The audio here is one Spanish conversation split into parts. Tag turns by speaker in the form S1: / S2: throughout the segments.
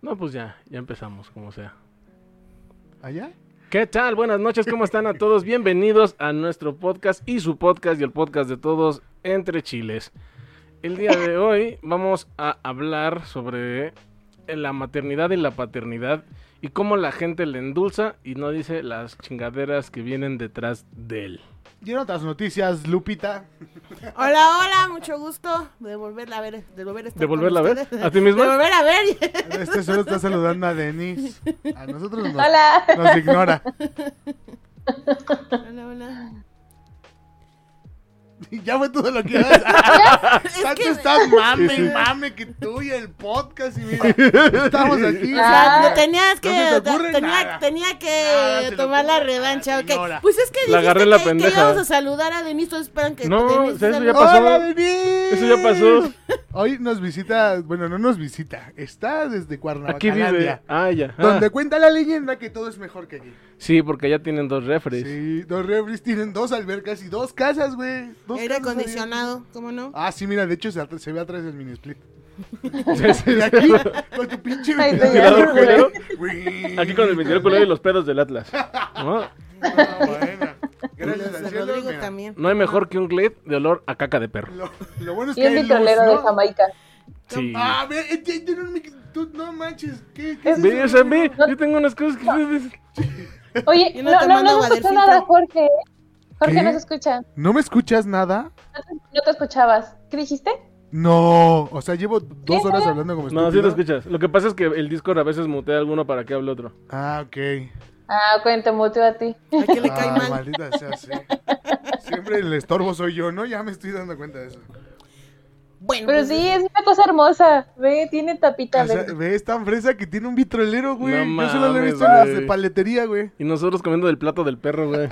S1: No, pues ya, ya empezamos, como sea.
S2: ¿Allá?
S1: ¿Qué tal? Buenas noches, ¿cómo están a todos? Bienvenidos a nuestro podcast y su podcast y el podcast de todos entre chiles. El día de hoy vamos a hablar sobre la maternidad y la paternidad y cómo la gente le endulza y no dice las chingaderas que vienen detrás de él.
S2: Y en otras noticias, Lupita.
S3: Hola, hola, mucho gusto de volverla a ver, de volver a estar
S1: ¿De
S3: con
S1: volverla a ver?
S3: ustedes.
S1: ¿A ti misma?
S3: De volver a ver.
S2: Este solo está saludando a Denis. A nosotros nos,
S4: Hola.
S2: nos ignora.
S3: hola, hola.
S2: Y ya fue todo lo que ibas a Tanto
S3: que-
S2: estás mame,
S1: Sí, sí.
S2: mame, que tú y el podcast. Y mira, estamos aquí.
S3: O sea,
S4: Ah.
S3: no tenías que,
S2: No se te ocurre nada.
S3: tenía, tenía
S2: Nada
S3: que
S2: se le
S3: tomar la
S2: ocurre,
S3: revancha, ok.
S2: señora.
S3: Pues es que dijiste
S1: La agarré la
S3: que,
S1: pendeja.
S3: que íbamos a saludar a Denis, todos esperan que
S1: No,
S3: Denis
S1: o sea, eso
S3: salga.
S1: ya pasó.
S2: ¡Hola, Denis!
S1: Eso ya pasó.
S2: Hoy nos visita, bueno, no nos visita, está desde
S1: Aquí vive.
S2: Cuernavacalandia.
S1: Ah, ya. Ah,
S2: Donde cuenta la leyenda que todo es mejor que aquí.
S1: sí, porque ya tienen dos refres.
S2: Sí, dos refres tienen dos albercas y dos casas, güey. Dos
S3: Aire
S2: casas ahí.
S3: acondicionado, ¿cómo no?
S2: Ah, sí, mira, de hecho se, atr- se ve atrás del mini split.
S1: Sí, sí.
S2: Y aquí, con tu pinche
S4: Ay,
S2: ventilador,
S4: señor.
S2: culero.
S1: Aquí con el ventilador culero y los pedos del Atlas. ¿No?
S2: Ah, bueno. Gracias
S3: José
S2: al cielo,
S3: Rodrigo
S2: mira.
S3: también.
S1: No hay mejor que un glit de olor a caca de perro.
S2: Lo, lo bueno es
S4: Y
S2: que
S4: un
S2: hay luz,
S4: vitrolero de
S2: ¿no?
S4: Jamaica.
S1: Sí.
S2: Ah, ve, eh, ya- ya no me- tú, no manches, ¿qué, qué
S1: Ve,
S2: eso?
S1: o sea, ve, yo tengo unas cosas que ustedes-
S4: Oye,
S3: Y no
S4: no, no,
S3: tomando
S4: no,
S3: agua
S4: se escuchó
S3: del
S4: nada,
S3: filtro.
S4: Jorge. Jorge,
S2: ¿Qué?
S4: no se escucha.
S2: ¿No me escuchas nada?
S4: No te escuchabas. ¿Qué dijiste?
S2: No, o sea, llevo dos
S4: ¿Qué?
S2: horas hablando como
S1: No, sí
S2: estúpido.
S1: te escuchas. Lo que pasa es que el Discord a veces mutea alguno para que hable otro.
S2: Ah, ok.
S4: Ah, cuéntame, te muteo a ti.
S3: ¿A qué le cae
S2: Ah,
S3: mal?
S2: maldita sea, sí. Siempre el estorbo soy yo, ¿no? Ya me estoy dando cuenta de eso.
S3: Bueno,
S4: Pero
S3: pues,
S4: sí, es una cosa hermosa. Ve, tiene tapita
S2: O sea,
S4: verde.
S2: ve, es tan fresa que tiene un vitrolero, güey.
S1: No
S2: yo solo lo he
S1: mames,
S2: visto en las de
S1: güey.
S2: paletería, güey.
S1: Y nosotros comiendo del plato del perro, güey.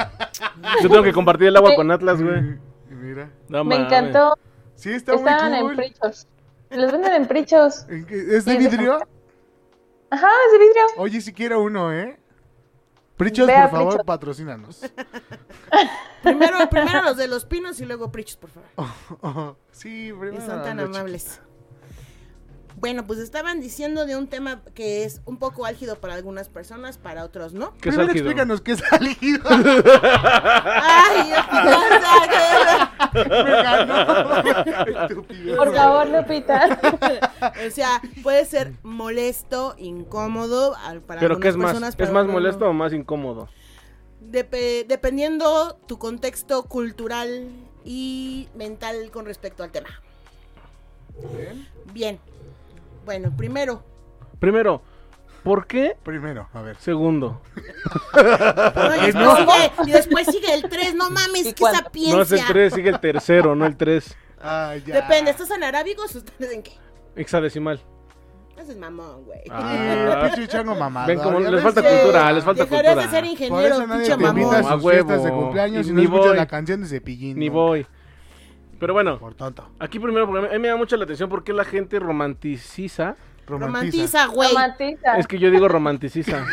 S1: Yo tengo que compartir el agua con Atlas, güey.
S2: Mm, Mira.
S1: No
S4: Me
S1: mames.
S4: encantó.
S2: Sí, está
S4: Estaban en
S2: muy cool.
S4: prichos. Los venden en prichos.
S2: ¿En qué- ¿Es de
S4: Y de
S2: vidrio?
S4: Ajá, es de vidrio.
S2: Oye, si quiero uno, ¿eh? Prichos,
S4: Ve a
S2: por favor,
S4: Prichos.
S2: patrocínanos.
S3: primero, primero los de los pinos y luego prichos, por favor.
S2: Oh, sí,
S3: Y
S2: primero
S3: son tan
S2: los
S3: amables. Bueno, pues estaban diciendo de un tema que es un poco álgido para algunas personas, para otros no.
S1: ¿Qué es
S2: Primero
S1: álgido?
S2: explícanos qué es álgido.
S3: Ay, o
S2: Me ganó. Estupidez.
S4: Por favor, Lupita.
S3: sea, que- o sea, puede ser molesto, incómodo al- para
S1: Pero ¿qué es
S3: algunas
S1: más?
S3: personas,
S1: ¿Es
S3: para
S1: más
S3: otras
S1: molesto
S3: no.
S1: o más incómodo?
S3: Depe- dependiendo tu contexto cultural y mental con respecto al tema. Bien. Bueno, primero,
S1: Primero, ¿por qué?
S2: Primero, a ver.
S1: Segundo.
S3: ¿no? y, después sigue, y después sigue el 3, no mames,
S4: ¿Y
S3: qué
S4: cuánto?
S3: sapiencia.
S1: No es el tres, sigue el tercero, no el tres.
S2: Ah, ya.
S3: Depende, ¿estás en arábigos o estás en qué?
S1: Hexadecimal.
S3: Haces mamón, güey.
S2: Ah, pinche chango mamado.
S1: Ven cómo
S2: Ya
S1: les
S2: ves,
S1: falta
S2: sí.
S1: cultura, les falta
S3: Dejarías
S1: cultura.
S3: de ser
S2: Por eso
S3: ingeniero,
S2: nadie
S3: pinche
S2: te invita a
S3: mamón.
S1: A
S2: sus fiestas de
S1: huevo.
S2: cumpleaños y
S1: Y
S2: no
S1: ni
S2: escuchas
S1: voy.
S2: la canción de Cepillín.
S1: Ni
S2: ¿no?
S1: voy. Pero bueno,
S2: Por tonto.
S1: aquí primero, porque a mí me da mucho la atención por qué la gente romanticiza.
S2: Romantiza.
S3: Romantiza, güey.
S4: Romantiza.
S1: Es que yo digo romanticiza.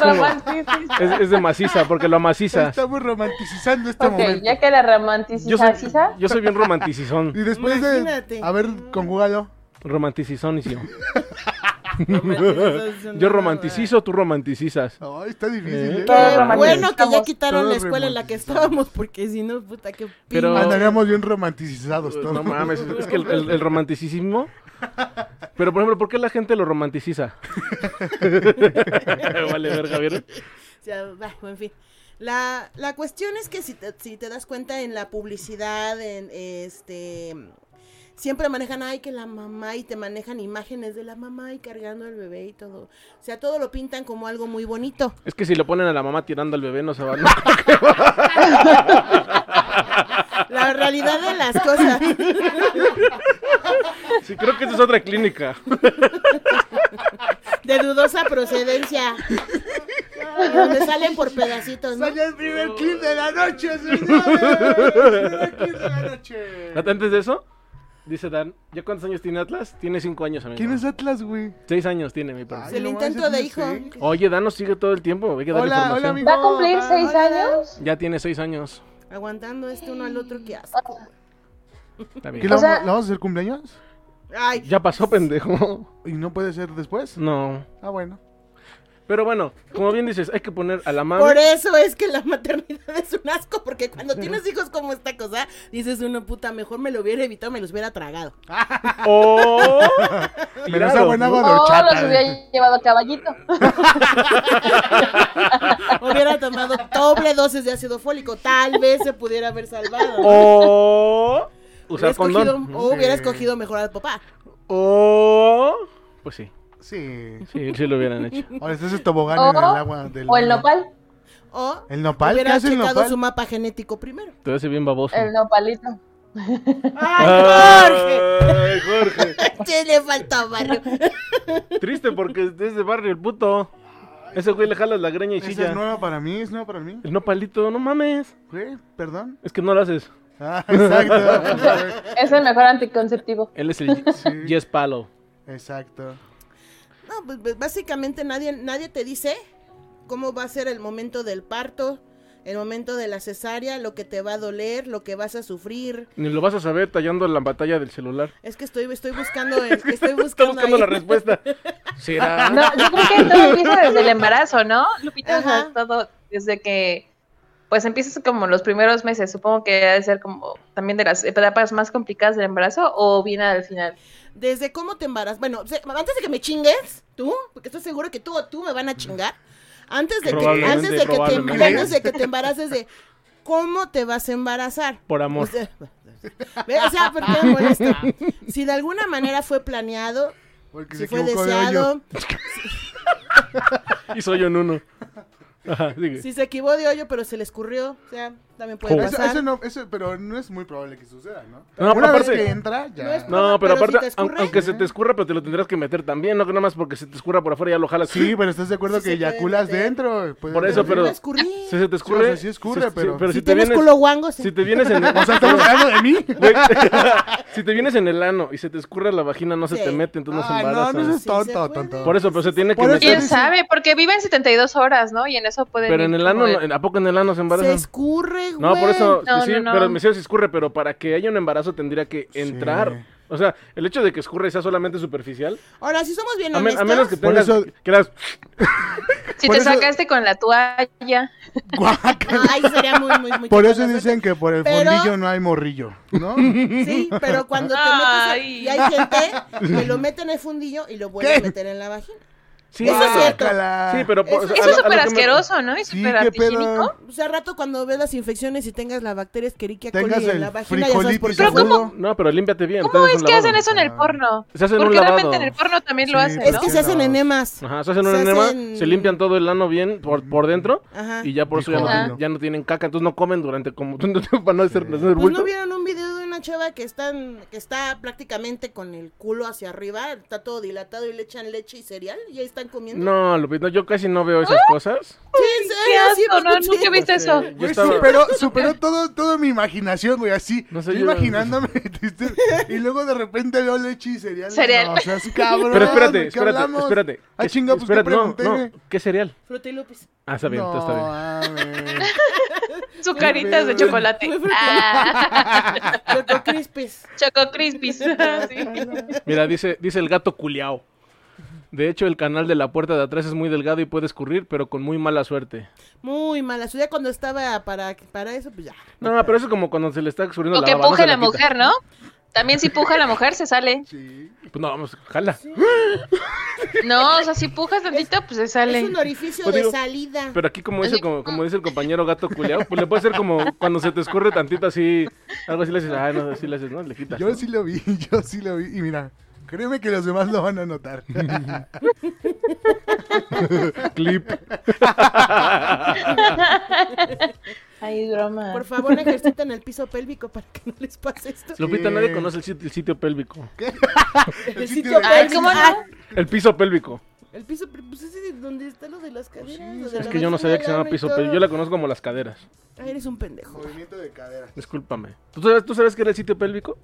S4: Romantiza.
S1: Es, es de maciza, porque lo amacizas.
S2: Estamos romanticizando este
S4: Ok,
S2: momento.
S4: ya que la romantiza,
S1: Yo soy,
S4: ¿sisa?
S1: yo soy bien romanticizón.
S2: Y después
S3: Imagínate.
S2: de. A ver, conjúgalo.
S1: Romanticizón, Yo romanticizo, tú romanticizas.
S2: Ay, está
S1: Eh.
S2: difícil. ¿eh?
S3: Qué
S4: Todos
S3: bueno que ya
S4: romantizamos,
S3: quitaron la
S2: todos
S3: escuela en la que
S2: romantizamos.
S3: estábamos, porque si no, puta, qué
S1: Pero-
S3: pino.
S2: Andaríamos bien romanticizados todos.
S1: Pues, No mames, es que el, el- el romanticismo. Pero por ejemplo, ¿por qué la gente lo romanticiza? vale, verga, ¿vieron?
S3: O sea, bah, en fin. La, la cuestión es que si te, si te das cuenta en la publicidad, en este siempre manejan, ay, que la mamá, y te manejan imágenes de la mamá y cargando al bebé y todo. O sea, todo lo pintan como algo muy bonito.
S1: Es que si le ponen a la mamá tirando al bebé, no se va a.
S3: La realidad de las cosas.
S1: Sí, creo que esa es otra clínica.
S3: De dudosa procedencia. Donde salen por pedacitos, ¿no?
S2: Soy el primer clip de la noche, señores. Primer clip de la noche.
S1: Antes de eso, dice Dan, ¿ya cuántos años tiene Atlas? Tiene cinco años, amigo.
S2: ¿Quién es Atlas, güey?
S1: Seis años tiene, mi padre.
S2: Ay,
S3: El
S2: no
S3: intento
S2: manches,
S3: de
S2: no
S3: hijo.
S2: sé.
S1: Oye, Dan nos sigue todo el tiempo, hay que darle
S2: Hola, hola,
S1: información.
S2: amigo.
S4: ¿Va a cumplir seis
S2: Hola.
S4: años?
S1: Ya tiene seis años.
S3: Aguantando este uno al otro, que asco.
S1: Está
S2: ¿Qué,
S1: bien.
S2: ¿la,
S4: O sea-
S2: vamos- la vamos a hacer cumpleaños?
S3: Ay,
S1: Ya pasó, pendejo.
S2: ¿Y no puede ser
S1: Mm.
S2: después?
S1: No.
S2: Ah, bueno.
S1: Pero bueno, como bien dices, hay que poner a la mano.
S3: por eso es que la maternidad es un asco, porque cuando tienes hijos como esta cosa, dices uno, puta, mejor me lo hubiera evitado, me los hubiera tragado.
S1: O.
S2: Pero esa
S1: tirado,
S2: buena
S1: ¿no?
S2: agua de
S4: Oh,
S2: horchata.
S4: los
S2: güey.
S4: hubiera llevado a caballito.
S3: Hubiera tomado doble dosis de ácido fólico, tal vez se pudiera haber salvado.
S1: O. Usar
S3: Hubiera escogido-
S1: condón.
S3: o hubiera
S2: Sí.
S3: escogido mejor al papá.
S1: O. Pues sí.
S2: Sí.
S1: Sí, sí lo hubieran hecho.
S2: O les haces tobogán
S4: O,
S2: en el agua del.
S4: o el nopal,
S3: O
S2: ¿El nopal? ¿Qué
S3: hubiera
S2: hace el
S3: checado
S2: nopal?
S3: su mapa genético primero.
S1: Te hace bien baboso.
S4: el nopalito.
S2: Ah.
S3: ¡Ay,
S1: Ay, Jorge.
S3: Jorge! Sí, le faltó barrio.
S1: Triste porque es de barrio el puto. Ese güey le jalas la greña y
S2: Esa
S1: chilla.
S2: es nueva para mí, es nueva para mí.
S1: El nopalito, no mames.
S2: Güey, perdón.
S1: Es que no lo haces.
S2: Ah, exacto.
S4: Es el mejor anticonceptivo.
S1: Él es el
S2: Sí.
S1: yes palo.
S2: exacto.
S3: No, pues, pues, básicamente nadie, nadie te dice cómo va a ser el momento del parto, el momento de la cesárea, lo que te va a doler, lo que vas a sufrir.
S1: Ni lo vas a saber tallando la batalla del celular.
S3: Es que estoy, estoy buscando, el- estoy
S1: Está
S3: buscando,
S1: buscando
S3: ahí.
S1: la respuesta. ¿Será?
S4: No, yo creo que todo empieza desde el embarazo, ¿no? Lupita, o sea,
S3: Ajá.
S4: todo desde que pues empiezas como los primeros meses, supongo que ha de ser como también de las etapas más complicadas del embarazo o viene al final.
S3: Desde cómo te embarazas. Bueno, se- antes de que me chingues, tú, porque estoy seguro que tú o tú me van a chingar. Antes de que,
S1: Probablemente,
S3: antes de que, te,
S1: probablemente.
S3: antes de que te embaraces de cómo te vas a embarazar.
S1: Por amor.
S3: O sea, ve, o sea, ¿por qué me molesta? Si de alguna manera fue planeado,
S2: Porque
S3: si
S2: se
S3: fue
S2: equivocó de hoyo.
S3: deseado,
S1: Y soy yo en uno. Ajá, sigue.
S3: si se equivocó de hoyo, pero se le escurrió, o sea, también puede
S1: Oh.
S2: Eso,
S3: pasar.
S2: eso no, eso, pero no es muy probable que suceda, ¿no?
S1: No,
S2: Una vez
S1: aparte-
S2: que entra, ya.
S3: No es-
S1: No, pero,
S3: Pero si
S1: aparte,
S3: te
S1: aun-
S3: escurre.
S1: aunque se te escurra, pero te lo tendrás que meter también, no que nada más porque se te escurra por afuera ya lo jalas.
S2: Sí, pero estás de acuerdo
S3: Sí
S2: que
S3: se puede
S2: eyaculas
S3: meter.
S2: dentro. pues,
S1: Por eso,
S2: sí.
S1: pero-
S3: Se le escurrió.
S1: Si se te escurre,
S2: Sí, o sea, sí escurre,
S1: si- si-
S2: pero-
S3: si,
S1: si, te
S3: tienes
S1: vienes,
S3: culo guango, sí.
S1: si te vienes en
S2: O sea, estamos hablando de mí.
S1: Güey, si te vienes en el ano y se te escurre la vagina, no se
S3: Sí.
S1: te mete, entonces no se
S2: Ay, Ah, no,
S1: embaraza.
S2: no seas
S3: Sí, se
S2: tonto,
S3: puede.
S2: tonto.
S1: Por eso, pero se tiene que
S2: Por eso-
S1: meter.
S4: ¿Quién
S2: sí.
S4: sabe? Porque viven 72 horas, ¿no? Y en eso pueden
S1: Pues, Pero
S4: ir
S1: en el
S4: como
S1: ano,
S4: de-
S1: no- ¿a poco en el ano se
S3: Se
S1: embarazan?
S3: escurre, güey.
S1: No, por eso,
S4: No,
S1: sí,
S4: no, no.
S1: pero me decía si escurre, pero para que haya un embarazo tendría que
S2: Sí.
S1: entrar. O sea, el hecho de que escurre y sea solamente superficial,
S3: Ahora, si somos bien
S1: a, men- a
S3: honestos.
S1: menos que
S2: Por
S1: tengas,
S2: eso-
S1: que las-
S4: Si
S2: por
S4: te
S2: eso-
S4: sacaste con la toalla.
S2: Guácala.
S3: Ay, sería muy, muy, muy
S2: Por
S3: chido,
S2: eso
S3: la
S2: dicen que por el
S3: Pero-
S2: fondillo no hay morrillo, ¿no?
S3: verdad. Sí, pero cuando te metes a-
S4: Ay.
S3: y hay gente que lo mete en el fundillo y lo vuelve a
S2: ¿Qué?
S3: meter en la vagina.
S1: Sí,
S3: Eso es
S1: ah,
S3: cierto.
S2: Guácala.
S1: sí, pero... por-
S3: Eso-
S1: a lo-
S4: Eso es
S1: a lo
S4: súper
S1: que me-
S4: asqueroso, ¿no? Y
S2: Sí,
S4: súper
S2: qué pedo.
S4: antihigiénico.
S3: O sea, al rato cuando ves las infecciones y tengas la bacteria Escherichia coli
S2: Tengas
S3: en
S2: el
S3: la vagina, ya sabes por
S2: frijolitis
S3: qué.
S4: Pero
S2: agudo.
S4: ¿cómo?
S1: No, pero límpiate bien.
S4: ¿Cómo
S1: te haces
S4: es
S1: un
S4: que
S1: lavado.
S4: hacen eso en el
S2: Ah.
S4: porno?
S1: Se hacen un
S4: Porque
S1: lavado.
S4: realmente en el porno también lo
S2: Sí,
S4: hacen,
S3: Es
S4: ¿no?
S3: que se hacen enemas.
S1: Ajá, se hacen un
S3: Se
S1: enema,
S3: hacen-
S1: se limpian todo el ano bien por, por dentro
S3: Ajá.
S1: y ya por eso ya no,
S4: Ajá.
S1: tienen- ya no tienen caca, entonces no comen durante como para no hacer, no hacer
S3: Pues no
S1: bulto.
S3: vieron un video de una chava que están, que está prácticamente con el culo hacia arriba, está todo dilatado y le echan leche y cereal y ahí están comiendo.
S1: No, Lupita, yo casi no veo esas cosas.
S3: Sí, en
S4: Qué
S3: serio, sí,
S4: asco, no,
S3: sí.
S4: nunca viste ¿Ah? eso.
S1: Porque Yo
S2: Güey,
S1: estaba...
S2: superó, superó todo, todo mi imaginación, güey, así.
S1: No sé,
S2: yo
S1: yo-
S2: imaginándome. triste, y luego de repente veo leche y cereal.
S4: Cereal.
S2: No, o sea, es cabrón.
S1: Pero espérate,
S2: ¿de qué
S1: espérate,
S2: hablamos?
S1: espérate.
S2: Ah,
S1: ¿Qué-
S2: chinga, pues, ¿qué
S1: espérate, no,
S2: pregunté,
S1: no,
S2: güey?
S1: ¿Qué cereal?
S3: Fruta y Lupis.
S1: Ah, está bien, todo está bien.
S2: mames.
S4: Su carita es de
S2: Qué
S4: chocolate. Ah,
S3: Choco Crispis.
S4: Choco Crispies. Sí.
S1: Mira, dice, dice el gato culiao. De hecho, el canal de la puerta de atrás es muy delgado y puede escurrir, pero con muy mala suerte.
S3: Muy mala. Su día cuando estaba para, para eso, pues ya.
S1: No, pero eso es como cuando se le está escurriendo
S4: O
S1: la
S4: que
S1: baba, no se
S4: empuje la
S1: quita.
S4: mujer, ¿no? También si puja la mujer se sale.
S2: Sí.
S1: Pues no, vamos, jala.
S4: No, o sea, si pujas tantito, pues se
S3: Es
S4: sale.
S3: un orificio
S1: Pues
S3: de
S1: digo,
S3: salida.
S1: Pero aquí, como dice, como, como dice el compañero gato culiao, pues le puede ser como cuando se te escurre tantito así, algo así le haces, ah, no, así le haces, ¿no? Le quitas.
S2: Yo sí lo vi, yo sí lo vi. Y mira, créeme que los demás lo van a notar.
S1: Clip.
S4: Ay, broma.
S3: Por favor, ejerciten el piso pélvico para que no les pase esto.
S1: Lupita, nadie conoce el sit- el sitio pélvico.
S2: sitio
S3: El sitio
S2: de-
S4: Ay, ¿cómo
S3: pélvico. Ah,
S4: no?
S1: El piso pélvico.
S3: El piso, pélvico, pues es donde está lo de las caderas.
S2: sí,
S3: lo de
S1: Pues Es
S3: la
S1: que yo no
S3: vagina,
S1: sabía que se
S3: el
S1: llama
S3: ano y
S1: piso
S3: todo.
S1: pélvico. Yo la conozco como las caderas.
S3: Ay, eres un pendejo.
S2: Movimiento de cadera.
S1: Discúlpame. ¿Tú sabes, ¿Tú sabes qué era el sitio pélvico?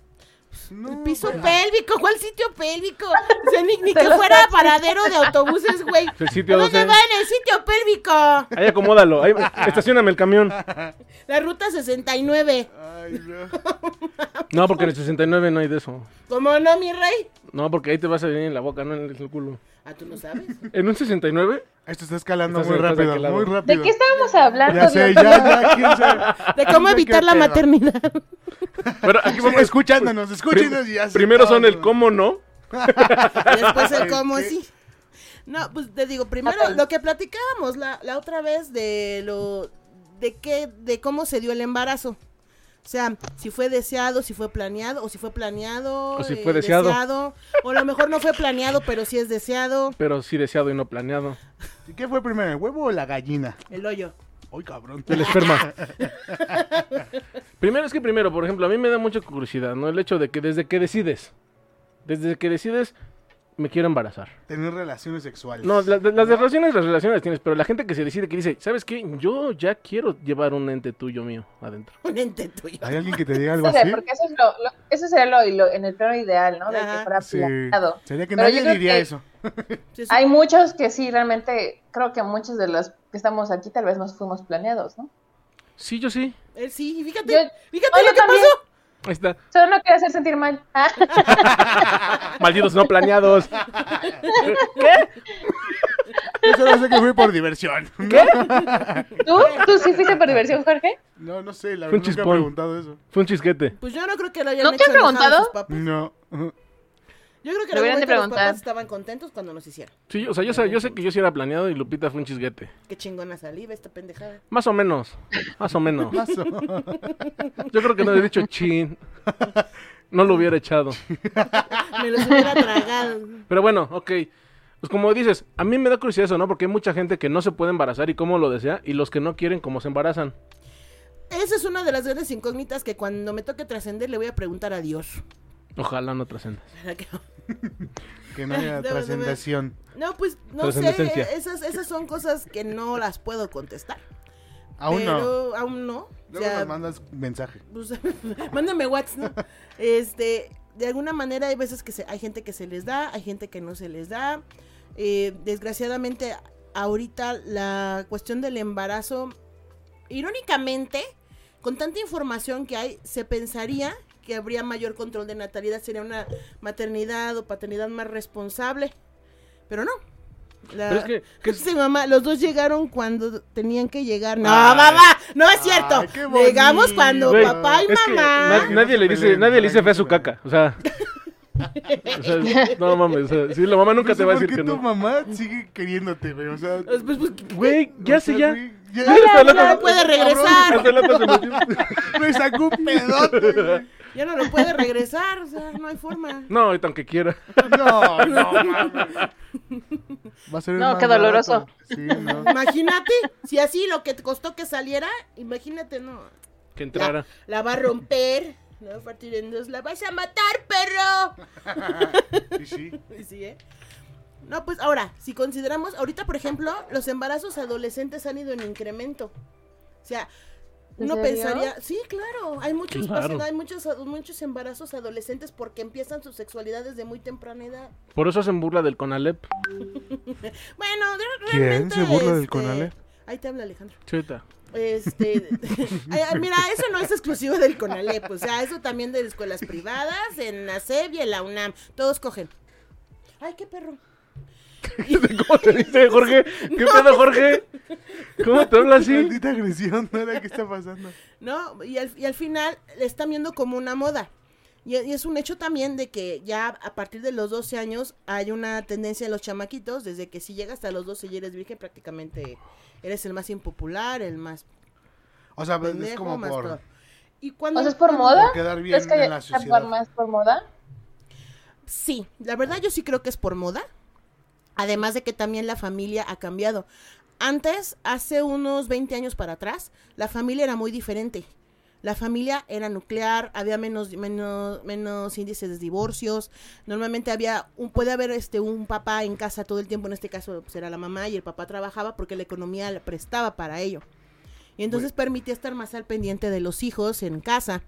S3: El
S2: No,
S3: piso
S2: güey.
S3: pélvico, ¿cuál sitio pélvico? O sea, ni, ni
S4: pues, Te
S3: que
S4: lo
S3: fuera paradero de autobuses, güey.
S1: El sitio
S3: ¿A
S1: 12.
S3: dónde
S4: eh.
S3: va en el sitio pélvico?
S1: Ahí acomódalo. Ahí, estacioname el camión.
S3: La ruta 69.
S2: Ay, no.
S1: No, porque en el 69 no hay de eso.
S3: ¿Cómo no, mi rey?
S1: No, porque ahí te vas a venir en la boca, no en el culo.
S3: Ah, tú no sabes.
S1: ¿En un 69?
S2: Esto está escalando
S1: Estás-
S2: muy
S1: estás de
S2: rápido,
S1: aquel lado.
S2: muy
S1: ¿De
S2: rápido.
S4: ¿De qué estábamos hablando?
S2: Ya sé, ya,
S4: Dios mío?
S2: ya, quién sabe.
S3: De cómo
S2: ¿Qué
S3: evitar la
S2: pedo?
S3: maternidad.
S1: Pero aquí
S2: Sí,
S1: vamos.
S2: escuchándonos, escúchenos y ya se-
S1: Primero son el
S2: no,
S1: cómo no.
S3: Y Después el cómo
S2: ¿Qué?
S3: sí. No, pues te digo, primero lo que platicábamos la, la otra vez de lo de qué de cómo se dio el embarazo. O sea, si fue deseado, si fue planeado o si fue planeado eh,
S1: O si fue deseado.
S3: o a lo mejor no fue planeado, pero sí es deseado
S1: Pero sí deseado y no planeado.
S2: ¿Y ¿Qué fue primero, el huevo o la gallina?
S3: el hoyo.
S2: Ay, cabrón.
S1: El esperma. primero es que primero, por ejemplo, a mí me da mucha curiosidad, ¿no? El hecho de que desde que decides, desde que decides, me quiero embarazar.
S2: Tener relaciones sexuales.
S1: No, la- la- las relaciones, las relaciones las tienes, pero la gente que se decide que dice, ¿sabes qué? Yo ya quiero llevar un ente tuyo mío adentro.
S3: Un ente tuyo.
S2: ¿Hay alguien que te diga algo
S4: No sé,
S2: así?
S4: porque eso, es lo, lo- eso sería lo, lo- en el plano ideal, ¿no? De que
S3: Ajá.
S4: fuera
S2: Sí.
S4: planeado.
S2: Sería que
S4: Pero yo
S2: nadie
S4: creo
S2: diría
S4: que-
S2: eso.
S3: Sí, sí.
S4: Hay muchos que sí, realmente, creo que muchos de los que estamos aquí tal vez nos fuimos planeados, ¿no?
S1: Sí, yo sí.
S3: Eh, sí, y fíjate,
S4: Yo-
S3: fíjate
S4: no,
S3: lo
S4: yo
S3: que
S4: también.
S3: pasó.
S1: Ahí está.
S4: Solo no quiero hacer sentir mal. Ah,
S1: Malditos no planeados.
S2: Yo solo sé que fui por diversión.
S4: ¿Tú? ¿Tú sí fuiste por diversión, Jorge?
S2: No, no sé, la verdad nunca
S1: Fue un
S2: he
S1: chispón.
S2: preguntado eso.
S1: Fue un chisquete.
S3: Pues yo no creo que lo hayan
S4: ¿No te
S3: hecho
S4: han
S3: enojar a
S4: preguntado?
S3: sus papás.
S2: No. Ujú.
S3: Yo creo que en algún
S4: Deberían
S3: momento
S4: de
S3: los
S4: preguntar.
S3: papás estaban contentos cuando nos hicieron.
S1: Sí, o sea, yo, sa- yo sé que yo sí era planeado y Lupita fue un chisguete.
S3: Qué chingona saliva esta pendejada.
S1: Más o menos. Más o menos.
S2: Paso.
S1: Yo creo que no hubiera dicho chin. No lo hubiera echado.
S3: Me los hubiera tragado.
S1: Pero bueno, ok. Pues como dices, a mí me da curiosidad eso, ¿no? Porque hay mucha gente que no se puede embarazar y cómo lo desea, y los que no quieren, cómo se embarazan.
S3: Esa es una de las grandes incógnitas que cuando me toque trascender le voy a preguntar a Dios.
S1: Ojalá no trascendas.
S3: Para que-
S2: Que no haya
S3: Debe, debe.
S2: trascendación.
S3: No, pues no
S1: Trascendencia.
S3: sé, esas, esas son cosas que no las puedo contestar.
S2: Aún no.
S3: pero Aún no. O
S2: Luego
S3: sea,
S2: nos mandas mensaje.
S3: pues, mándame WhatsApp. ¿no? Este, de alguna manera hay veces que se- hay gente que se les da, hay gente que no se les da. Eh, desgraciadamente, ahorita la cuestión del embarazo, irónicamente, con tanta información que hay, se pensaría que habría mayor control de natalidad, sería una maternidad o paternidad más responsable, pero no. La-
S1: Pero es que- que es-
S3: Sí, mamá, los dos llegaron cuando tenían que llegar. No,
S2: Ay.
S3: mamá, no es cierto.
S2: Ay, qué bonito.
S3: Llegamos cuando
S1: Güey,
S3: papá y
S1: es que
S3: mamá.
S1: na- nadie le dice,
S2: Peleen,
S1: nadie le dice
S2: peleen,
S1: fe a su
S2: peleen.
S1: caca. O sea. o sea, no mames. o sea, sí, la mamá nunca
S2: No sé
S1: te va a
S2: Pues, por
S1: decir
S2: qué
S1: que
S2: tu
S1: no.
S2: mamá sigue queriéndote, güey. O sea,
S3: Pues, pues, pues,
S1: Güey,
S2: o
S1: ya sé
S2: sea,
S1: ya.
S2: güey, ya-
S1: Ya hasta
S3: ya
S1: la-
S3: no puede regresar.
S1: hasta la otra se metió.
S2: Me sacó un pedote, güey.
S3: Ya no lo puede regresar, o sea, no hay forma.
S1: No, ahorita aunque quiera.
S2: No, no, mames. Va a ser el
S4: No,
S2: más
S4: qué doloroso.
S2: barato. Sí, no.
S3: Imagínate, si así lo que te costó que saliera, imagínate, no.
S1: Que
S3: La,
S1: entrara.
S3: la va a romper, la va a partir en dos, la vas a matar, perro.
S2: Sí, sí.
S3: Y sí, ¿eh? No, pues ahora, si consideramos, ahorita por ejemplo, los embarazos adolescentes han ido en incremento. O sea,
S4: ¿En
S3: uno
S4: serio?
S3: pensaría, sí, claro, hay muchos,
S1: Claro.
S3: pasan- hay muchos, ad- muchos embarazos adolescentes porque empiezan su sexualidad desde muy temprana edad.
S1: Por eso hacen burla del Conalep.
S3: Bueno, re-
S2: ¿Quién
S3: realmente,
S2: se burla del
S3: este,
S2: Conalep?
S3: Ahí te habla Alejandro.
S1: Chuta.
S3: Este, ay, ay, mira, eso no es exclusivo del CONALEP, o sea, eso también de escuelas privadas, en la SEB y en la UNAM, todos cogen. Ay, qué perro.
S1: ¿Cómo te dice, Jorge? ¿Qué pedo, Jorge? ¿Cómo te habla así?
S2: Maldita agresión, ¿no? ¿Qué está pasando?
S3: ¿no? Y al, y al final le están viendo como una moda. Y, y es un hecho también de que ya a partir de los 12 años hay una tendencia en los chamaquitos, desde que si llegas a los 12 y eres virgen, prácticamente eres el más impopular, el más
S2: O sea, pues, es
S3: pendejo,
S2: como
S3: más
S2: por,
S3: todo. Y
S4: ¿O
S3: cuando,
S4: sea, es por
S3: cuando-
S4: moda?
S2: por quedar bien
S4: ¿Crees que
S2: en la
S4: sea por
S2: sociedad.
S4: más por moda?
S3: Sí, la verdad yo sí creo que es por moda. Además de que también la familia ha cambiado. Antes, hace unos 20 años para atrás, la familia era muy diferente. La familia era nuclear, había menos, menos, menos índices de divorcios. Normalmente había un, puede haber este un papá en casa todo el tiempo, en este caso pues, era la mamá y el papá trabajaba porque la economía le prestaba para ello. Y entonces permitía estar más al pendiente de los hijos en casa.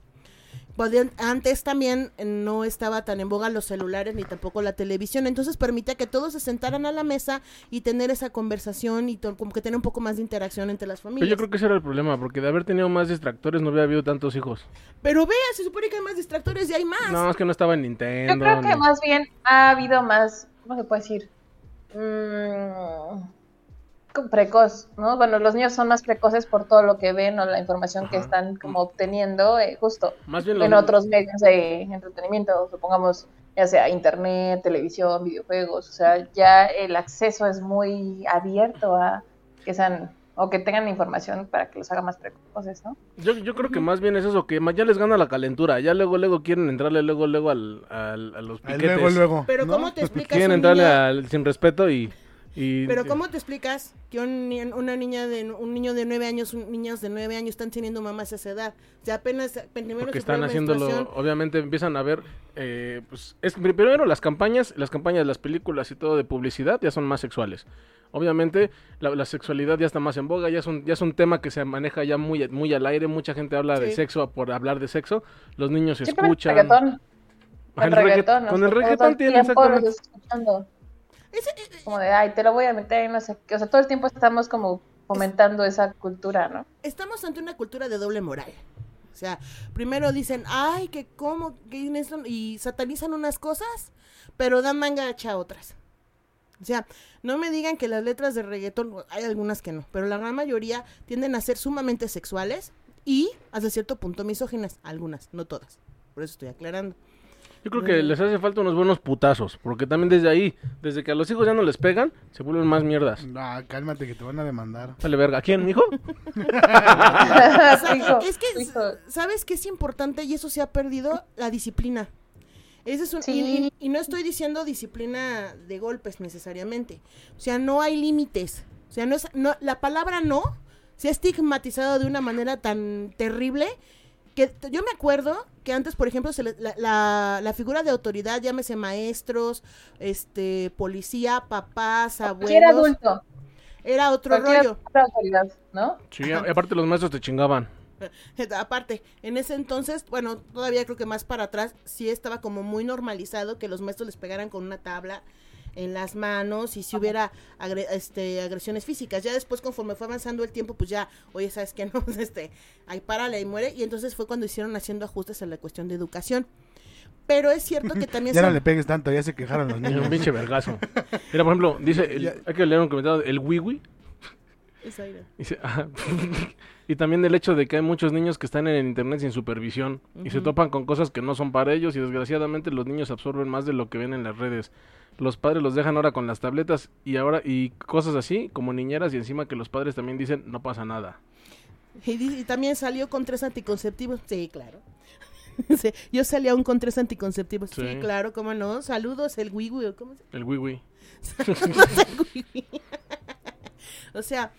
S3: podían- antes también eh, no estaba tan en boga los celulares ni tampoco la televisión, entonces permitía que todos se sentaran a la mesa y tener esa conversación y to- como que tener un poco más de interacción entre las
S1: Pero
S3: familias.
S1: yo creo que ese era el problema, porque de haber tenido más distractores no hubiera habido tantos hijos.
S3: Pero vea, se supone que hay más distractores y hay más.
S1: No, es que no estaba en
S4: Ah, Yo
S1: Nintendo.
S4: creo que
S1: ni-
S4: más bien ha habido más, ¿cómo se puede decir? Mm, como precoz, ¿no? Bueno, los niños son más precoces por todo lo que ven o la información que
S1: Ajá.
S4: están como obteniendo, eh, justo
S1: Más bien los,
S4: en otros medios de entretenimiento, supongamos, ya sea internet, televisión, videojuegos, o sea, ya el acceso es muy abierto a que sean o que tengan información para que los haga más precoces, ¿no?
S1: Yo, yo creo que más bien es eso, que más ya les gana la calentura. Ya luego, luego quieren entrarle, luego, luego al, al- a los
S2: Ahí
S1: piquetes.
S2: Ah, Luego, luego.
S3: Pero
S2: ¿no?
S3: ¿cómo te explicas?
S1: Quieren
S3: un
S1: entrarle
S3: niño-
S1: al sin respeto y... y-
S3: Pero ¿cómo te explicas que un, ni- una niña de un niño de nueve años, un, niñas de nueve años están teniendo mamás a esa edad? O sea, apenas primero
S1: Porque
S3: su
S1: están
S3: primera
S1: haciéndolo,
S3: menstruación.
S1: obviamente empiezan a ver, eh, pues, es, primero las campañas, las campañas, las películas y todo de publicidad ya son más sexuales. Obviamente la, la sexualidad ya está más en boga, ya es un, ya es un tema que se maneja ya muy, muy al aire, mucha gente habla de
S3: Sí.
S1: sexo por hablar de sexo, los niños
S4: Yo creo que
S1: escuchan.
S4: el reggaetón,
S1: Ah,
S4: el
S1: regga-
S4: reggaetón, ¿no?
S1: con el
S4: Todo
S1: reggaetón tienen
S4: tiempo los
S1: exactamente.
S4: escuchando.
S3: Ese- e,
S4: como de, ay, te lo voy a meter, y no sé qué. O sea, todo el tiempo estamos como fomentando esa cultura, ¿no?
S3: Estamos ante una cultura de doble moral. O sea, primero dicen, ay, que cómo, que en esto- y satanizan unas cosas, pero dan manga hacha a otras. O sea, no me digan que las letras de reggaetón, hay algunas que no, pero la gran mayoría tienden a ser sumamente sexuales y hasta cierto punto misóginas, algunas, no todas. Por eso estoy aclarando.
S1: Yo creo que les hace falta unos buenos putazos, porque también desde ahí, desde que a los hijos ya no les pegan, se vuelven más mierdas.
S2: Ah, cálmate que te van a demandar.
S1: Vale verga, ¿quién, hijo?
S3: O sea,
S4: Hijo,
S3: es que,
S4: hijo.
S3: ¿sabes qué es importante? Y eso se ha perdido, la disciplina. Ese es un, y-
S4: Sí.
S3: y, y no estoy diciendo disciplina de golpes necesariamente. O sea, no hay límites. O sea, no es, no, la palabra no se ha estigmatizado de una manera tan terrible que t- yo me acuerdo que antes, por ejemplo, se le- la, la- la figura de autoridad, llámese maestros, este, policía, papás,
S4: Cualquier
S3: abuelos,
S4: adulto,
S3: era otro
S4: cualquier
S3: rollo.
S4: autoridad, ¿no?
S1: Sí, a- aparte los maestros te chingaban.
S3: Aparte, en ese entonces, bueno, todavía creo que más para atrás, sí estaba como muy normalizado que los maestros les pegaran con una tabla en las manos y si hubiera agre- este, agresiones físicas. Ya después, conforme fue avanzando el tiempo, pues ya, oye, ¿sabes qué? No, este, ahí párale y muere. Y entonces fue cuando hicieron haciendo ajustes en la cuestión de educación. Pero es cierto que también...
S2: Ya no
S3: son-
S2: le pegues tanto, ya se quejaron los
S1: Era
S2: niños.
S1: un pinche vergazo. Mira, por ejemplo, dice, el-
S2: Ya-
S1: hay que leer un comentario, el wiwi.
S3: Es aire.
S1: Dice, ajá. y también el hecho de que hay muchos niños que están en el internet sin supervisión y se
S3: Ujú.
S1: topan con cosas que no son para ellos y desgraciadamente los niños absorben más de lo que ven en las redes. Los padres los dejan ahora con las tabletas y ahora y cosas así como niñeras y encima que los padres también dicen no pasa nada.
S3: Y, di- y también salió con tres anticonceptivos. Sí, claro. Sí, Yo salí aún con tres anticonceptivos. Sí,
S1: Sí.
S3: claro, cómo no. Saludos, el wiwi. o ¿Cómo se
S1: El wiwi.
S3: o sea,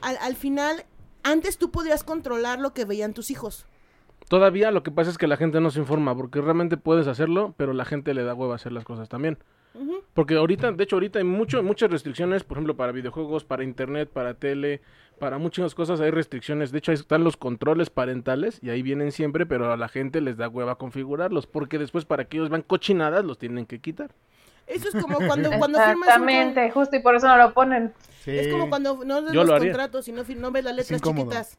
S3: al, al final, antes tú podrías controlar lo que veían tus hijos.
S1: Todavía lo que pasa es que la gente no se informa porque realmente puedes hacerlo, pero la gente le da hueva hacer las cosas también.
S3: Ujú.
S1: Porque ahorita, de hecho, ahorita hay mucho, muchas restricciones, por ejemplo, para videojuegos, para internet, para tele, para muchas cosas hay restricciones. De hecho, ahí están los controles parentales y ahí vienen siempre, pero a la gente les da hueva configurarlos, porque después para que ellos vean cochinadas los tienen que quitar.
S3: Eso es como cuando, cuando firmas un
S4: Exactamente, justo y por eso no lo ponen.
S2: Sí.
S3: Es como cuando no ves
S1: Yo
S3: los
S1: lo haría.
S3: contratos y no, fir- no ves las letras
S2: incómodo.
S3: chiquitas.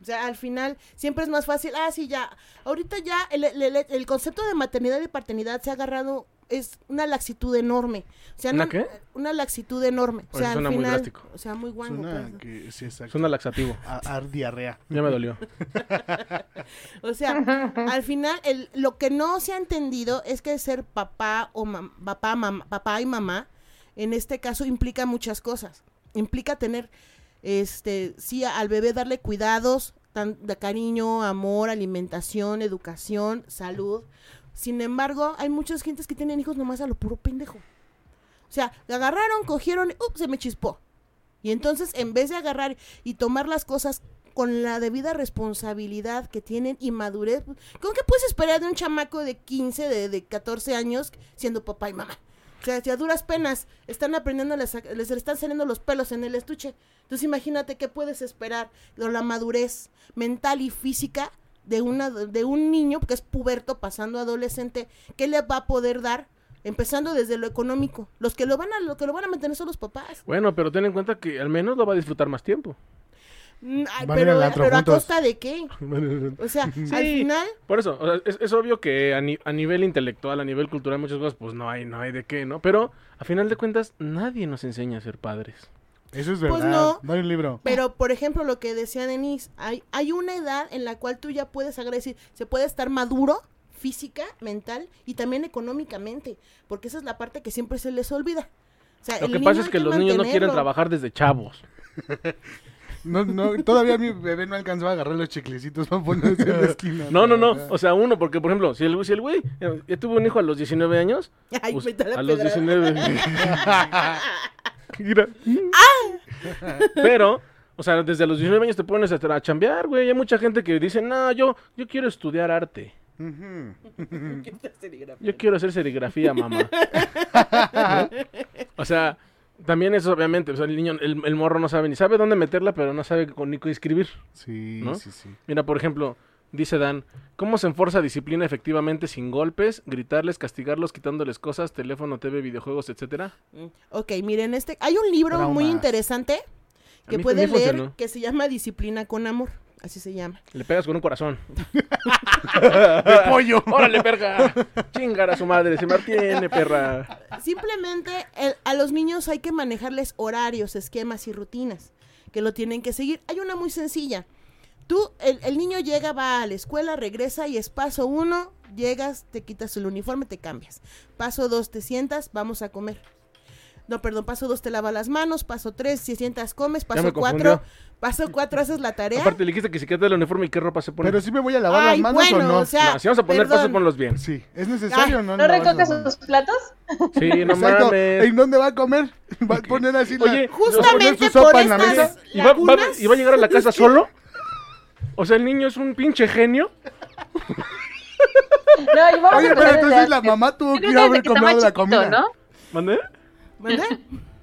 S3: O sea, al final siempre es más fácil. Ah, sí, ya. Ahorita ya el, el- el- el concepto de maternidad y paternidad se ha agarrado. Es una laxitud enorme. O sea,
S1: ¿Una
S3: no-
S1: qué?
S3: Una laxitud enorme. O
S1: Oye,
S3: sea,
S1: suena
S3: al
S1: muy
S3: final,
S1: drástico.
S3: O sea, muy guango.
S2: Suena
S3: pues.
S2: que sí, exacto.
S1: Suena laxativo.
S2: A- ar diarrea.
S1: Ya me dolió.
S3: O sea, al final el, lo que no se ha entendido es que ser papá o mam- papá, mam- papá y mamá en este caso implica muchas cosas. Implica tener este sí a- al bebé darle cuidados tan, de cariño, amor, alimentación, educación, salud. Sin embargo, hay muchas gentes que tienen hijos nomás a lo puro pendejo. O sea, la agarraron, cogieron, ¡up! se me chispó. Y entonces, en vez de agarrar y tomar las cosas con la debida responsabilidad que tienen y madurez, ¿con qué puedes esperar de un chamaco de 15, de, de 14 años siendo papá y mamá? O sea, si a duras penas están aprendiendo, les, les están saliendo los pelos en el estuche. Entonces, imagínate qué puedes esperar de la madurez mental y física de, una, de un niño que es puberto pasando a adolescente, ¿qué le va a poder dar? Empezando desde lo económico. Los que lo van a, lo que lo van a mantener son los papás.
S1: Bueno, pero ten en cuenta que al menos lo va a disfrutar más tiempo.
S3: Mm, ay,
S2: Van a ir
S3: pero
S2: al
S3: a,
S2: antro
S3: pero ¿a
S2: juntos.
S3: costa de qué? O sea, al final,
S1: Por eso, o sea, es, es obvio que a, ni- a nivel intelectual, a nivel cultural, muchas cosas, pues no hay, no hay de qué, ¿no? Pero a final de cuentas, nadie nos enseña a ser padres.
S2: Eso es verdad.
S3: Pues no.
S2: hay un libro.
S3: pero por ejemplo, lo que decía Denise, hay, hay una edad en la cual tú ya puedes agradecer, se puede estar maduro física, mental y también económicamente, porque esa es la parte que siempre se les olvida. O sea,
S1: Lo
S3: Ah, el
S1: que
S3: niño
S1: pasa es
S3: hay
S1: que, los niños no quieren
S3: mantenerlo.
S1: trabajar desde chavos.
S2: No, no, todavía mi bebé no alcanzó a agarrar los chiclecitos para ponerse en la esquina.
S1: No, no, no. O
S2: O sea,
S1: sea, uno, porque por ejemplo, si el, si el güey eh, ya tuvo un hijo a los 19 años,
S3: Ay,
S1: pues,
S3: vete a la
S1: a los
S3: pedrada.
S1: 19. Mira. Pero, o sea, desde los 19 años te pones a, tra- a chambear, güey. Hay mucha gente que dice, no, yo, yo quiero estudiar arte. Yo quiero hacer serigrafía, mamá. ¿No? O sea, también eso, obviamente. O sea, el niño, el, el morro no sabe ni sabe dónde meterla, pero no sabe con ni qué escribir.
S2: sí,
S1: ¿no?
S2: sí, sí.
S1: Mira, por ejemplo, dice Dan, ¿cómo se enforza disciplina efectivamente sin golpes, gritarles, castigarlos, quitándoles cosas, teléfono, TV, videojuegos, etcétera?
S3: Mm, Ok, miren, este, hay un libro muy
S2: Traumas.
S3: interesante
S1: A
S3: que
S1: mí- a
S3: pueden
S1: mí
S3: leer
S1: funcionó.
S3: que se llama Disciplina con Amor, así se llama.
S1: Le pegas con un corazón.
S2: De pollo.
S1: ¡Órale, perra! ¡Chingar a su madre! ¡Se mantiene, perra!
S3: Simplemente el- a los niños hay que manejarles horarios, esquemas y rutinas que lo tienen que seguir. Hay una muy sencilla. Tú, el, el niño llega, va a la escuela, regresa y es paso uno, llegas, te quitas el uniforme, te cambias. Paso dos, te sientas, vamos a comer. No, perdón, paso dos, te lavas las manos, paso tres, si sientas, comes,
S1: me
S3: paso
S1: confundió.
S3: cuatro, paso cuatro, haces la tarea.
S1: Aparte, le dijiste que se quita el uniforme y qué ropa se pone.
S2: Pero sí me voy a lavar
S3: Ay,
S2: las manos
S3: bueno,
S2: o no.
S3: o sea,
S1: No, si vamos a poner
S3: perdón.
S1: pasos, ponlos bien.
S2: Sí, es necesario,
S3: Ay,
S2: ¿no?
S4: ¿No
S2: Lavar
S4: recoge
S2: las
S4: sus
S2: manos.
S4: platos?
S1: Sí, no
S2: Exacto.
S1: mames.
S2: ¿En dónde va a comer? Va a poner así la- poner
S1: Oye,
S3: Justamente
S2: su sopa
S3: por
S2: en la
S3: estas
S2: mesa.
S1: Pues ¿Y va, va-
S3: lagunas-
S1: y va a llegar a la casa solo? O sea, el niño es un pinche genio.
S4: No, y vamos
S2: Oye,
S4: a
S2: pero
S4: comer
S2: entonces
S4: desde-
S2: la mamá tuvo
S4: Yo
S2: que
S4: creo
S2: ir
S4: que
S2: a
S4: desde
S2: haber
S4: que estaba
S2: comprado la comida.
S4: chiquito, ¿no?
S1: ¿Mande?
S3: ¿Verdad?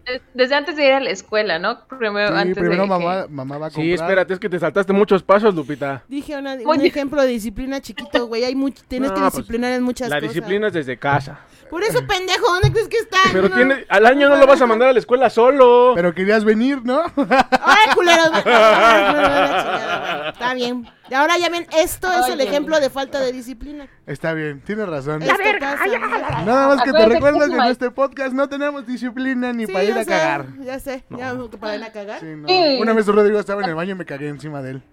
S4: Des- Desde antes de ir a la escuela, ¿no? Primero,
S2: Sí,
S4: antes
S2: primero
S4: de
S2: mamá,
S4: que-
S2: mamá va a comprar.
S1: Sí, espérate, es que te saltaste muchos pasos, Lupita.
S3: Dije una- un
S4: Oye.
S3: ejemplo de disciplina chiquito, güey. Hay much- tienes
S1: No,
S3: que
S1: pues,
S3: disciplinar en muchas
S1: la
S3: cosas.
S1: disciplina es desde casa.
S3: Por eso, pendejo, ¿dónde crees que está?
S1: Pero
S3: No.
S1: tiene, al año no lo vas a mandar a la escuela solo.
S2: Pero querías venir, ¿no?
S3: ¡Ay, culeros! No, no, no, no, no, la chingada, güey. Está bien. Y ahora ya ven, esto es el
S4: Oye.
S3: ejemplo de falta de disciplina.
S2: Está bien, tienes razón.
S3: Esto pasa, ¿no?
S2: Nada más que te
S4: Acuérdate que
S2: recuerdo
S4: es
S2: que en
S4: mal.
S2: este podcast no tenemos disciplina ni
S3: Sí,
S2: para ir
S3: ya
S2: a
S3: sé,
S2: cagar.
S3: Ya sé, ya que para ir a cagar.
S2: Sí, no.
S4: Sí.
S2: Una vez Rodrigo estaba en el baño y me cagué encima de él.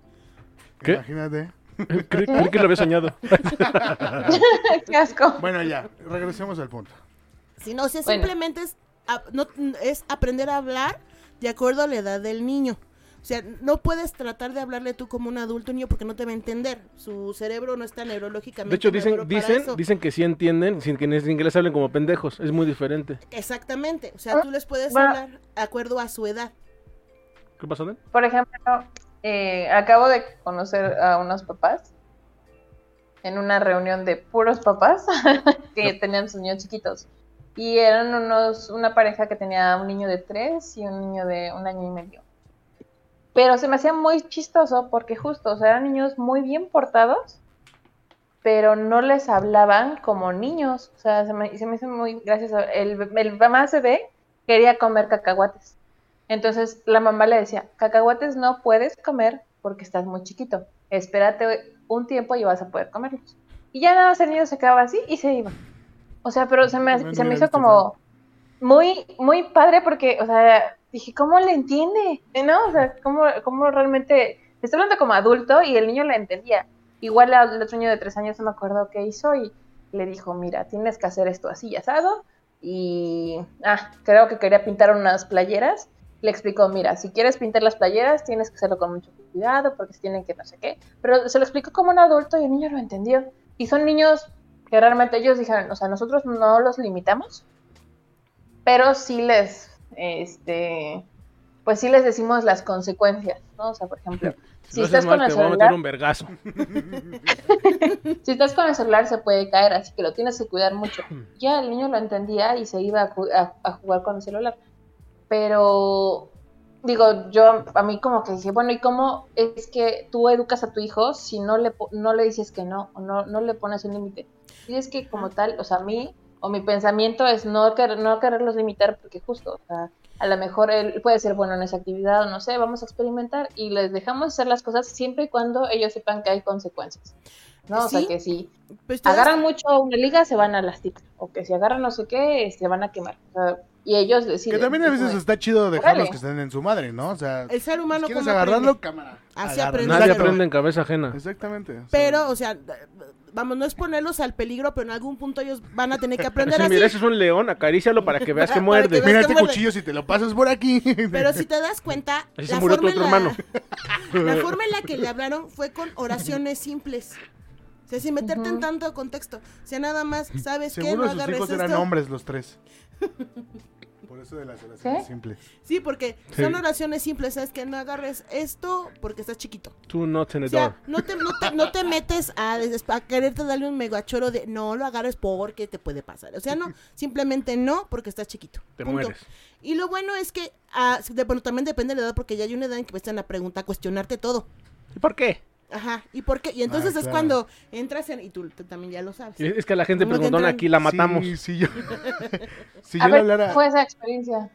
S1: ¿Qué?
S2: Imagínate.
S1: Cre- Creí, que lo había soñado.
S4: ¡Qué asco!
S2: Bueno, ya, regresemos al punto.
S3: Si no, o sea,
S4: Bueno.
S3: simplemente es, a- no- es aprender a hablar de acuerdo a la edad del niño. O sea, no puedes tratar de hablarle tú como un adulto niño porque no te va a entender. Su cerebro no está neurológicamente.
S1: De hecho,
S3: maduro
S1: dicen,
S3: para
S1: dicen,
S3: eso.
S1: dicen que sí entienden, sin que en inglés hablen como pendejos. Es muy diferente.
S3: Exactamente. O sea, tú les puedes
S4: Bueno.
S3: hablar de acuerdo a su edad.
S1: ¿Qué pasó, Dan?
S4: Por ejemplo, eh, acabo de conocer a unos papás en una reunión de puros papás que tenían sus niños chiquitos. Y eran unos, una pareja que tenía un niño de tres y un niño de un año y medio. Pero se me hacía muy chistoso porque justo, o sea, eran niños muy bien portados, pero no les hablaban como niños. O sea, se me, y se me hizo muy gracioso. El, el mamá se ve, quería comer cacahuates. Entonces la mamá le decía, cacahuates no puedes comer porque estás muy chiquito. Espérate un tiempo y vas a poder comerlos. Y ya nada más el niño se quedaba así y se iba. O sea, pero se me,
S2: Bueno,
S4: se me
S2: mira,
S4: hizo
S2: viste,
S4: como muy, muy padre porque, o sea, dije, ¿cómo le entiende? ¿No? O sea, ¿cómo, cómo realmente? Le está hablando como adulto y el niño le entendía. Igual al otro niño de tres años, no me acuerdo qué hizo y le dijo, mira, tienes que hacer esto así y asado. Y, ah, creo que quería pintar unas playeras le explicó, mira, si quieres pintar las playeras, tienes que hacerlo con mucho cuidado, porque se tienen que no sé qué. Pero se lo explicó como un adulto y el niño lo entendió. Y son niños que realmente ellos dijeron, o sea, nosotros no los limitamos, pero sí les, este, pues sí les decimos las consecuencias, ¿no? O sea, por ejemplo, si
S1: lo
S4: estás
S1: haces mal,
S4: con el
S1: te voy a meter
S4: celular,
S1: un vergazo.
S4: si estás con el celular se puede caer, así que lo tienes que cuidar mucho. Ya el niño lo entendía y se iba a, ju- a- a jugar con el celular. Pero digo, yo a mí como que dije, bueno, ¿y cómo es que tú educas a tu hijo si no le, po- no le dices que no, o no, no le pones un límite? Y es que como tal, o sea, a mí, o mi pensamiento es no, quer- no quererlos limitar porque justo, o sea, a lo mejor él puede ser bueno en esa actividad o no sé, vamos a experimentar y les dejamos hacer las cosas siempre y cuando ellos sepan que hay consecuencias. ¿no? O
S3: Sí.
S4: sea, que si
S3: Pues todas-
S4: agarran mucho una liga se van a lastimar, o que si agarran no sé qué se van a quemar. O sea, y ellos deciden.
S2: que también a
S4: Y
S2: veces este,
S4: como-
S2: está chido dejarlos
S4: Órale.
S2: que estén en su madre, ¿no? O sea,
S3: el ser
S2: si
S3: humano
S2: quieres
S3: ¿cómo
S2: agarrarlo,
S3: aprende?
S2: cámara.
S3: Así
S2: agarra.
S3: aprende.
S1: Nadie
S3: Claro.
S1: aprende en cabeza ajena.
S2: Exactamente. o sea,
S3: Pero, o sea, vamos, no exponerlos al peligro, pero en algún punto ellos van a tener que aprender
S1: Si
S3: así.
S1: mira, ese es un león, acarícialo para que veas que
S3: Para- para que
S1: muerde.
S2: Mira
S3: es
S2: este
S3: muerde.
S2: cuchillo si te lo pasas por aquí.
S3: Pero si te das cuenta,
S1: Así se murió tu otro hermano.
S3: la forma en la que le hablaron fue con oraciones simples. O sea, sin meterte en
S4: Ujú.
S3: tanto contexto. O sea, nada más, ¿sabes qué? No
S2: Seguro sus
S3: agarres
S2: hijos eran
S3: esto.
S2: hombres los tres. Por eso de las oraciones
S4: ¿Qué?
S2: simples.
S3: Sí, porque
S1: Sí.
S3: son oraciones simples. ¿Sabes qué? No agarres esto porque estás chiquito.
S1: Tú no tenés
S3: O sea, no te, no te, no te metes a, des- a quererte darle un megachoro de no lo agarres porque te puede pasar. O sea, no, simplemente no porque estás chiquito.
S1: Te
S3: Punto.
S1: mueres.
S3: Y lo bueno es que, ah, de- bueno, también depende de la edad porque ya hay una edad en que empiezan a preguntar, a cuestionarte todo.
S1: ¿Y por qué?
S3: Ajá, ¿y por qué? Y entonces
S2: Ah,
S3: es
S2: claro.
S3: cuando entras en... Y tú t- también ya lo sabes.
S1: Es es que la gente
S3: No te
S1: preguntona
S3: entran.
S1: aquí la matamos.
S2: Sí, sí, yo. si
S4: A
S2: yo le
S4: ver,
S2: hablara.
S4: fue esa experiencia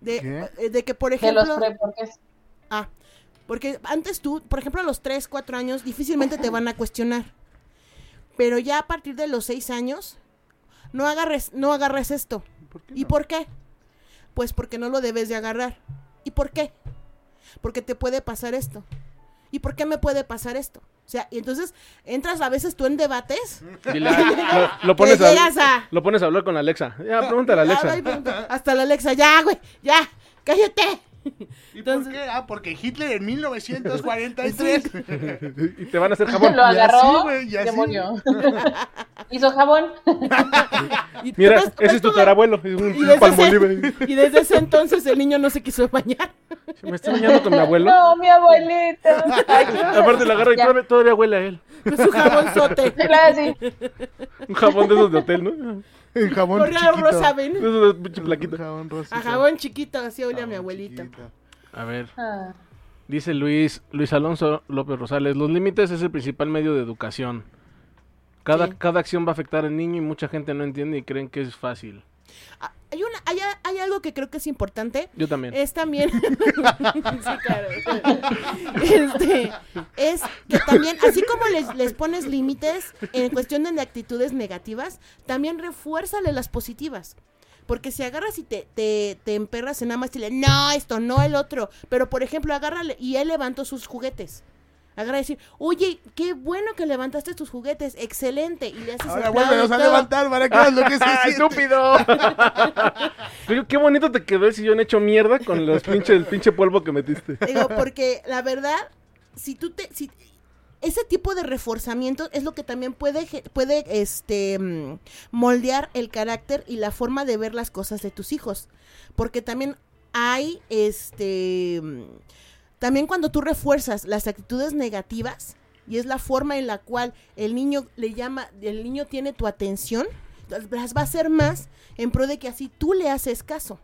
S3: De,
S2: ¿Qué?
S3: eh, de que, por
S4: de los
S3: ejemplo...
S4: pre, porque es-
S3: Ah, porque antes tú, por ejemplo, a los 3, 4 años difícilmente te van a cuestionar. Pero ya a partir de los 6 años, no agarres, no agarres esto.
S2: ¿Por qué
S3: ¿Y
S2: no?
S3: por qué? Pues porque no lo debes de agarrar. ¿Y por qué? Porque te puede pasar esto. ¿Y por qué me puede pasar esto? O sea, y entonces entras a veces tú en debates.
S1: Y la- lo, lo
S3: que
S1: pones a,
S3: llegas a-
S1: lo pones a hablar con Alexa. Ya, pregúntale a
S3: Ay,
S1: Alexa.
S3: Hasta la Alexa, ya, güey, ya, cállate.
S2: ¿Y
S3: Entonces-
S2: por qué? Ah, porque Hitler en 1943.
S1: Y te van a hacer jabón.
S4: lo
S2: ah, Y así,
S4: agarró
S2: güey, y
S4: y
S2: así.
S4: murió. Hizo jabón.
S3: Y tú
S1: Mira,
S3: ves- ves
S1: ese es tu
S3: toda-
S1: tarabuelo. Es un
S3: Y desde,
S1: palmolive.
S3: ese, y desde ese entonces el niño no se quiso bañar.
S1: Me está bañando con mi abuelo.
S4: No, mi abuelita. Ay, qué
S1: Aparte la agarra y
S4: Ya.
S1: todavía, todavía huele a él.
S3: Con su jabonzote.
S4: Claro, sí.
S1: Un jabón de esos de hotel, ¿no?
S2: El jabón
S3: Correo
S2: chiquito.
S3: rosa,
S1: De
S3: ven.
S1: esos de pinche plaquita.
S2: Jabón rosa.
S3: A jabón chiquito, así olía a mi
S2: Jabón
S3: abuelita.
S2: chiquito.
S1: A ver,
S4: Ah,
S1: dice Luis, Luis Alonso López Rosales, los límites es el principal medio de educación. Cada,
S3: Sí.
S1: cada acción va a afectar al niño y mucha gente no entiende y creen que es fácil.
S3: Ah, Hay, una, hay, a- hay algo que creo que es importante.
S1: Yo también.
S3: Es también. Sí, claro. Este, es que también, así como les, les pones límites en cuestión de actitudes negativas, también refuérzale las positivas. Porque si agarras y te, te, te emperras en nada más y le, no, esto, no el otro. Pero por ejemplo, agárrale y él levantó sus juguetes. Agarra y decir, oye, qué bueno que levantaste tus juguetes, excelente. Y le haces
S2: Ahora
S3: aplausos,
S2: vuelvenos a
S3: todo.
S2: levantar para que veas lo que se
S1: ¡Ah,
S2: siente.
S1: estúpido! Pero Pues qué bonito te quedó el sillón hecho mierda con los pinche, el pinche polvo que metiste.
S3: Digo, porque la verdad, si tú te. Si, ese tipo de reforzamiento es lo que también puede, ge- puede este, mm, moldear el carácter y la forma de ver las cosas de tus hijos. Porque también hay este. mm, También cuando tú refuerzas las actitudes negativas y es la forma en la cual el niño le llama, el niño tiene tu atención, las va a hacer más en pro de que así tú le haces caso.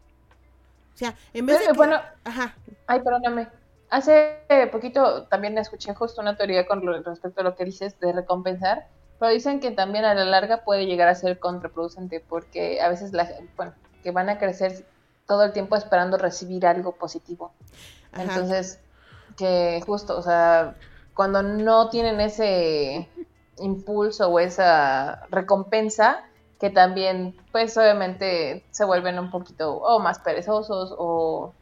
S3: O sea, en vez de
S4: Eh,
S3: que-
S4: bueno,
S3: ajá.
S4: Ay, perdóname. Hace eh, poquito también escuché justo una teoría con lo- respecto a lo que dices de recompensar, pero dicen que también a la larga puede llegar a ser contraproducente porque a veces la, bueno, que van a crecer todo el tiempo esperando recibir algo positivo.
S3: ajá.
S4: Entonces, que justo, o sea, cuando no tienen ese impulso o esa recompensa, que también, pues obviamente se vuelven un poquito o más perezosos o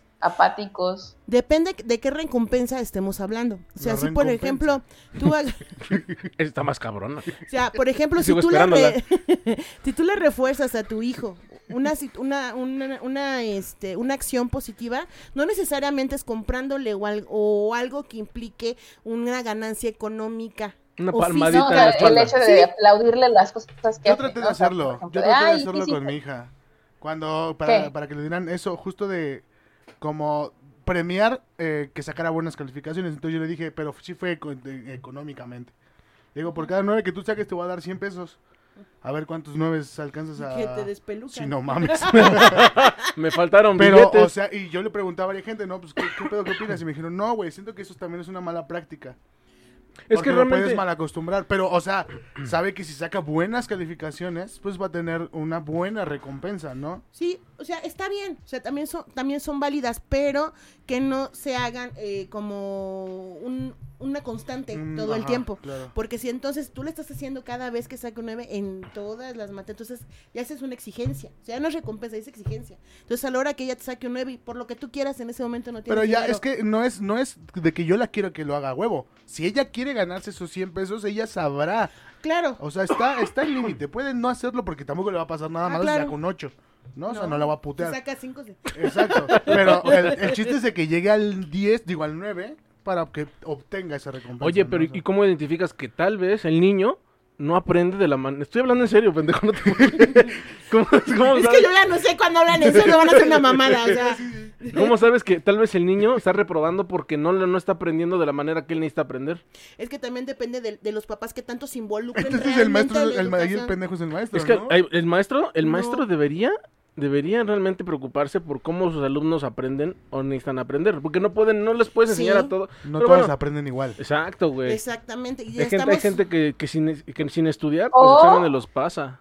S4: apáticos.
S3: Depende de qué recompensa estemos hablando. O sea,
S2: La
S3: si por ejemplo,
S2: recompensa.
S3: tú, ag-
S1: Está más cabrón.
S3: o sea, por ejemplo, si
S1: Sigo
S3: tú, le re-
S1: esperándola.
S3: si tú le refuerzas a tu hijo una, sit- una, una, una, este, una acción positiva, no necesariamente es comprándole o, al- o algo que implique una ganancia económica.
S1: Una
S3: o
S1: palmadita
S4: No,
S1: Ahorita
S4: o
S1: en la
S3: física.
S4: sea, el
S1: espalda.
S4: hecho de
S3: Sí.
S4: aplaudirle las cosas que
S2: Yo traté
S4: hace, ¿no?
S2: de
S4: O sea, por
S2: hacerlo.
S4: ejemplo,
S2: Yo
S4: de,
S2: traté de
S4: "Ay, ¿qué
S2: hacerlo con
S4: hiciste?".
S2: mi hija. Cuando, para,
S4: ¿Qué?
S2: para que le dieran eso, justo de como premiar eh, que sacara buenas calificaciones. Entonces yo le dije, pero sí fue eco- de- económicamente. Le Digo, por cada nueve que tú saques te voy a dar 100 pesos. A ver cuántos nueves alcanzas a.
S3: Que te despelucan.
S2: Si no mames.
S1: Me faltaron
S2: Pero,
S1: billetes.
S2: o sea, y yo le preguntaba a varias gente, ¿no? Pues, ¿qué, qué pedo, qué opinas? Y me dijeron, no, güey, siento que eso también es una mala práctica.
S1: es
S2: porque
S1: que
S2: lo
S1: realmente.
S2: puedes mal acostumbrar. Pero, o sea, sabe que si saca buenas calificaciones, pues va a tener una buena recompensa, ¿no?
S3: Sí, o sea, está bien, o sea, también son, también son válidas, pero que no se hagan eh, como un- una constante
S2: Mm,
S3: todo el
S2: ajá,
S3: tiempo.
S2: claro.
S3: Porque si entonces tú le estás haciendo cada vez que saca un 9 en todas las materias, entonces ya haces una exigencia, o sea, ya no es recompensa, es exigencia. Entonces a la hora que ella te saque un 9 y por lo que tú quieras en ese momento no tienes
S2: Pero ya
S3: dinero.
S2: es que no es no es de que yo la quiero que lo haga a huevo. Si ella quiere ganarse esos 100 pesos, ella sabrá.
S3: Claro,
S2: O sea, está está el límite. Puede no hacerlo porque tampoco le va a pasar nada
S3: Ah,
S2: malo
S3: claro.
S2: si saca un 8. ¿no? O sea,
S3: No,
S2: no la va a
S3: si
S2: putear.
S3: saca 5
S2: Exacto. Pero el, el chiste es de que llegue al 10, digo al 9, para que obtenga esa recompensa.
S1: Oye,
S2: ¿no?
S1: pero
S2: O sea,
S1: ¿y cómo identificas que tal vez el niño no aprende de la mano? Estoy hablando en serio, pendejo. No te... ¿Cómo, cómo
S3: Es que
S1: sabes,
S3: yo ya no sé cuando hablan en serio, van a hacer una mamada, o sea,
S1: cómo sabes que tal vez el niño está reprobando porque no, le- no está aprendiendo de la manera que él necesita aprender?
S3: es que también depende de, de los papás que tanto se involucren
S2: Entonces este el
S3: realmente
S2: maestro,
S3: en la
S2: el, ma- ahí el
S3: educación.
S2: pendejo es el maestro,
S1: Es que
S2: ¿no?
S1: ay, el maestro, el
S3: No.
S1: maestro debería, debería realmente preocuparse por cómo sus alumnos aprenden o necesitan aprender. Porque no pueden, no les puedes enseñar
S3: Sí.
S1: a todo.
S2: No
S1: pero
S2: todos
S1: bueno,
S2: aprenden igual.
S1: Exacto, güey.
S3: Exactamente. Y ya
S1: Hay Pues, gente, hay
S3: estamos...
S1: gente que, que sin, que sin estudiar, los
S4: O-
S1: exámenes los pasa.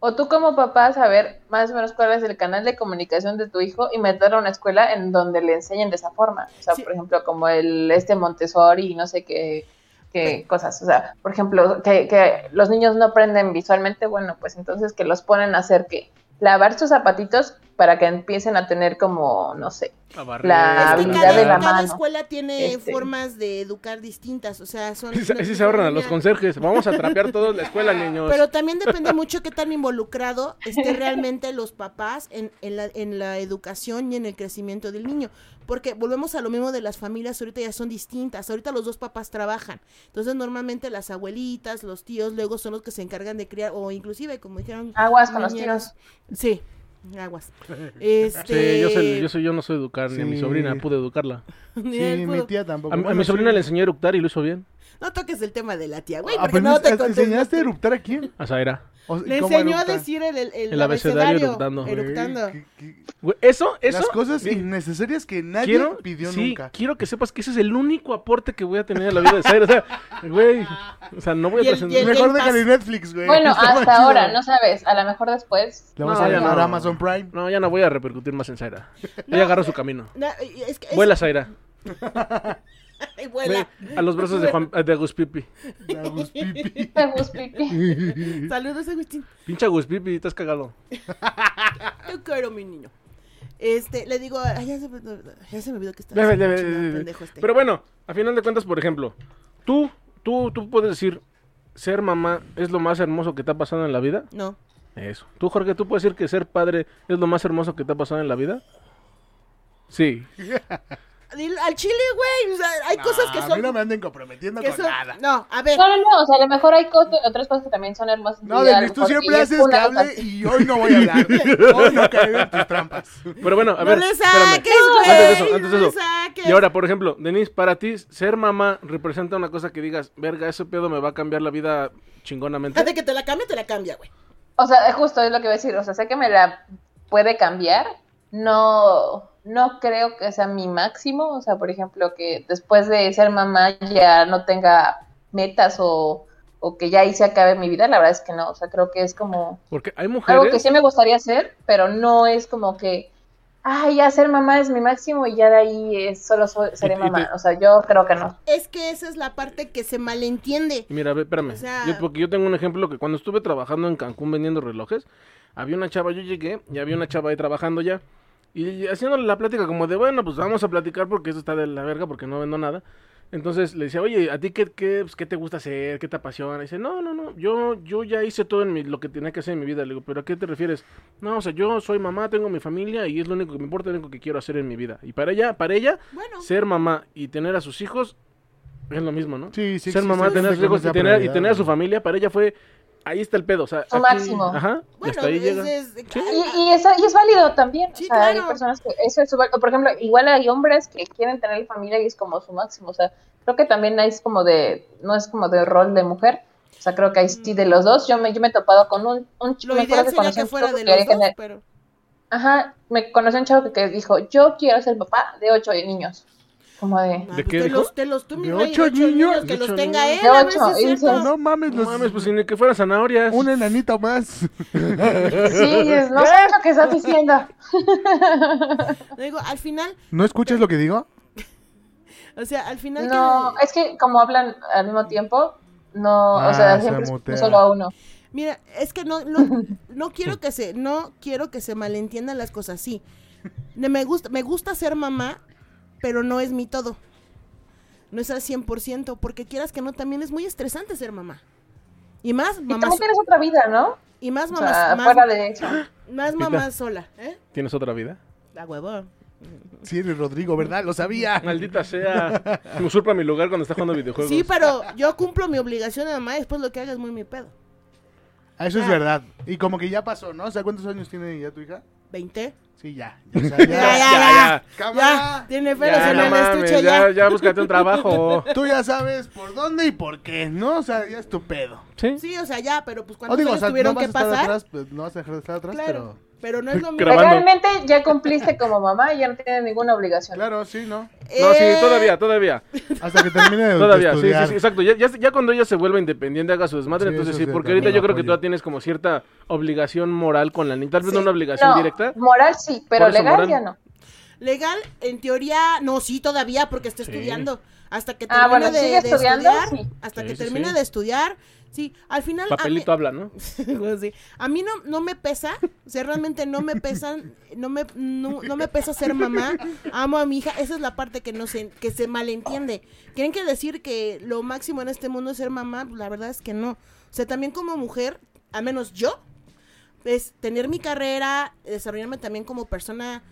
S4: O tú como papá saber más o menos cuál es el canal de comunicación de tu hijo y meterlo a una escuela en donde le enseñen de esa forma. O sea,
S3: Sí.
S4: por ejemplo, como el este Montessori y no sé qué, qué cosas. O sea, por ejemplo, que, que los niños no aprenden visualmente, bueno, pues entonces que los ponen a hacer que lavar sus zapatitos para que empiecen a tener como, no sé,
S1: La
S4: La
S3: Es que
S4: habilidad
S3: cada,
S4: de la
S3: cada
S4: mano.
S3: escuela tiene
S4: Este.
S3: formas de educar distintas, o sea, son...
S1: Así se-
S3: no-
S1: así se ahorran a los
S3: no-
S1: conserjes. Vamos a trapear todos la escuela, niños.
S3: Pero también depende mucho qué tan involucrado esté realmente los papás en, en la, en la educación y en el crecimiento del niño. Porque volvemos a lo mismo de las familias, ahorita ya son distintas, ahorita los dos papás trabajan. Entonces normalmente las abuelitas, los tíos, luego son los que se encargan de criar, o inclusive, como dijeron...
S4: aguas con los
S3: niñeras.
S4: tíos.
S3: Sí, aguas. Este...
S1: Sí, yo, soy, yo, soy- yo no soy educar ni a mi
S2: Sí.
S1: sobrina, pude educarla.
S2: Sí,
S3: ni él
S2: mi
S3: pudo-
S2: tía tampoco.
S1: A, mi- a
S2: Bueno,
S1: mi
S2: sí.
S1: sobrina le enseñé a eructar y lo hizo bien.
S3: No toques el tema de la tía, güey, porque
S2: Apenas-
S3: no te
S2: ¿te
S3: contesté.
S2: pues ¿Enseñaste a eruptar a quién?
S1: A Zaira.
S2: O-
S3: Le
S2: ¿cómo
S3: enseñó a
S2: erupta?
S3: decir el, el, el
S1: El abecedario
S3: abecedario
S1: eructando.
S2: Güey,
S3: eructando.
S2: qué- qué-
S1: Güey, Eso, eso.
S2: Las cosas
S1: bien,
S2: innecesarias que nadie
S1: quiero,
S2: pidió
S1: sí,
S2: nunca.
S1: quiero que sepas que ese es el único aporte que voy a tener en la vida de Zaira. O sea, güey. O sea, no voy
S3: Y
S1: a
S3: el- y
S1: presentar.
S3: el-
S2: Mejor
S3: Game Pass.
S2: déjale Netflix, güey.
S4: Bueno,
S2: Está más
S4: hasta
S2: chido.
S4: ahora, no sabes, a lo mejor después.
S2: Le vamos
S1: No,
S2: a
S1: ya
S2: ganar
S1: no.
S2: a Amazon Prime.
S1: No, ya no voy a repercutir más en Zaira.
S3: No,
S1: Ella agarra su camino.
S3: No, es que es-
S1: Vuela, Zaira.
S3: ay, vuela.
S1: Ve a los brazos de, Juan, de Agus Pipi.
S2: Agus Pipi.
S4: Me gusta pipí.
S3: Saludos, Agustín.
S1: Pinche Agus Pipi, estás cagado.
S3: Te quiero, mi niño. Este, le digo, ay, ya, se, ya se me olvidó que está.
S1: Ya, ya, ya,
S3: chingado
S1: ya, ya.
S3: pendejo este.
S1: Pero bueno, a final de cuentas, por ejemplo, tú, tú, tú puedes decir, ser mamá es lo más hermoso que te ha pasado en la vida.
S3: No,
S1: Eso. Tú, Jorge, tú puedes decir que ser padre es lo más hermoso que te ha pasado en la vida. Sí.
S3: Dile al chile, güey. o sea, hay cosas
S2: Nah,
S3: que
S2: Ah, A
S3: son.
S2: mí no me anden comprometiendo
S3: que
S2: con
S3: son-
S2: nada.
S3: No, a ver.
S4: No, no, no, o sea, a lo mejor hay cosas, otras cosas que también son hermosas.
S2: No,
S4: Y a lo
S2: Denis, tú
S4: mejor
S2: siempre
S4: y es
S2: haces
S4: una
S2: que
S4: cosa
S2: hable
S4: así.
S2: y hoy no voy a hablar. Hoy no caigo en tus trampas.
S1: Pero bueno, a
S3: No
S1: ver.
S3: le
S1: espérame.
S3: saques, güey.
S1: Antes de eso, antes de
S3: no le
S1: eso.
S3: saques.
S1: Y ahora, por ejemplo, Denise, para ti, ser mamá representa una cosa que digas, verga, ese pedo me va a cambiar la vida chingonamente.
S3: Haz de que te la cambie, te la cambia, güey.
S4: O sea, justo es lo que iba a decir. O sea, sé que me la puede cambiar. No, no creo que sea mi máximo. O sea, por ejemplo, que después de ser mamá ya no tenga metas o, o que ya ahí se acabe mi vida. La verdad es que no. O sea, creo que es como
S1: Porque hay
S4: algo que
S1: mujeres.
S4: sí me gustaría hacer, pero no es como que, ay, ya ser mamá es mi máximo y ya de ahí es, solo soy- seré
S1: Y- y
S4: mamá.
S1: te-
S4: O sea, yo creo que no.
S3: Es que esa es la parte que se malentiende.
S1: Mira, ve, espérame.
S3: O sea-
S1: Yo- porque yo tengo un ejemplo que cuando estuve trabajando en Cancún vendiendo relojes, había una chava, yo llegué y había una chava ahí trabajando ya. Y, y haciéndole la plática como de, bueno, pues vamos a platicar porque eso está de la verga, porque no vendo nada. Entonces le decía, oye, ¿a ti qué, qué, pues, qué te gusta hacer? ¿Qué te apasiona? Y dice, no, no, no, yo, yo ya hice todo en mi- lo que tenía que hacer en mi vida. Le digo, ¿pero a qué te refieres? No, o sea, yo soy mamá, tengo mi familia y es lo único que me importa, lo único que quiero hacer en mi vida. Y para ella, para ella,
S3: Bueno,
S1: ser mamá y tener a sus hijos es lo mismo, ¿no?
S2: Sí, Este sí.
S1: ser mamá, tener sus hijos y tener, y tener a su familia, para ella fue, ahí está el pedo, o sea,
S4: Lo máximo.
S1: Ajá, y
S3: bueno,
S1: hasta ahí
S3: es-
S1: llega.
S3: es-
S4: Y, y, eso, y es válido también.
S3: Sí,
S4: o sea,
S3: claro.
S4: hay personas que eso es su val- o, Por ejemplo, igual hay hombres que quieren tener familia y es como su máximo. O sea, creo que también es como de, no es como de rol de mujer, O sea, creo que ahí sí de los dos, yo me, yo me he topado con un, un chico,
S3: Lo
S4: me acuerdo
S3: ideal
S4: que
S3: sería
S4: conocí a
S3: que
S4: un
S3: fuera
S4: chico
S3: de
S4: que
S3: los
S4: quería
S3: dos,
S4: tener-
S3: pero...
S4: Ajá, me conocí a un chavo que, que dijo, yo quiero ser papá de ocho niños. Como de...
S3: Ah,
S1: ¿De
S3: pues
S1: qué
S3: te
S1: dijo?
S3: los, te los tú, mi
S2: ¿De
S3: rey,
S2: ocho
S3: de
S2: niños?
S3: que
S2: De
S3: los
S2: ocho
S3: tenga
S2: niños.
S3: él, a
S4: De
S3: ver si
S4: ocho,
S3: es
S4: dice,
S3: cierto.
S2: No mames,
S1: No
S2: los-
S1: mames, pues ni que fueran zanahorias.
S2: un enanito más.
S4: Sí, es- no sé lo que estás diciendo.
S3: Digo, al final,
S2: ¿No escuchas lo que digo?
S3: o sea, al final
S4: No,
S3: que-
S4: es que como hablan al mismo tiempo, no,
S2: Ah,
S4: o sea,
S2: se
S4: siempre es
S2: mutea.
S4: solo a uno.
S3: Mira, es que no, no, no quiero que se, no quiero que se malentiendan las cosas así. Me gusta, me gusta ser mamá, pero no es mi todo. No es al 100%, porque quieras que no, también es muy estresante ser mamá. Y más
S4: Y
S3: mamá,
S4: también tienes otra vida, ¿no?
S3: y más
S4: O
S3: mamá,
S4: sea,
S3: más,
S4: fuera de eso.
S3: más mamá sola, ¿eh?
S1: ¿Tienes otra vida?
S3: La huevo.
S2: Sí, eres Rodrigo, ¿verdad? Lo sabía.
S1: Maldita sea. Usurpa mi lugar cuando está jugando videojuegos.
S3: Sí, pues, pero yo cumplo mi obligación de mamá, y después lo que haga es muy mi pedo.
S2: Ah, Eso es
S3: Ah.
S2: verdad. Y como que ya pasó, ¿no? O sea, ¿cuántos años tiene ya tu hija?
S3: ¿20?
S2: Sí, ya. ya, o sea,
S3: Ya, ya,
S2: ya.
S3: ya. Ya,
S2: Cámara.
S3: tiene pelos
S1: Ya,
S3: en
S1: no
S3: el
S1: mames,
S3: estuche
S1: ya,
S3: ya.
S1: ya búscate un trabajo.
S2: Tú ya sabes por dónde y por qué, ¿no? O sea, ya es tu pedo.
S1: Sí.
S3: Sí, o sea, ya, pero pues
S2: O
S3: cuando
S2: Ah, digo, o sea,
S3: tuvieron
S2: no
S3: que
S2: vas a estar
S3: pasar.
S2: atrás, pues, no vas a dejar de estar atrás,
S3: Claro,
S2: pero...
S3: pero... no es lo mismo.
S1: Pero- Grabando.
S4: Legalmente ya cumpliste como mamá y ya no tienes ninguna obligación.
S2: Claro, sí, ¿no?
S1: No, sí,
S3: Eh,
S1: todavía, todavía.
S2: Hasta que termine de
S1: Todavía, sí, sí,
S2: estudiar.
S1: sí, exacto. Ya, ya, ya cuando ella se vuelva independiente, haga su desmadre,
S2: Sí,
S1: entonces
S2: eso
S1: sí,
S2: sí,
S1: porque
S2: también
S1: ahorita yo
S2: lo
S1: creo que tú
S2: apoyo.
S1: ya tienes como cierta obligación moral con la niña. Tal vez no
S3: Sí.
S1: una obligación
S4: No,
S1: directa.
S4: Moral sí, pero
S1: Por eso,
S4: legal
S1: moral.
S4: ya no.
S3: Legal, en teoría, no, sí, todavía, porque está
S1: Sí.
S3: estudiando. Hasta que termine
S4: Ah, bueno,
S3: de,
S4: sigue
S3: de
S4: estudiando,
S3: estudiar.
S4: sí.
S3: Hasta
S1: Sí,
S3: que
S1: sí,
S3: termine
S1: sí.
S3: de estudiar. Sí, al final. a mí-
S1: Papelito habla, ¿no?
S3: Pues sí. A mí no, no me pesa, o sea, realmente no me pesan, no me, no, no me pesa ser mamá, amo a mi hija, esa es la parte que no se, que se malentiende. ¿Creen que decir que lo máximo en este mundo es ser mamá? Pues, La verdad es que no. O sea, también como mujer, al menos yo, es tener mi carrera, desarrollarme también como persona,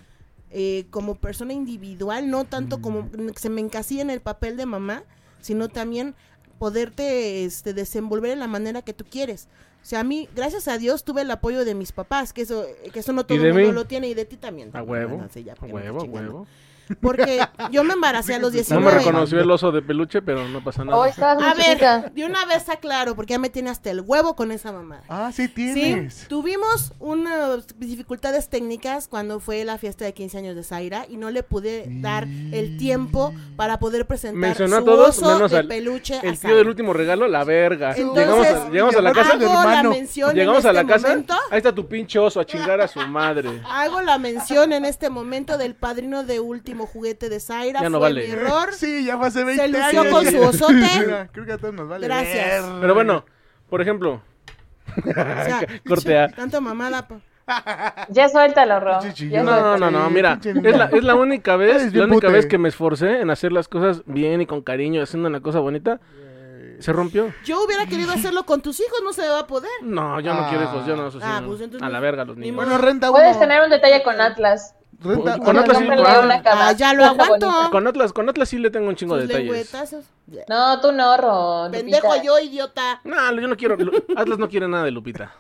S3: eh, como persona individual, no
S1: Mm.
S3: tanto como que se me encasilla en el papel de mamá, sino también poderte este, desenvolver en la manera que tú quieres. O sea, a mí, gracias a Dios, tuve el apoyo de mis papás, que eso, que eso no todo
S1: de
S3: el mundo
S1: mí?
S3: lo tiene, y de ti también.
S1: A
S3: No,
S1: huevo.
S3: no sé, ya,
S1: A
S3: porque me
S1: huevo, a
S3: estás chingando.
S1: huevo.
S3: Porque yo me embaracé a los
S1: No
S3: 19.
S1: me reconoció el oso de peluche, pero no pasa nada.
S4: Hoy estabas muy
S3: A
S4: chiquita.
S3: ver, de una vez aclaro, porque ya me tiene hasta el huevo con esa mamada.
S2: Ah, sí
S3: Sí,
S2: tienes.
S3: tuvimos unas dificultades técnicas cuando fue la fiesta de 15 años de Zaira y no le pude dar el tiempo para poder presentar
S1: Mencionó a
S3: su
S1: todos
S3: oso
S1: menos
S3: de
S1: al-
S3: peluche a
S1: el tío
S3: Zaira.
S1: del último regalo, la verga.
S3: Entonces,
S1: llegamos a, llegamos a la casa,
S2: del
S3: hago la
S2: hermano.
S3: mención en
S1: llegamos a la
S3: este
S1: casa,
S3: momento,
S1: ahí está tu pinche oso a chingar a su madre.
S3: Hago la mención en este momento del padrino de último juguete de Zaira.
S1: Ya no
S3: fue
S1: vale.
S3: mi error.
S2: Sí, ya fue hace 20
S3: lució
S2: años.
S3: con su osote.
S2: Mira, creo que a todos nos vale.
S3: Gracias.
S2: verga.
S1: Pero bueno, por ejemplo,
S3: O sea,
S1: corte A.
S3: Tanto mamada. pa.
S4: Ya suéltalo, Ro.
S2: Chichi,
S4: Ya
S2: yo
S4: suéltalo.
S1: No, no, no, no,
S2: Sí,
S1: mira,
S2: pinche niño.
S1: es la, es la única vez,
S2: Eres
S1: la
S2: bien
S1: única
S2: pute.
S1: vez que me esforcé en hacer las cosas bien y con cariño, haciendo una cosa bonita. Se rompió.
S3: Yo hubiera querido hacerlo con tus hijos, no se va a poder.
S1: No, yo no
S2: Ah.
S1: quiero hijos, yo no, eso sí,
S3: Ah,
S1: no.
S3: pues entonces
S1: a la
S3: no-
S1: verga los
S3: ni
S1: niños.
S3: modo.
S2: Bueno, renta uno.
S4: Puedes tener un detalle con Atlas.
S2: Renta
S1: Ah, Con
S2: uno.
S1: Atlas
S4: Cómprale
S1: igual.
S4: una cama.
S3: Ah, ya lo
S4: Está
S3: aguanto.
S4: bonito.
S1: Con Atlas, con Atlas sí le tengo un chingo
S3: Sus
S1: de detalles.
S3: lengüetazos.
S4: No, tú no, Ro.
S3: Pendejo
S4: Lupita.
S3: yo, idiota.
S1: No, yo no quiero. Lu- Atlas no quiere nada de Lupita.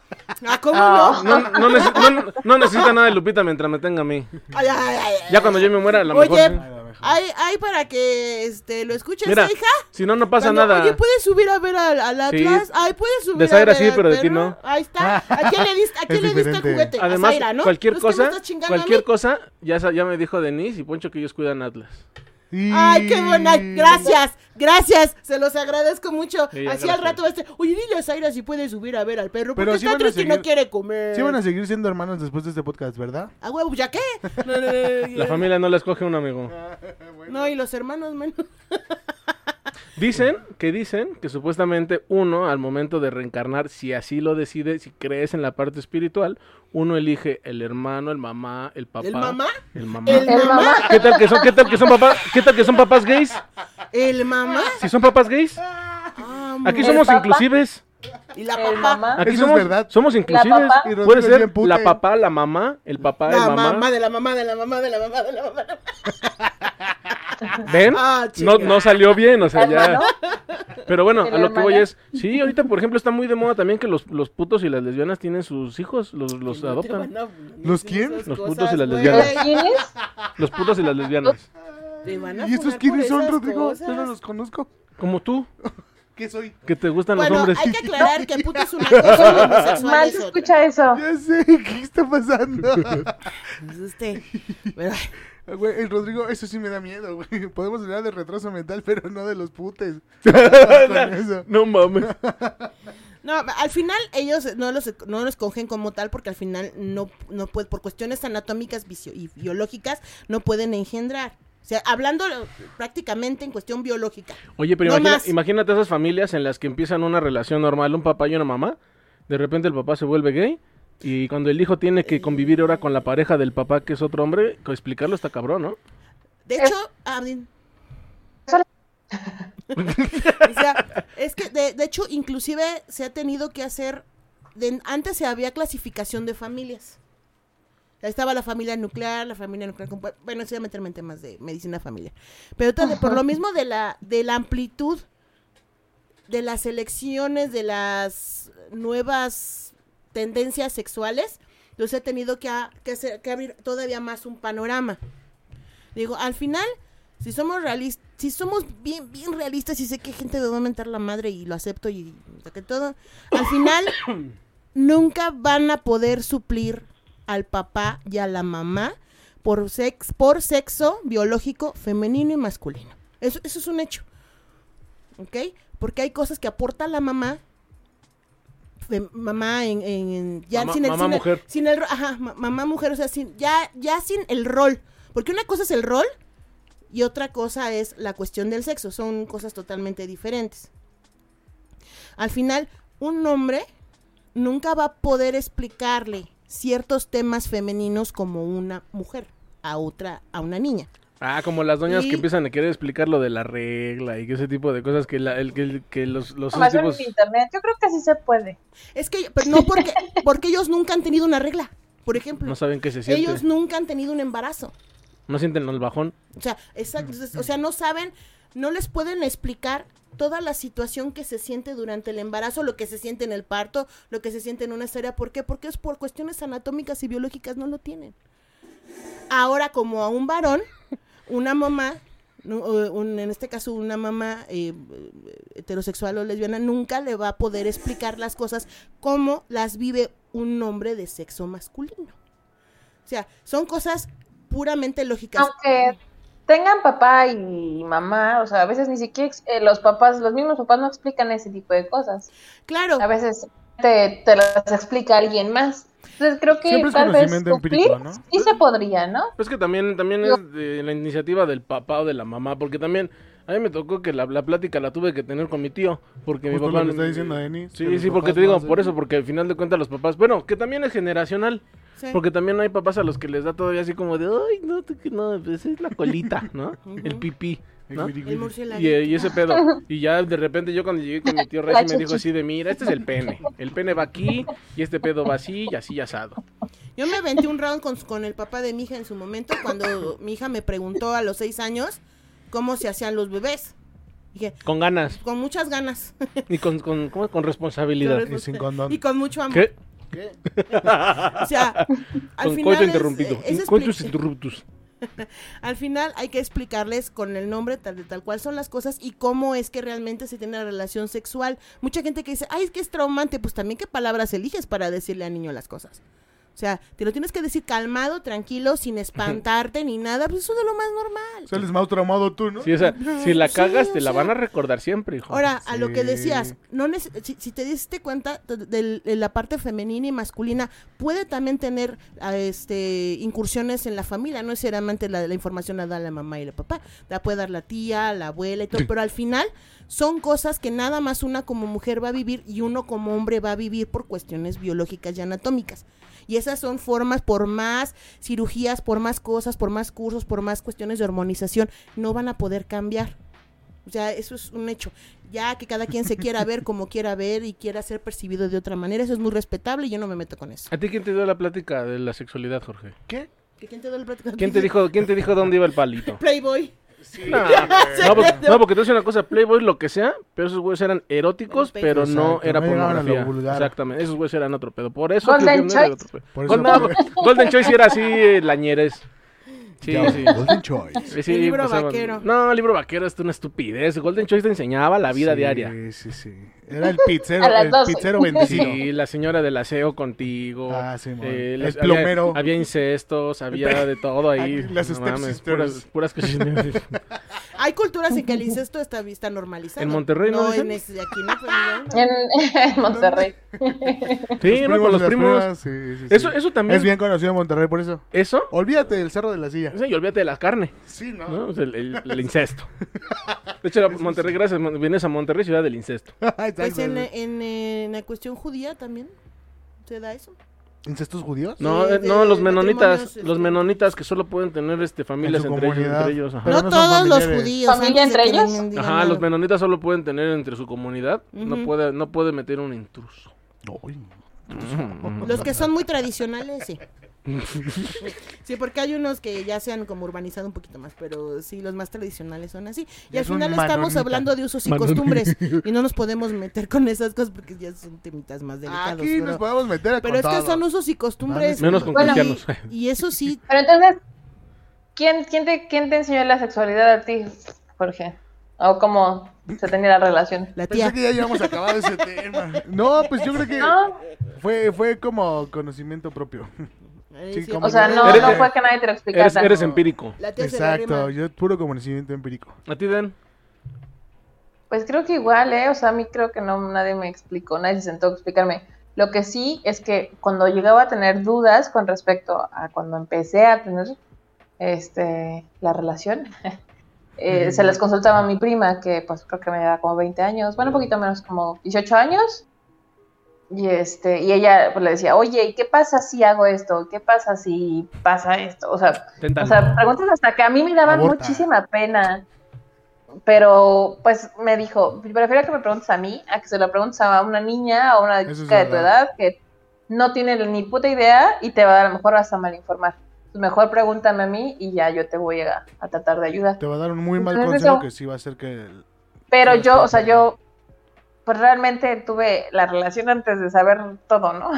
S3: Ah, ¿cómo
S4: Ah.
S3: no?
S1: No, no, nece- no- no necesita nada de Lupita mientras me tenga a mí.
S3: Ay, ay, ay, ay.
S1: Ya cuando yo me muera, a lo
S3: Oye,
S1: mejor. ¿eh?
S2: A lo mejor.
S3: Ay, ay, para que este, lo escuches,
S1: Mira,
S3: ¿eh, hija.
S1: si no, no pasa
S3: Cuando,
S1: nada.
S3: Oye, pues, ¿puedes subir a ver al, al
S1: Sí.
S3: Atlas? Ay, ¿puedes subir
S1: De
S3: a
S1: Zaira
S3: ver
S1: sí,
S3: al
S1: pero de ti
S3: perro?
S1: no.
S3: Ahí está. ¿A quién le diste, a quién
S2: Es
S3: le diste el
S2: diferente.
S3: juguete?
S1: Además,
S3: a Zaira, ¿no?
S1: cualquier
S3: ¿No es que me
S1: cosa,
S3: estás chingando a mí?
S1: cualquier cosa, ya, sa- ya me dijo Denise y Poncho que ellos cuidan a Atlas.
S2: Y-
S3: Ay, qué buena. Gracias, gracias. Se los agradezco mucho.
S1: Sí,
S3: Así
S1: gracias.
S3: al rato va a ser, Oye, dile a Zaira si puede subir a ver al perro.
S2: Pero
S3: Porque
S2: sí van
S3: está
S2: a
S3: triste y no
S2: seguir-
S3: quiere comer.
S2: Sí van a seguir siendo hermanos después de este podcast, ¿verdad?
S3: Ah, huevo, ¿ya qué? No, no, no, no,
S1: La familia no la escoge un amigo.
S3: No, y los hermanos menos.
S1: Dicen que dicen que supuestamente uno, al momento de reencarnar, si así lo decide, si crees en la parte espiritual, uno elige el hermano, el mamá, el papá.
S3: ¿El mamá?
S1: El mamá.
S3: ¿El
S4: El
S3: mamá?
S4: mamá.
S1: ¿Qué tal que son, qué tal que son papás, qué tal que son papás gays?
S3: ¿El mamá?
S1: Si son papás gays,
S3: Ah,
S1: aquí
S4: El
S1: somos
S4: papá.
S1: inclusives.
S3: ¿Y la
S4: El
S3: papá?
S4: mamá.
S1: Aquí
S2: Eso es
S1: somos,
S2: verdad.
S1: somos inclusives.
S4: papá.
S2: Y Rodrigo
S1: Puede
S2: es
S1: ser
S2: bien pute.
S1: la papá, la mamá, el papá,
S3: La
S1: Ah, el mamá.
S3: mamá de la mamá de la mamá de la mamá de la mamá. de la mamá.
S1: ¿Ven?
S3: Ah,
S1: no,
S3: chinga.
S1: no salió bien, o sea, ya.
S4: Hermano.
S1: Pero bueno,
S4: ¿El
S1: a lo que
S4: hermano?
S1: voy es. Sí, ahorita, por ejemplo, está muy de moda también que los, los putos y las lesbianas tienen sus hijos, los, los
S3: No te
S1: adoptan.
S3: van a-
S2: ¿Los
S3: esas
S2: quién?
S3: cosas,
S1: Los putos y las
S3: güey.
S1: lesbianas.
S4: ¿Los jeans?
S1: Los putos y las lesbianas.
S3: Te van a
S2: ¿Y estos
S3: funar
S2: quiénes
S3: por
S2: son,
S3: esas
S2: Rodrigo?
S3: cosas.
S2: Yo no los conozco.
S1: Como tú.
S2: ¿Qué soy?
S1: Que te gustan los
S3: Bueno,
S1: hombres.
S3: hay que aclarar que puto es una cosa y homosexual
S4: Mal
S3: es
S4: se
S3: otra.
S4: escucha eso.
S2: Ya sé, ¿qué está pasando?
S3: Pues, este, pero-
S2: Güey, el Rodrigo, eso sí me da miedo, güey. Podemos hablar de retraso mental, pero no de los putes. Con eso.
S1: No mames.
S3: No, al final ellos no los, no los cogen como tal porque al final no, no puede, por cuestiones anatómicas visio- y biológicas no pueden engendrar. O sea, hablando prácticamente en cuestión biológica.
S1: Oye, pero
S3: No
S1: imagina-
S3: más.
S1: imagínate esas familias en las que empiezan una relación normal, un papá y una mamá. De repente el papá se vuelve gay. Y cuando el hijo tiene que convivir ahora con la pareja del papá, que es otro hombre, co- explicarlo está cabrón, ¿no?
S3: De
S4: Es-
S3: hecho, ah, bien. o sea, es que de, de hecho inclusive se ha tenido que hacer, de- antes se había clasificación de familias. Ahí estaba la familia nuclear, la familia nuclear, compu- bueno, eso ya meterme en temas de medicina familiar. Pero ahorita de- por lo mismo de la, de la amplitud de las elecciones, de las nuevas tendencias sexuales, los he tenido que, a- que hacer- que abrir todavía más un panorama. Digo, al final, si somos realistas, si somos bien, bien realistas y sé que gente me va a mentar la madre y lo acepto y, o sea, que todo, al final nunca van a poder suplir al papá y a la mamá por, sex, por sexo biológico femenino y masculino. Eso, eso es un hecho. ¿Ok? Porque hay cosas que aporta la mamá. fem- mamá en, en- en- ya
S1: Mamá-
S3: sin el,
S1: mamá
S3: sin el-
S1: mujer.
S3: sin el ro- ajá, ma- mamá mujer, o sea, sin, ya, ya sin el rol. Porque una cosa es el rol y otra cosa es la cuestión del sexo. Son cosas totalmente diferentes. Al final, un hombre nunca va a poder explicarle ciertos temas femeninos como una mujer a otra, a una niña.
S1: Ah, como las doñas
S3: Y-
S1: que empiezan a querer explicar lo de la regla y que ese tipo de cosas que, la- el, que, el- que los, los esos
S4: Información
S1: tipos...
S4: en internet. Yo creo que sí se puede.
S3: Es que, pero no porque, porque ellos nunca han tenido una regla, por ejemplo.
S1: No saben qué se siente.
S3: ellos nunca han tenido un embarazo.
S1: No sienten el bajón.
S3: O sea, exacto, entonces, o sea, no saben, no les pueden explicar toda la situación que se siente durante el embarazo, lo que se siente en el parto, lo que se siente en una cesárea, ¿por qué? Porque es por cuestiones anatómicas y biológicas no lo tienen. Ahora como a un varón, una mamá, no, eh, un- en este caso una mamá eh, heterosexual o lesbiana nunca le va a poder explicar las cosas como las vive un hombre de sexo masculino. O sea, son cosas puramente lógicas.
S4: Aunque tengan papá y mamá, o sea, a veces ni siquiera ex- eh, los papás, los mismos papás no explican ese tipo de cosas.
S3: Claro,
S4: A veces te, te las explica alguien más. Entonces creo que
S2: Siempre es
S4: tal vez
S2: conocimiento
S4: cumplir
S2: empírico, ¿no?
S4: sí se podría, ¿no?
S1: Es que también, también es de la iniciativa del papá o de la mamá, porque también a mí me tocó que la, la plática la tuve que tener con mi tío, porque mi
S2: Justo
S1: papá...
S2: lo que está diciendo Denis. que
S1: Sí,
S2: los
S1: sí, porque
S2: papás
S1: te digo,
S2: no
S1: por
S2: hacen-
S1: eso, porque al final de cuentas los papás, bueno, que también es generacional,
S3: sí.
S1: porque también hay papás a los que les da todavía así como de, ay, no, tú que no, pues es la colita, ¿no? El
S3: Ujú.
S1: pipí,
S2: El
S1: ¿no?
S2: guiri
S3: el
S2: guiri.
S3: murciélago.
S1: Y, eh, y ese pedo. Y ya de repente yo cuando llegué con mi tío Reggie me dijo así de, mira, este es el pene, el pene va aquí y este pedo va así y así y asado.
S3: Yo me aventé un round con, con el papá de mi hija en su momento cuando mi hija me preguntó a los seis años cómo se hacían los bebés. Dije,
S1: Con ganas
S3: con muchas ganas.
S1: y con, con, ¿cómo? con responsabilidad.
S2: Y sin condón.
S3: y con mucho amor.
S1: ¿Qué?
S2: ¿Qué?
S3: O sea, al
S1: Con
S3: final,
S1: coito
S3: es- eh,
S1: interrumpido.
S3: es expli-
S1: Coitus interruptus.
S3: al final hay que explicarles con el nombre tal de tal cual son las cosas y cómo es que realmente se tiene una relación sexual. Mucha gente que dice, ay, es que es traumante. Pues también qué palabras eliges para decirle al niño las cosas. O sea, te lo tienes que decir calmado, tranquilo, sin espantarte ni nada. Pues eso es de lo más normal.
S2: Sales más traumado tú, ¿no?
S1: Sí, o sea, si la
S3: Sí,
S1: cagas,
S3: o
S1: te la
S3: sea.
S1: van a recordar siempre, hijo.
S3: Ahora, a lo que
S2: Sí.
S3: decías, no neces- si, si te diste cuenta de, de- de la parte femenina y masculina, puede también tener ah, este incursiones en la familia, no necesariamente la, la información la da la mamá y el papá, la puede dar la tía, la abuela y todo, pero al final son cosas que nada más una como mujer va a vivir y uno como hombre va a vivir por cuestiones biológicas y anatómicas. Y esas son formas, por más cirugías, por más cosas, por más cursos, por más cuestiones de hormonización, no van a poder cambiar. O sea, eso es un hecho. Ya que cada quien se quiera ver como quiera ver y quiera ser percibido de otra manera, eso es muy respetable y yo no me meto con eso.
S1: ¿A ti quién te dio la plática de la sexualidad, Jorge?
S2: ¿Qué?
S3: ¿Que ¿Quién te dio el plático?
S1: ¿Quién te dijo, quién te dijo dónde iba el palito?
S3: Playboy.
S1: No, no, porque, no, porque te voy a decir una cosa, Playboy lo que sea, pero esos güeyes eran eróticos,
S3: Exacto,
S1: pero no
S2: no
S1: era
S2: llegaban a lo
S1: pornografía.
S2: vulgar.
S1: Exactamente, esos güeyes eran otro pedo. Por eso
S4: Golden
S1: Fusion era
S4: Choice.
S1: otro pedo.
S2: Por eso
S1: Golden,
S2: Fusion.
S1: Golden Choice sí era así eh, lañeres. Sí,
S2: Ya,
S1: sí.
S2: Golden Choice.
S1: Sí, sí,
S3: El libro
S1: pasaban-
S3: vaquero.
S1: No, el libro vaquero es una estupidez. Golden Choice te enseñaba la vida
S2: Sí,
S1: diaria.
S2: Sí, sí. Era el pizzero,
S4: A las
S2: el
S4: 12.
S2: pizzero bendecido.
S1: Sí, la señora del aseo contigo.
S2: Ah, sí, mon. El
S1: las-
S2: plomero.
S1: Había, había incestos, había de todo ahí.
S2: Aquí las Step
S1: puras,
S2: Sisters.
S1: puras cochinas.
S3: Hay culturas en que el incesto está, está normalizado.
S1: ¿En Monterrey no
S3: no?
S1: dicen?
S3: en este- aquí no, pero no.
S4: En, en Monterrey.
S1: Sí, ¿no? Con los
S2: las
S1: primos.
S2: primas, sí, sí, sí.
S1: Eso, eso también.
S2: Es bien conocido en Monterrey por eso.
S1: ¿Eso?
S2: Olvídate del cerro de la silla.
S1: Sí, y olvídate de la carne,
S2: Sí, ¿no?
S1: ¿no? O sea, el, el- el incesto. De hecho, la- Monterrey, gracias, mon- vienes a Monterrey, ciudad del incesto.
S2: Exacto.
S3: Pues en, en- en la cuestión judía también se da eso.
S2: ¿Incestos judíos?
S1: No,
S3: Sí,
S1: eh, no,
S3: de
S1: los menonitas,
S3: matrimonios,
S1: los
S3: este.
S1: menonitas que solo pueden tener este familias
S2: su
S1: entre ellos,
S2: comunidad.
S1: entre ellos, ajá.
S2: Pero
S3: No,
S2: no son
S3: todos los
S2: familiares.
S3: judíos.
S4: ¿Familia
S3: antes de
S4: entre
S3: que
S4: ellos?
S3: digan
S1: Ajá,
S3: algo.
S1: los menonitas solo pueden tener entre su comunidad, no
S3: Ujú.
S1: puede no puede meter un intruso.
S2: Uy.
S3: Los que son muy tradicionales, sí. Sí, porque hay unos que ya se han como urbanizado un poquito más, pero sí, los más tradicionales son así. Y
S2: Ya
S3: al
S2: son
S3: final estamos
S2: manonita.
S3: hablando de usos y
S1: Manonita.
S3: costumbres y no nos podemos meter con esas cosas porque ya son temitas más delicados.
S2: Aquí
S3: pero
S2: nos podemos meter a
S3: pero es que son usos y costumbres.
S1: Menos con
S4: Bueno,
S1: cristianos.
S3: Y, y eso sí,
S4: Pero entonces, ¿quién, quién, te, ¿quién te enseñó la sexualidad a ti, Jorge? ¿O cómo se tenía la relación?
S3: la tía.
S2: Pensé que ya íbamos a acabar ese tema. No, pues yo creo que
S4: No,
S2: fue, fue como conocimiento propio.
S3: Eh,
S2: sí,
S3: sí,
S2: como
S4: o sea, no,
S1: Eres-
S4: no fue que nadie te lo explicara.
S1: Eres, eres empírico.
S3: La tía se la
S2: Exacto,
S3: rema.
S2: yo puro conocimiento empírico.
S1: ¿A ti, Dan?
S4: Pues creo que igual, ¿eh? O sea, a mí creo que no, nadie me explicó, nadie se sentó a explicarme. Lo que sí es que cuando llegaba a tener dudas con respecto a cuando empecé a tener este, la relación, eh, se las consultaba a mi prima, que pues creo que me daba como 20 años, bueno, un poquito menos, como 18 años. Y, este, y ella pues, le decía, oye, ¿y qué pasa si hago esto? ¿Qué pasa si pasa esto? O sea,
S1: Téntalo.
S4: o sea, preguntas hasta que a mí me daban
S2: Aborta.
S4: muchísima pena. Pero, pues, me dijo, prefiero que me preguntes a mí, a que se lo preguntes a una niña o a una
S2: Eso es
S4: chica de tu
S2: verdad.
S4: edad que no tiene ni puta idea y te va a lo mejor hasta mal informar. Mejor pregúntame a mí y ya yo te voy a, a tratar de ayudar.
S2: Te va a dar un muy mal
S4: Entonces,
S2: consejo
S4: Pues eso-
S2: que sí va a hacer que... el-
S4: Pero
S2: Sí,
S4: yo, o sea,
S2: bastante.
S4: yo, pues realmente tuve la relación antes de saber todo, ¿no?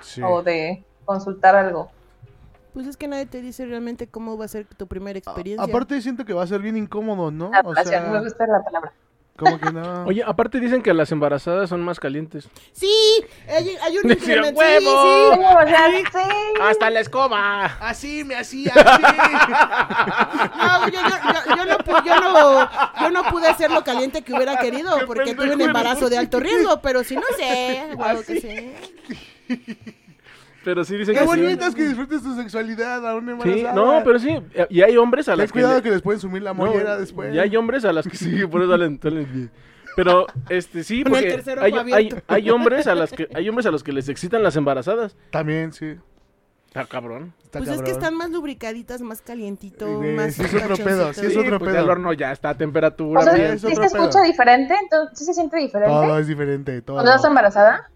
S2: Sí.
S4: O de consultar algo.
S3: Pues es que nadie te dice realmente cómo va a ser tu
S2: Ah,
S3: primera experiencia.
S2: Aparte siento que va a ser bien incómodo, ¿no?
S4: La
S2: O
S4: relación,
S2: sea,
S4: me gusta la palabra.
S2: como que no...
S1: Oye, aparte dicen que las embarazadas son más calientes.
S3: Sí, hay, hay un
S1: Decía,
S3: incremento. sí,
S1: ¡huevo!
S4: Sí, o sea, sí.
S1: ¡Hasta la escoba!
S2: Así, me hacía, así.
S3: No, yo, yo- yo- yo no, pu- yo, no, yo no pude hacer lo caliente que hubiera querido porque tuve un embarazo de alto riesgo, pero si no sé,
S2: Ah,
S3: huevo que sí.
S1: Pero sí dicen
S2: Qué
S1: que sí.
S2: bonito es que disfrutes tu sexualidad aún
S1: Sí,
S2: embarazada.
S1: no, pero sí. Y hay hombres a
S2: Ten
S1: las que...
S2: cuidado
S1: le-
S2: que les pueden sumir la
S1: no,
S2: mollera después.
S1: Y hay hombres a las que sí, por eso salen- salen- Pero, este, sí,
S3: Con el
S1: porque
S3: tercer ojo
S1: hay, hay,
S3: abierto.
S1: hay hombres a las que hay hombres a los que les excitan las embarazadas.
S2: También, sí.
S1: Está cabrón.
S2: Está
S3: Pues es que
S2: cabrón.
S3: están más lubricaditas, más calientito,
S2: Sí,
S3: más.
S2: sí es otro
S3: cachoncitos.
S2: pedo, sí es
S1: Sí,
S2: otro
S1: pues,
S2: pedo.
S1: El horno ya está a temperatura.
S4: O sea,
S1: bien.
S2: es
S4: ¿sí
S2: otro
S4: se escucha
S2: pedo.
S4: diferente? Entonces, ¿Sí se siente diferente?
S2: Todo es diferente, todo.
S4: ¿Cuando estás embarazada?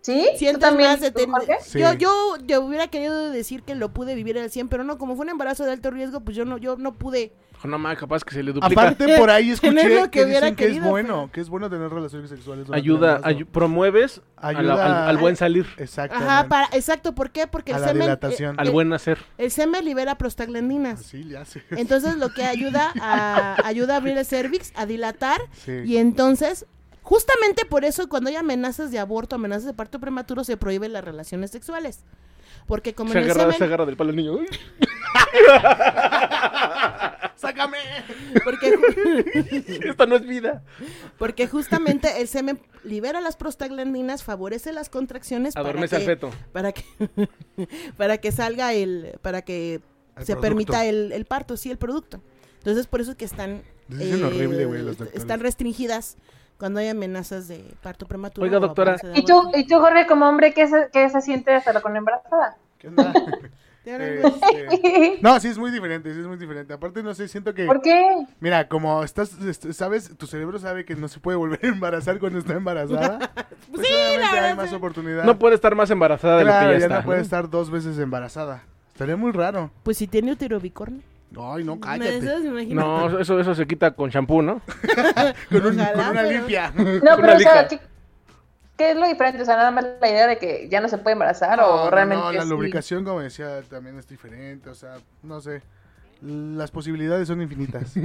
S4: ¿Sí? ¿Tú
S3: Sientes
S4: también,
S3: más de
S4: tú,
S3: ten-
S4: Jorge?
S2: Sí.
S3: yo, yo, yo hubiera querido decir que lo pude vivir al 100, pero no, como fue un embarazo de alto riesgo, pues yo no, yo no pude.
S1: No mames, capaz que se le duplica.
S2: Aparte, por ahí
S3: Tener
S2: escuché
S3: lo
S2: que,
S3: que hubiera
S2: dicen que es
S3: querido,
S2: bueno, que es bueno tener relaciones sexuales. durante el
S1: ayuda,
S2: embarazo.
S1: ayu- promueves a la-
S2: Ayuda
S1: al, al buen salir,
S2: Exactamente.
S3: Ajá, para, exacto, ¿por qué? Porque
S2: A
S3: el
S2: la
S3: semen,
S2: dilatación. Ah,
S3: eh,
S1: al buen hacer.
S3: el semen libera prostaglandinas.
S2: Sí, le hace.
S3: Entonces lo que ayuda a, ayuda a abrir el cervix, a dilatar
S2: Sí.
S3: y entonces justamente por eso cuando hay amenazas de aborto, amenazas de parto prematuro se prohíben las relaciones sexuales. Porque como
S1: Se
S3: en el
S1: agarra, se
S3: semen-
S1: agarra del palo el niño. Uy.
S2: ¡Sácame!
S3: porque, ju-
S1: Esta no es vida.
S3: porque justamente el semen libera las prostaglandinas, favorece las contracciones para
S1: Adormece al
S3: que,
S1: feto.
S3: para que para que salga el para que
S2: El
S3: se
S2: producto.
S3: permita el, el parto, sí, el producto. Entonces por eso es que están
S2: Dicen horrible, güey, los doctores.
S3: eh, están restringidas cuando hay amenazas de parto prematuro.
S1: Oiga,
S3: o
S1: doctora.
S3: amenaza de
S4: ¿Y tú,
S3: aborto.
S4: ¿Y tú, Jorge, como hombre, qué se, qué se siente estar con embarazada?
S2: ¿Qué onda?
S3: Tienen-
S2: Este, No, sí es muy diferente, sí es muy diferente. Aparte, no sé, siento que...
S4: ¿Por qué?
S2: Mira, como estás, est- sabes, tu cerebro sabe que no se puede volver a embarazar cuando está embarazada. pues
S3: sí,
S2: obviamente
S3: la
S2: hay
S3: verdad,
S2: más
S3: sí.
S2: oportunidad.
S1: No puede estar más embarazada de
S2: Claro,
S1: lo
S2: ya,
S1: que ya, está.
S2: no puede estar dos veces embarazada. Estaría muy raro.
S3: Pues si tiene utero bicornio.
S2: Ay, no, cállate.
S3: Esas, imagínate.
S1: No, eso, eso se quita con champú, ¿no?
S2: Con, un-
S3: Ojalá,
S2: con una
S3: pero-
S2: limpia.
S4: No,
S1: Con la
S4: pero, o sea,
S1: lija.
S4: ¿qué, qué es lo diferente? O sea, nada más la idea de que ya no se puede embarazar
S2: No,
S4: o
S2: no,
S4: realmente...
S2: no, la
S4: sí?
S2: lubricación, como decía, también es diferente. O sea, no sé. las posibilidades son infinitas.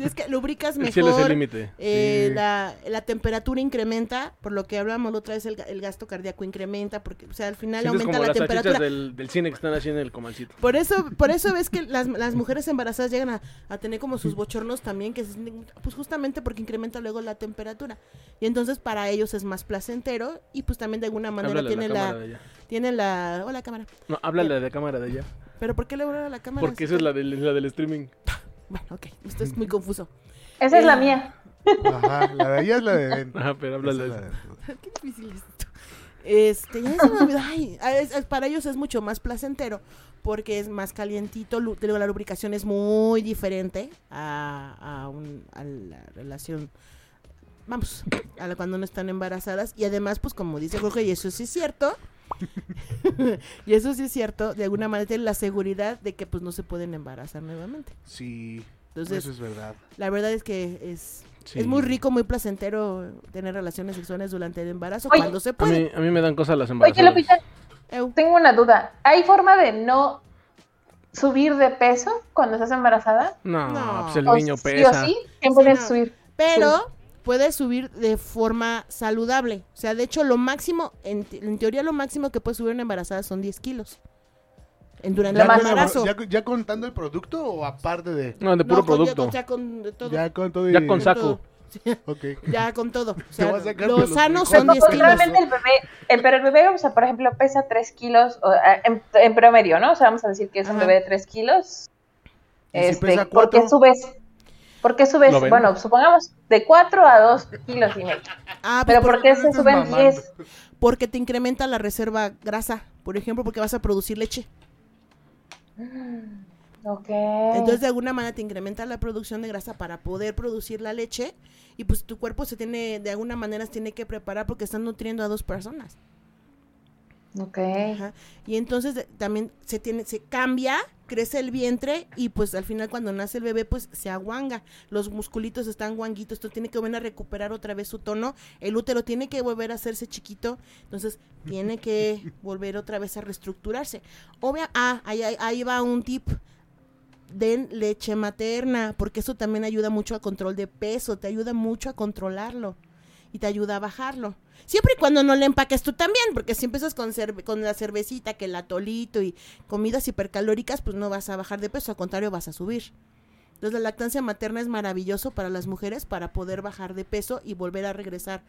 S3: Es que lubricas
S1: El cielo es el
S3: mejor,
S1: límite.
S3: eh,
S2: Sí.
S3: la, la temperatura incrementa, por lo que hablamos la otra vez, el, ga- el gasto cardíaco incrementa, porque, o sea, al final
S1: Sientes
S3: aumenta
S1: como
S3: la
S1: las salchichas
S3: temperatura.
S1: del, del cine que están haciendo en el comalcito.
S3: Por eso, por eso ves que las, las mujeres embarazadas llegan a, a tener como sus bochornos también, que se sienten- pues justamente porque incrementa luego la temperatura. Y entonces para ellos es más placentero y pues también de alguna manera
S1: Háblale a
S3: tiene
S1: la cámara
S3: la,
S1: de allá.
S3: tiene la... Hola cámara.
S1: No, háblale a la cámara de allá.
S3: ¿Pero por qué le hablar a la cámara?
S1: Porque esa es la del, la del streaming.
S3: Bueno, ok, esto es muy confuso.
S4: Esa es la mía.
S2: Ajá, la de ella es la de Ben.
S1: Ajá, Ah, pero
S2: Esa es
S1: háblale.
S2: la de-
S3: Qué difícil es esto. Este, ya se me olvidó. Ay, es- es- para ellos es mucho más placentero porque es más calientito. lu- Luego la lubricación es muy diferente a, a un- a la relación. Vamos, a la cuando no están embarazadas. Y además, pues como dice Jorge, y eso sí es cierto. y eso sí es cierto. De alguna manera tienen la seguridad de que pues no se pueden embarazar nuevamente.
S2: Sí,
S3: Entonces,
S2: eso es verdad.
S3: la verdad es que es,
S1: Sí.
S3: es muy rico, muy placentero tener relaciones sexuales durante el embarazo
S4: Oye.
S3: cuando se
S1: A
S3: puede.
S1: mí, a mí me dan cosas las
S4: Oye,
S1: embarazadas.
S4: Lupita,
S3: Eu.
S4: tengo una duda. ¿Hay forma de no subir de peso cuando estás embarazada?
S1: No,
S3: No.
S1: pues el
S4: ¿O
S1: niño
S4: sí o
S1: pesa.
S4: sí? Siempre
S3: Sí,
S4: tienes que
S3: no.
S4: subir.
S3: Pero puedes subir de forma saludable. O sea, de hecho, lo máximo, en, te- en teoría, lo máximo que puede subir una embarazada son 10 kilos. En, durante
S2: ¿Ya,
S4: La
S3: el
S4: más-
S2: con-
S3: embarazo.
S2: ya- ya contando el producto o aparte de...?
S1: No, de puro
S3: No, con- ya-
S1: producto.
S3: o sea, con de todo.
S2: Ya con todo y...
S1: Ya con
S3: con
S1: saco.
S3: todo.
S2: Ok.
S3: Ya con todo. O sea,
S2: voy a sacar de
S3: los
S2: los frijoles.
S3: sanos son 10
S4: Pues,
S3: kilos.
S4: realmente el bebé, el, pero el bebé, o sea, por ejemplo, pesa 3 kilos o, ah, en, en promedio, ¿no? O sea, vamos a decir que es un
S3: Ajá.
S4: bebé de 3 kilos.
S2: ¿Y si
S4: Este,
S2: pesa
S4: ¿Por qué
S2: cuatro?
S4: subes? ¿Por qué subes?
S1: ¿Lo ven?
S4: Bueno, supongamos de 4 a 2 kilos y medio.
S3: Ah, pues
S4: Pero
S3: por-
S4: ¿por qué
S2: no
S4: se
S2: estés
S4: suben
S2: mamando?
S4: 10?
S3: porque te incrementa la reserva grasa. Por ejemplo, porque vas a producir leche.
S4: Ok.
S3: Entonces, de alguna manera te incrementa la producción de grasa para poder producir la leche. Y pues tu cuerpo se tiene, de alguna manera, se tiene que preparar porque están nutriendo a dos personas.
S4: ok.
S3: Ajá. Y entonces de- también se tiene, se cambia, crece el vientre y pues al final cuando nace el bebé pues se aguanga, los musculitos están guanguitos, esto tiene que volver a recuperar otra vez su tono, el útero tiene que volver a hacerse chiquito, entonces tiene que volver otra vez a reestructurarse. Obvia, ah, ahí, ahí- ahí va un tip. Den leche materna, porque eso también ayuda mucho a control de peso, te ayuda mucho a controlarlo y te ayuda a bajarlo. Siempre y cuando no le empaques tú también, porque si empiezas con, cerve- con la cervecita, que el atolito y comidas hipercalóricas, pues no vas a bajar de peso, al contrario vas a subir. Entonces la lactancia materna es maravilloso para las mujeres para poder bajar de peso y volver a regresar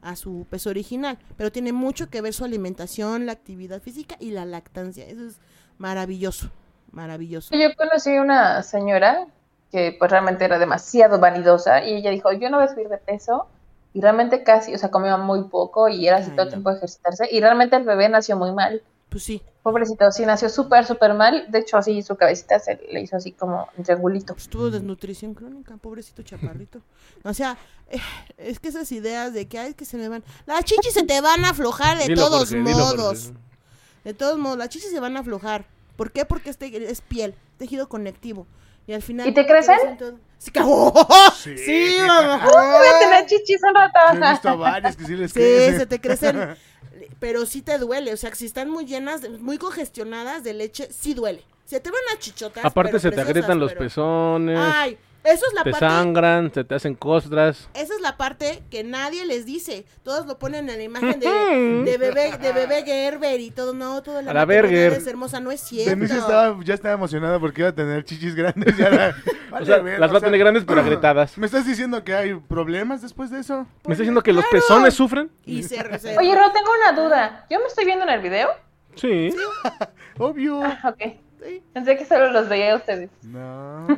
S3: a su peso original, pero tiene mucho que ver su alimentación, la actividad física y la lactancia. Eso es maravilloso, maravilloso.
S4: Yo conocí una señora que pues realmente era demasiado vanidosa y ella dijo, yo no voy a subir de peso y realmente casi, o sea, comía muy poco y era así
S3: Ay, no.
S4: todo el tiempo de ejercitarse y realmente el bebé nació muy mal.
S3: Pues sí,
S4: Pobrecito, sí, nació súper, súper mal. De hecho, así su cabecita se le hizo así como un triangulito.
S3: Pues tuvo desnutrición crónica, pobrecito chaparrito. O sea, eh, es que esas ideas de que ay, es que se me van. Las chichis se te van a aflojar de
S1: Dilo,
S3: todos
S1: Jorge, dilo,
S3: modos.
S1: Jorge.
S3: De todos modos, las chichis se van a aflojar. ¿Por qué? Porque este es piel, tejido conectivo. Y al final.
S4: ¿Y te crecen?
S3: todo- Sí, que- ¡Oh! sí. mamá.
S4: Voy a tener chichis un rato.
S2: Yo he visto a varias que sí les
S3: Sí,
S2: crece.
S3: se te crecen. Pero sí te duele. O sea, que si están muy llenas, muy congestionadas de leche, sí duele. Se te van a chichotas.
S1: Aparte
S3: pero
S1: se te
S3: preciosas,
S1: agrietan los
S3: pero-
S1: pezones,
S3: Ay, eso es la
S1: te
S3: parte.
S1: sangran, se te hacen costras.
S3: Esa es la parte que nadie les dice. Todos lo ponen en la imagen de, de bebé, de bebé Gerber y todo. No, toda la
S1: A la
S3: maternidad
S1: Berger.
S3: es hermosa, no es cierto.
S2: Denise estaba, ya estaba emocionada porque iba a tener chichis grandes. Ya la-
S1: O
S2: Vale,
S1: sea,
S2: ver,
S1: las
S2: o
S1: va a
S2: sea,
S1: tener grandes pero agrietadas.
S2: ¿Me estás diciendo que hay problemas después de eso?
S1: ¿Me está diciendo que los pezones sufren?
S3: Y se, se-
S4: Oye, Ro, tengo una duda. ¿Yo me estoy viendo en el video?
S1: Sí.
S2: Obvio.
S4: Ah, Ok.
S3: Ah, Sí.
S4: Pensé que solo los veía a ustedes.
S2: No.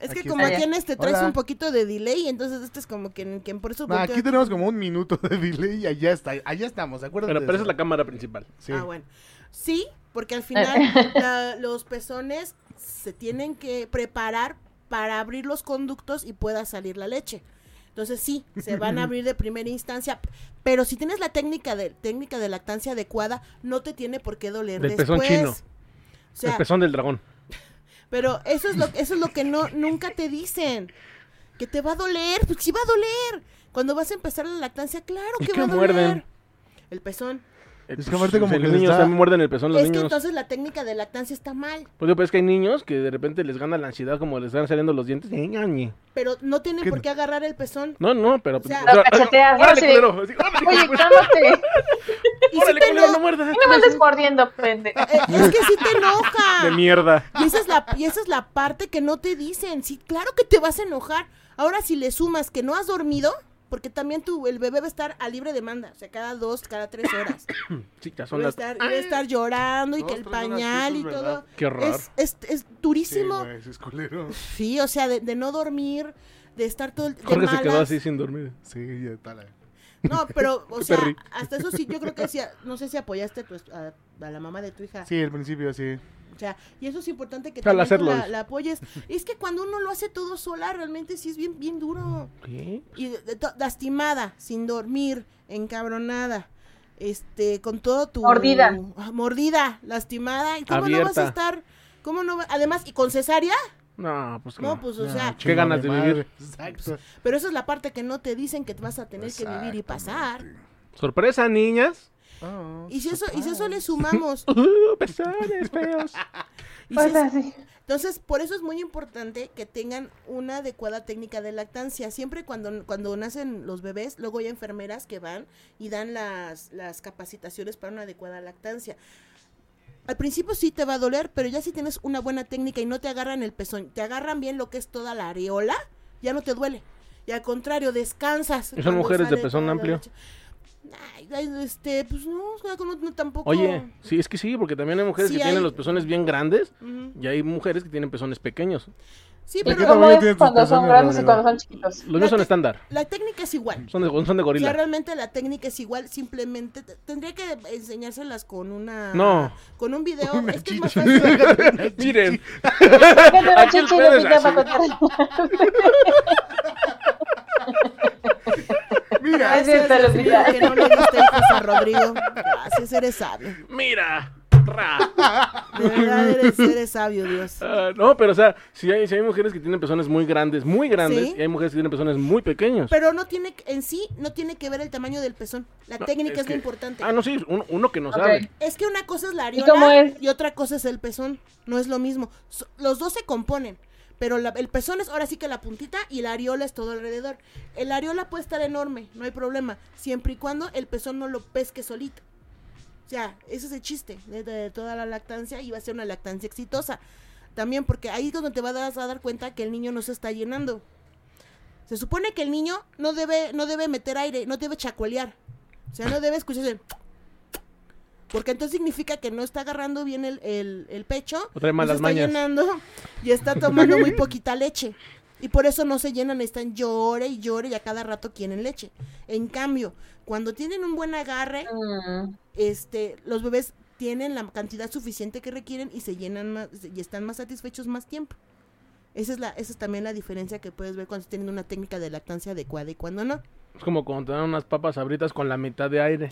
S3: es que
S2: aquí
S3: como
S4: está.
S3: aquí en este traes
S2: Hola.
S3: un poquito de delay, entonces este es como que, que por eso.
S2: No,
S3: voltea-
S2: aquí tenemos como un minuto de delay y allá está, allá estamos, ¿de acuerdo?
S1: Pero, pero esa es la cámara principal.
S2: Sí.
S3: Ah, bueno. Sí, porque al final la- los pezones se tienen que preparar para abrir los conductos y pueda salir la leche. Entonces sí, se van a abrir de primera instancia, pero si tienes la técnica de técnica de lactancia adecuada, no te tiene por qué doler
S1: Del
S3: después.
S1: pezón chino.
S3: O
S1: El
S3: sea,
S1: pezón del dragón.
S3: pero eso es lo eso es lo que no nunca te dicen. Que te va a doler, pues sí va a doler. Cuando vas a empezar la lactancia, claro
S1: ¿Y
S3: que
S1: qué
S3: va a doler.
S1: muerden?
S3: El pezón.
S2: Es que aparte como
S1: los
S2: que les
S1: niños
S2: da-
S1: también muerden el pezón, los
S3: Es que
S1: niños.
S3: entonces la técnica de lactancia está mal,
S1: Pues digo, pero es que hay niños que de repente les gana la ansiedad como les están saliendo los dientes. Ñañañi.
S3: pero no tienen
S2: ¿Qué
S3: por
S2: no?
S3: qué agarrar el pezón.
S1: No, no, pero...
S3: O sea,
S4: Lo cacheteas, ¿no?
S1: ¡Órale,
S4: Sí.
S1: culero! Así, ¡Órale, culero!
S4: Oye,
S1: pues,
S4: cálmate.
S3: Y si
S1: ¡Órale,
S3: te
S1: culero,
S3: eno-
S1: no muerdas!
S4: No me andes mordiendo, pendejo.
S3: eh, es que sí te enoja.
S1: De mierda.
S3: Y esa, es la, y esa es la parte que no te dicen. Sí, claro que te vas a enojar. Ahora, si le sumas que no has dormido, porque también tu, el bebé va a estar a libre demanda, o sea, cada dos, cada tres horas.
S1: Sí, ya son
S3: Va a
S1: las...
S3: estar, va a estar llorando y
S2: Dos,
S3: que el
S2: tres horas, sí,
S3: pañal y
S2: eso es
S3: todo.
S2: verdad.
S1: ¡Qué horror!
S3: Pues Es, es, es
S2: Sí,
S3: durísimo.
S2: güey, sí es culero.
S3: Sí, o sea, de, de no dormir, de estar todo el de
S1: Jorge se quedó
S3: malas.
S1: así sin dormir.
S2: Sí, ya está la...
S3: No, pero, o sea,
S1: Perri.
S3: hasta eso sí, yo creo que sí, no sé si apoyaste a, tu est- a- a la mamá de tu hija.
S2: Sí, al principio sí.
S3: O sea, y eso es importante que
S1: Al
S3: también tú
S1: hacerlo,
S3: la,
S1: dices.
S3: la apoyes. Y es que cuando uno lo hace todo sola, realmente sí es bien, bien duro.
S1: ¿Qué?
S3: Y de- de to- lastimada, sin dormir, encabronada. Este, con todo tu...
S4: Mordida.
S3: Ah, Mordida, lastimada. ¿Y cómo no vas
S1: Abierta.
S3: a estar? ¿Cómo no va- Además, ¿y con cesárea?
S1: No, pues
S3: No,
S1: no.
S3: pues, o sea...
S1: Qué ganas de vivir.
S2: Exacto.
S3: Pero esa es la parte que no te dicen que te vas a tener que vivir y pasar.
S1: Sorpresa, niñas.
S2: Oh,
S3: Y si eso, y si eso le sumamos...
S1: Uh, pezones feos.
S3: y si
S4: O
S3: eso-
S4: sea, sí.
S3: Entonces, por eso es muy importante que tengan una adecuada técnica de lactancia. Siempre cuando, cuando nacen los bebés, luego hay enfermeras que van y dan las, las capacitaciones para una adecuada lactancia. Al principio sí te va a doler, pero ya si tienes una buena técnica y no te agarran el pezón, te agarran bien lo que es toda la areola, ya no te duele. Y al contrario, descansas.
S1: ¿Y son
S3: cuando
S1: mujeres de
S3: sale
S1: pezón
S3: toda la
S1: amplio?
S3: leche. Ay, ay, este, pues no, no, no, tampoco.
S1: Oye, sí, es que sí, porque también hay mujeres
S3: Sí,
S1: que tienen
S3: hay-
S1: los pezones bien grandes
S3: Ujú.
S1: y hay mujeres que tienen pezones pequeños.
S3: Sí,
S2: ¿Por qué
S3: pero
S2: también
S4: ¿Cómo
S2: tiene
S4: es
S2: sus
S4: cuando son
S2: pezones,
S4: grandes y
S2: Rodrigo?
S4: cuando son chiquitos?
S1: Los míos son
S3: te-
S1: estándar.
S3: la técnica es igual.
S1: Son de, son de
S3: O sea,
S1: gorila.
S3: realmente la técnica es igual, simplemente te- tendría que enseñárselas con una...
S1: No.
S3: Con un video.
S2: Una
S3: es que es más
S2: chichi.
S3: fácil.
S1: Miren,
S4: Fíjate, la
S1: Aquí el
S4: chichi
S1: pedo
S4: de
S1: es
S4: Pita
S1: así.
S4: Pacote.
S2: Mira,
S4: Ay, sí,
S3: Gracias,
S4: pero
S3: Dios mío,
S4: mira.
S3: que no le diste hijos a Rodrigo. Gracias, eres sabio.
S1: mira. Ra.
S3: De verdad, eres, eres sabio, Dios.
S1: Ah, no, pero o sea, si hay, si hay mujeres que tienen pezones muy grandes, muy grandes,
S3: Sí.
S1: y hay mujeres que tienen pezones muy pequeños.
S3: Pero no tiene, que- en sí, no tiene que ver el tamaño del pezón. La
S1: No,
S3: técnica es,
S1: que-
S3: lo importante.
S1: Ah, no, sí, uno, uno que no
S4: Ok.
S1: sabe.
S3: Es que una cosa es la
S4: cómo
S3: areola
S4: es?
S3: y, otra cosa es el pezón. No es lo mismo. So- los dos se componen. Pero la- el pezón es ahora sí que la puntita y la areola es todo alrededor. El areola puede estar enorme, no hay problema. Siempre y cuando el pezón no lo pesque solito. O sea, ese es el chiste de, de toda la lactancia y va a ser una lactancia exitosa. También porque ahí es donde te vas a dar- a dar cuenta que el niño no se está llenando. Se supone que el niño no debe, no debe meter aire, no debe chacolear. O sea, no debe escucharse. Porque entonces significa que no está agarrando bien el, el- el pecho.
S1: O trae
S3: no
S1: malas
S3: se está
S1: mañas.
S3: llenando y está tomando muy poquita leche. Y por eso no se llenan, están llore y llore y a cada rato quieren leche. En cambio, cuando tienen un buen agarre,
S4: Mm.
S3: este, los bebés tienen la cantidad suficiente que requieren y se llenan más, y están más satisfechos más tiempo. Esa es, la, esa es también la diferencia que puedes ver cuando tienen una técnica de lactancia adecuada y cuando no.
S1: Es como cuando te dan unas papas abritas con la mitad de aire.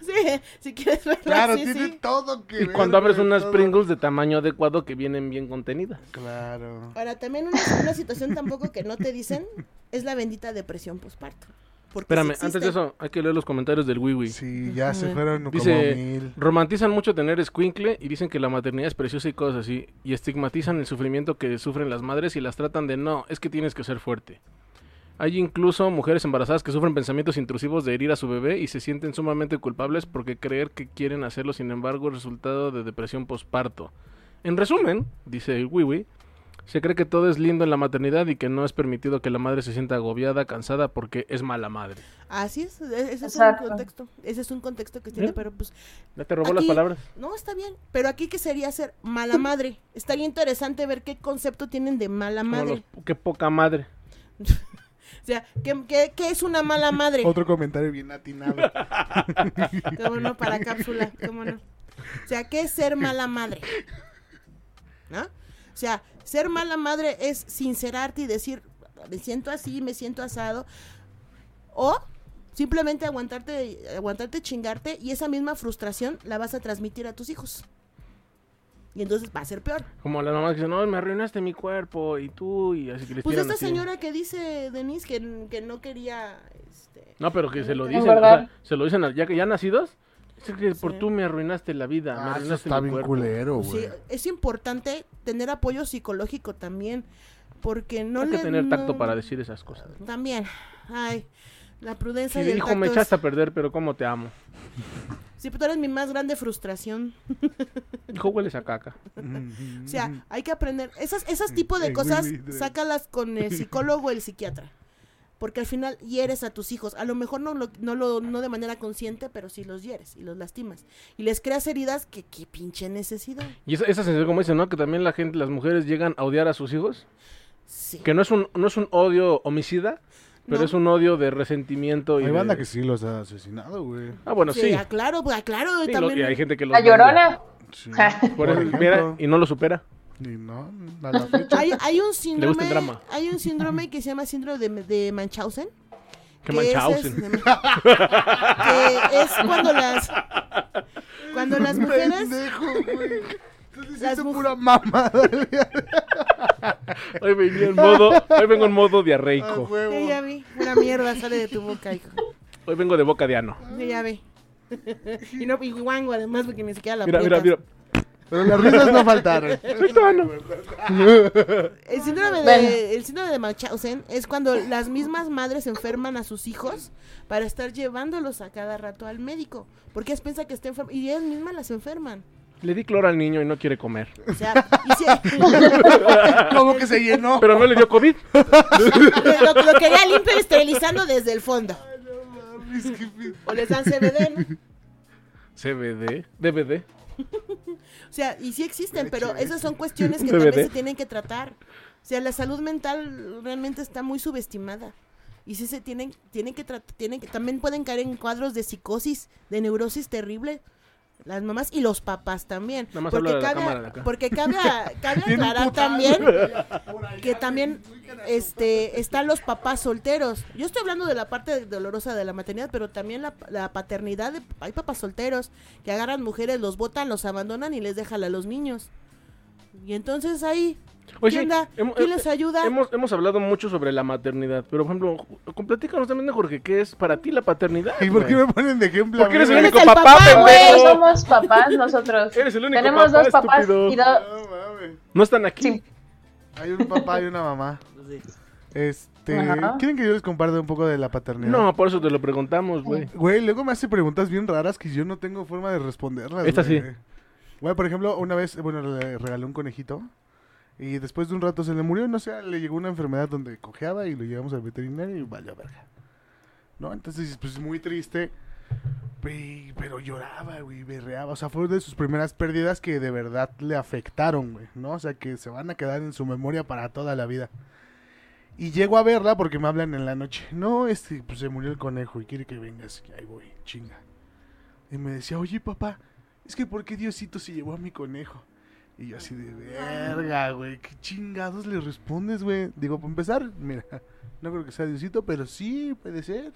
S3: Sí, si quieres verlo
S2: Claro,
S3: así,
S2: tiene
S3: sí.
S2: todo que
S1: Y
S2: ver.
S1: cuando abres
S2: güey,
S1: unas
S2: todo.
S1: Pringles de tamaño adecuado que vienen bien contenidas.
S2: Claro.
S3: Ahora, también una, una situación tampoco que no te dicen es la bendita depresión posparto. Porque sí
S1: Espérame, antes de
S3: existe.
S1: eso, hay que leer los comentarios del Wiwi.
S2: Sí, ya se
S3: Ajá.
S2: fueron
S1: Dice,
S2: como mil.
S1: romantizan mucho tener escuincle y dicen que la maternidad es preciosa y cosas así, y estigmatizan el sufrimiento que sufren las madres y las tratan de no, es que tienes que ser fuerte. Hay incluso mujeres embarazadas que sufren pensamientos intrusivos de herir a su bebé y se sienten sumamente culpables porque creer que quieren hacerlo, sin embargo, es resultado de depresión posparto. En resumen, dice el Wiwi, se cree que todo es lindo en la maternidad y que no es permitido que la madre se sienta agobiada, cansada porque es mala madre.
S3: Así es, e- ese es
S4: Exacto.
S3: un contexto. Ese es un contexto que tiene,
S1: ¿Eh?
S3: pero pues
S1: Ya te robó las
S3: Aquí-
S1: palabras.
S3: No, está bien. Pero aquí que sería ser mala madre. Estaría interesante ver qué concepto tienen de mala
S1: Como
S3: madre.
S1: los- qué poca madre.
S3: O sea, ¿qué, qué, qué es una mala madre?
S2: Otro comentario bien atinado. Ah,
S3: ¿Cómo no? Para cápsula, ¿cómo no? O sea, ¿qué es ser mala madre? ¿No? O sea, ser mala madre es sincerarte y decir, me siento así, me siento asado. O simplemente aguantarte, aguantarte, chingarte y esa misma frustración la vas a transmitir a tus hijos. Y entonces va a ser peor.
S1: Como las mamás que dicen, no, me arruinaste mi cuerpo y tú, y así que les
S3: Pues
S1: tiran
S3: esta
S1: así.
S3: señora que dice Denise que, que no quería este
S1: No, pero que se lo
S3: Es
S1: dicen, o sea,
S4: verdad.
S1: se lo dicen al- ya que ya nacidos, Es que por
S3: Sí.
S1: tú me arruinaste la vida, me
S2: Ah, eso
S1: arruinaste
S2: está
S1: mi
S2: bien
S1: cuerpo.
S2: culero, güey.
S3: Sí, es importante tener apoyo psicológico también, porque no
S1: Hay que
S3: le-
S1: tener tacto
S3: no-
S1: para decir esas cosas. ¿no?
S3: También, ay, la
S1: Sí,
S3: prudencia y el
S1: hijo,
S3: tacto
S1: me
S3: es-
S1: echaste a perder, pero cómo te amo.
S3: Sí, pero tú eres mi más grande frustración.
S1: Hijo, hueles a caca.
S3: O sea, hay que aprender. Esas, esas tipo de
S2: Eh,
S3: cosas,
S2: güey, güey,
S3: sácalas con el psicólogo o el psiquiatra. Porque al final hieres a tus hijos. A lo mejor no, lo- no, lo, no de manera consciente, pero sí los hieres y los lastimas. Y les creas heridas que qué pinche necesidad.
S1: Y esa, esa sensación, como dicen, ¿no? Que también la gente, las mujeres llegan a odiar a sus hijos.
S3: Sí.
S1: Que no es un, no es un odio homicida, pero
S3: No.
S1: es un odio de resentimiento. Y
S2: Hay banda
S1: de-
S2: que sí los ha asesinado, güey.
S1: Ah, bueno, sí.
S3: Sí, aclaro, pues, aclaro.
S1: Sí, lo-
S3: también.
S1: y hay gente que los
S4: La
S1: vende.
S4: llorona.
S2: Sí.
S1: Por eso,
S2: ejemplo.
S1: mira, y no lo supera.
S2: Y no, a la fecha.
S3: Hay, hay
S1: Le
S3: un
S1: gusta
S3: síndrome.
S1: el drama.
S3: Hay un síndrome que se llama síndrome de, de Manchausen.
S1: Que
S3: ese
S1: Manchausen.
S3: Es, que es cuando las. Cuando las mujeres.
S2: Pendejo, güey. Estás diciendo
S3: muj-
S2: pura mamada.
S1: Hoy vengo en modo, hoy vengo en modo
S4: Ah,
S2: a
S1: diarreico.
S2: huevo.
S3: Sí, ya vi. Una mierda sale de tu boca, hijo.
S1: Hoy vengo de boca de ano.
S3: Sí, ya vi. Y no, y guango además, porque ni siquiera la
S1: Mira, mira, mira.
S3: aprietas.
S2: Pero las risas no faltaron.
S1: Soy tu ano.
S3: El síndrome,
S4: Bueno.
S3: de, el síndrome de Munchausen es cuando las mismas madres enferman a sus hijos para estar llevándolos a cada rato al médico. Porque ellas piensan que está enferma y ellas mismas las enferman.
S1: Le di cloro al niño y no quiere comer.
S3: O sea, y si-
S2: Como que se llenó.
S1: Pero no le dio COVID.
S3: lo, lo quería limpio y esterilizando desde el fondo.
S2: No mames, qué pe-
S3: O les dan CBD, ¿no?
S1: CBD, DVD.
S3: O sea, y sí existen, pero
S2: Leche.
S3: esas son cuestiones que
S1: DVD.
S3: también se tienen que tratar. O sea, la salud mental realmente está muy subestimada. Y sí se tienen, tienen que tratar, tienen que, también pueden caer en cuadros de psicosis, de neurosis terrible. Las mamás y los papás también.
S1: Nada más
S3: porque,
S1: habla de la
S3: cabe,
S1: cámara de acá.
S3: porque cabe, a- cabe
S2: Bien
S3: aclarar
S2: putado.
S3: también que también este están los papás solteros. Yo estoy hablando de la parte dolorosa de la maternidad, pero también la, la paternidad. de- hay papás solteros que agarran mujeres, los botan, los abandonan y les dejan a los niños. Y entonces ahí,
S2: Pues
S1: Oye,
S3: ¿quién,
S1: sí,
S3: da?
S1: hemo-
S3: ¿Quién
S1: eh,
S3: les ayuda?
S1: Hemos, hemos hablado mucho sobre la maternidad, pero por ejemplo, ju- platícanos también de Jorge, ¿qué es para ti la paternidad?
S2: ¿Y por qué
S1: güey?
S2: me ponen de ejemplo?
S1: Porque
S2: a mí,
S1: eres el
S2: güey?
S1: único
S3: el
S1: papá,
S3: papá,
S4: Güey,
S1: pendejo.
S4: somos papás nosotros.
S1: Eres el único
S4: Tenemos
S1: papá,
S4: dos papás
S1: estúpido.
S4: y
S3: Ah.
S4: dos. eh,
S2: No mames.
S1: No están aquí.
S4: Sí.
S2: Hay un papá y una mamá. Este,
S4: Ajá.
S2: ¿quieren que yo les comparta un poco de la paternidad?
S1: No, por eso te lo preguntamos, güey.
S2: Güey, luego me hace preguntas bien raras que yo no tengo forma de responderlas.
S1: Esta
S2: güey.
S1: sí.
S2: Güey, por ejemplo, una vez, eh, bueno, le regalé un conejito. Y después de un rato se le murió, no sé, le llegó una enfermedad donde cojeaba y lo llevamos al veterinario y valió verga. ¿No? Entonces, pues muy triste. Güey, pero lloraba, güey, berreaba. O sea, fue una de sus primeras pérdidas que de verdad le afectaron, güey, ¿no? O sea, que se van a quedar en su memoria para toda la vida. Y llego a verla porque me hablan en la noche. No, este, pues se murió el conejo y quiere que vengas. Y ahí voy, chinga. Y me decía, oye, papá, es que ¿por qué Diosito se llevó a mi conejo? Y yo así de verga, güey, qué chingados le respondes, güey. Digo, para empezar, mira, no creo que sea Diosito, pero sí puede ser.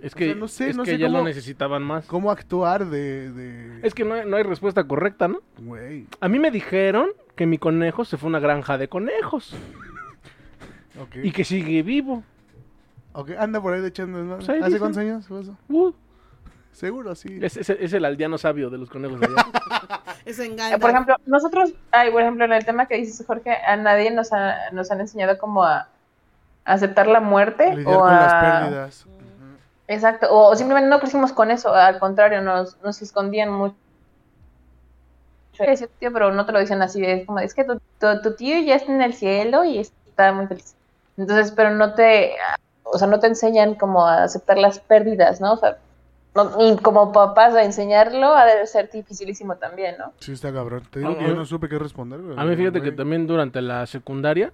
S1: Es que,
S2: O sea, no sé,
S1: es
S2: no
S1: que
S2: sé
S1: ya lo
S2: cómo-
S1: necesitaban más.
S2: ¿Cómo actuar de... de...
S1: Es que no hay, no hay respuesta correcta, ¿no?
S2: Güey,
S1: A mí me dijeron que mi conejo se fue a una granja de conejos
S2: ok.
S1: y que sigue vivo.
S2: Ok, anda por ahí de echando
S1: Pues ahí ¿Eh?
S2: desmadre. ¿Hace
S1: dicen.
S2: cuántos años fue eso?
S1: Uh,
S2: Seguro, sí.
S1: es, es- es el aldeano sabio de los conejos. de allá.
S3: Es
S4: Eh, Por ejemplo, nosotros, ay, por ejemplo, en el tema que dices, Jorge, a nadie nos, ha- nos han enseñado como a aceptar la muerte
S2: Lidiar
S4: o
S2: con las
S4: a...
S2: pérdidas.
S4: Exacto, o, o simplemente no crecimos con eso, al contrario, nos, nos escondían mucho. Decía, tío, pero no te lo dicen así, es como, es que tu, tu- tu tío ya está en el cielo y está muy feliz. Entonces, pero no te, o sea, no te enseñan como a aceptar las pérdidas, ¿no? O sea, no- y como papás a enseñarlo ha de ser dificilísimo también, ¿no?
S2: Sí, está cabrón. Te digo
S1: A-
S2: que
S1: a
S2: yo
S1: mí-
S2: no supe qué responder, güey.
S1: A mí fíjate que
S2: Güey.
S1: también durante la secundaria,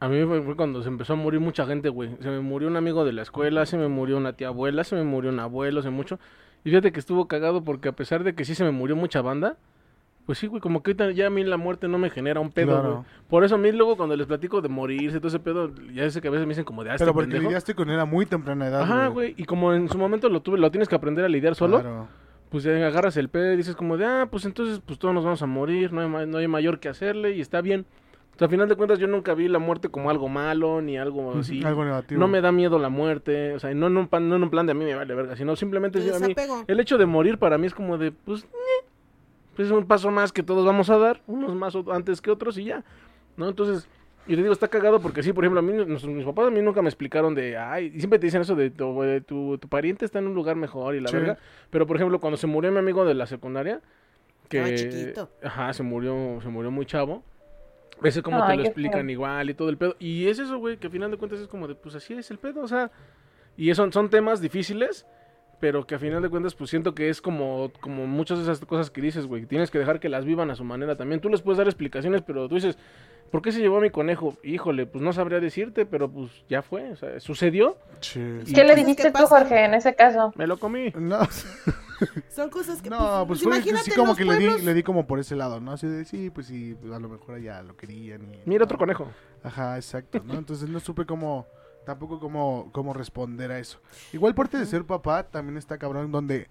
S1: a mí fue, fue cuando se empezó a morir mucha gente, güey. Se me murió un amigo de la escuela, se me murió una tía abuela, se me murió un abuelo, se mucho. Y fíjate que estuvo cagado porque a pesar de que sí se me murió mucha banda, pues sí, güey, como que ahorita ya a mí la muerte no me genera un pedo,
S2: Claro.
S1: güey. Por eso a mí luego cuando les platico de morirse, todo ese pedo, ya sé que a veces me dicen como de, ah, este
S2: Pero porque
S1: pendejo".
S2: lidiaste con él a muy temprana edad.
S1: Ajá, güey, y como en su momento lo tuve, lo tienes que aprender a lidiar solo,
S2: Claro.
S1: pues ya agarras el pedo y dices como de, ah, pues entonces pues todos nos vamos a morir, no hay, ma- no hay mayor que hacerle y está bien. sea, a final de cuentas yo nunca vi la muerte como algo malo ni algo así.
S2: Algo negativo.
S1: No me da miedo la muerte, o sea, no en un plan, no en un plan de a mí me vale verga, sino
S2: pues,
S1: simplemente yo a mí,
S3: Desapego.
S2: eh,
S1: el hecho de morir para mí es como de, pues, ñe, pues es un paso más que todos vamos a dar, unos más o- antes que otros y ya, ¿no? Entonces, y te digo, está cagado porque sí, por ejemplo, a mí, nos- mis papás a mí nunca me explicaron de, ay, y siempre te dicen eso de tu, de tu, tu pariente está en un lugar mejor y la
S2: Sí.
S1: verga, pero por ejemplo, cuando se murió mi amigo de la secundaria, que...
S3: Estaba chiquito.
S1: Ajá, se murió, se murió muy chavo. Ese como te
S4: Ay,
S1: lo
S4: qué
S1: explican
S4: feo.
S1: igual y todo el pedo. Y es eso, güey, que al final de cuentas es como de, pues así es el pedo, o sea. Y son, son temas difíciles, pero que al final de cuentas, pues siento que es como, como muchas de esas cosas que dices, güey. que Tienes que dejar que las vivan a su manera también. Tú les puedes dar explicaciones, pero tú dices, ¿por qué se llevó a mi conejo? Híjole, pues no sabría decirte, pero pues ya fue, o sea, sucedió,
S2: Che.
S1: Y-
S4: ¿Qué le
S3: pues,
S4: dijiste
S3: ¿qué
S4: tú,
S3: pasa?
S4: Jorge, en ese caso?
S1: me lo comí.
S2: No,
S3: Son cosas que.
S2: no, pues fue
S3: imagínate
S2: sí
S3: en
S2: como
S3: los
S2: que le di,
S3: pueblos.
S2: le di como por ese lado, ¿no? Así de, sí, pues sí, a lo mejor allá lo querían. Y,
S1: Mira otro conejo.
S2: Ajá, exacto, ¿no? Entonces no supe cómo, tampoco cómo, cómo responder a eso. Igual parte de ser papá también está cabrón donde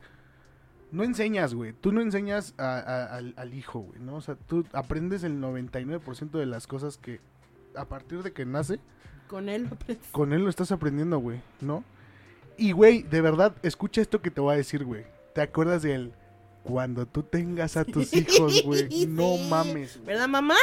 S2: no enseñas, güey. Tú no enseñas a- a- al, al hijo, güey, ¿no? O sea, tú aprendes el 99% de las cosas que a partir de que nace,
S3: Con él. pues,
S2: con él lo estás aprendiendo, güey, ¿no? Y, güey, de verdad, escucha esto que te voy a decir, güey. ¿Te acuerdas de él? Cuando tú tengas a tus Pues, hijos, güey. No
S3: Sí.
S2: mames. güey.
S3: ¿Verdad, mamá?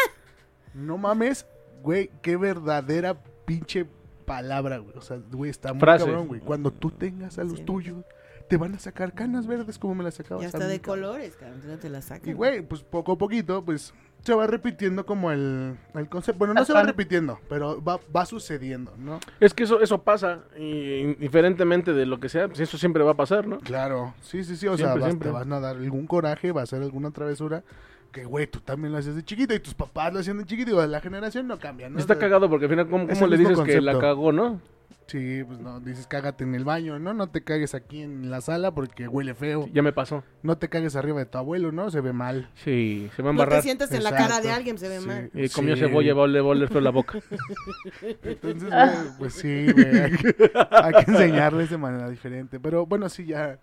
S2: No mames, güey, qué verdadera pinche palabra, güey. O sea, güey, está muy
S1: Frase.
S2: cabrón, güey. Cuando tú tengas a los
S3: Sí.
S2: tuyos, te van a sacar canas verdes como me las sacabas.
S3: Y
S2: a
S3: hasta
S2: mí,
S3: de
S2: cabrón.
S3: colores, cabrón. tú no te la sacas.
S2: Y güey, pues poco a poquito, pues se va repitiendo como el, el concepto. Bueno, no se va
S4: Ajá.
S2: repitiendo, pero va, va sucediendo, ¿no?
S1: Es que eso, eso pasa, y indiferentemente de lo que sea, pues eso siempre va a pasar, ¿no?
S2: Claro, sí, sí, sí. O sea,
S1: Siempre,
S2: vas,
S1: siempre.
S2: te van a dar algún coraje, va a hacer alguna travesura. Que güey, tú también lo hacías de chiquito y tus papás lo hacían de chiquito y la generación no cambia, ¿no? O
S1: Está
S2: sea,
S1: cagado porque al final, ¿cómo,
S2: Es
S1: cómo
S2: el
S1: le
S2: mismo
S1: dices que la
S2: concepto.
S1: cagó, no?
S2: Sí, pues no, dices cágate en el baño, ¿no? No te cagues aquí en la sala porque huele feo.
S1: Ya me pasó.
S2: No te cagues arriba de tu abuelo, ¿no? Se ve mal.
S1: Sí, se va a
S3: No te
S1: embarrar.
S3: sientas en la
S2: Exacto.
S3: cara de alguien, se ve
S2: Sí.
S3: mal.
S1: Y comió
S2: Sí.
S1: cebolla, va a oler- va a oler feo la boca.
S2: Entonces, güey, pues sí, güey. Hay, que- hay que enseñarles de manera diferente. Pero bueno, sí, ya.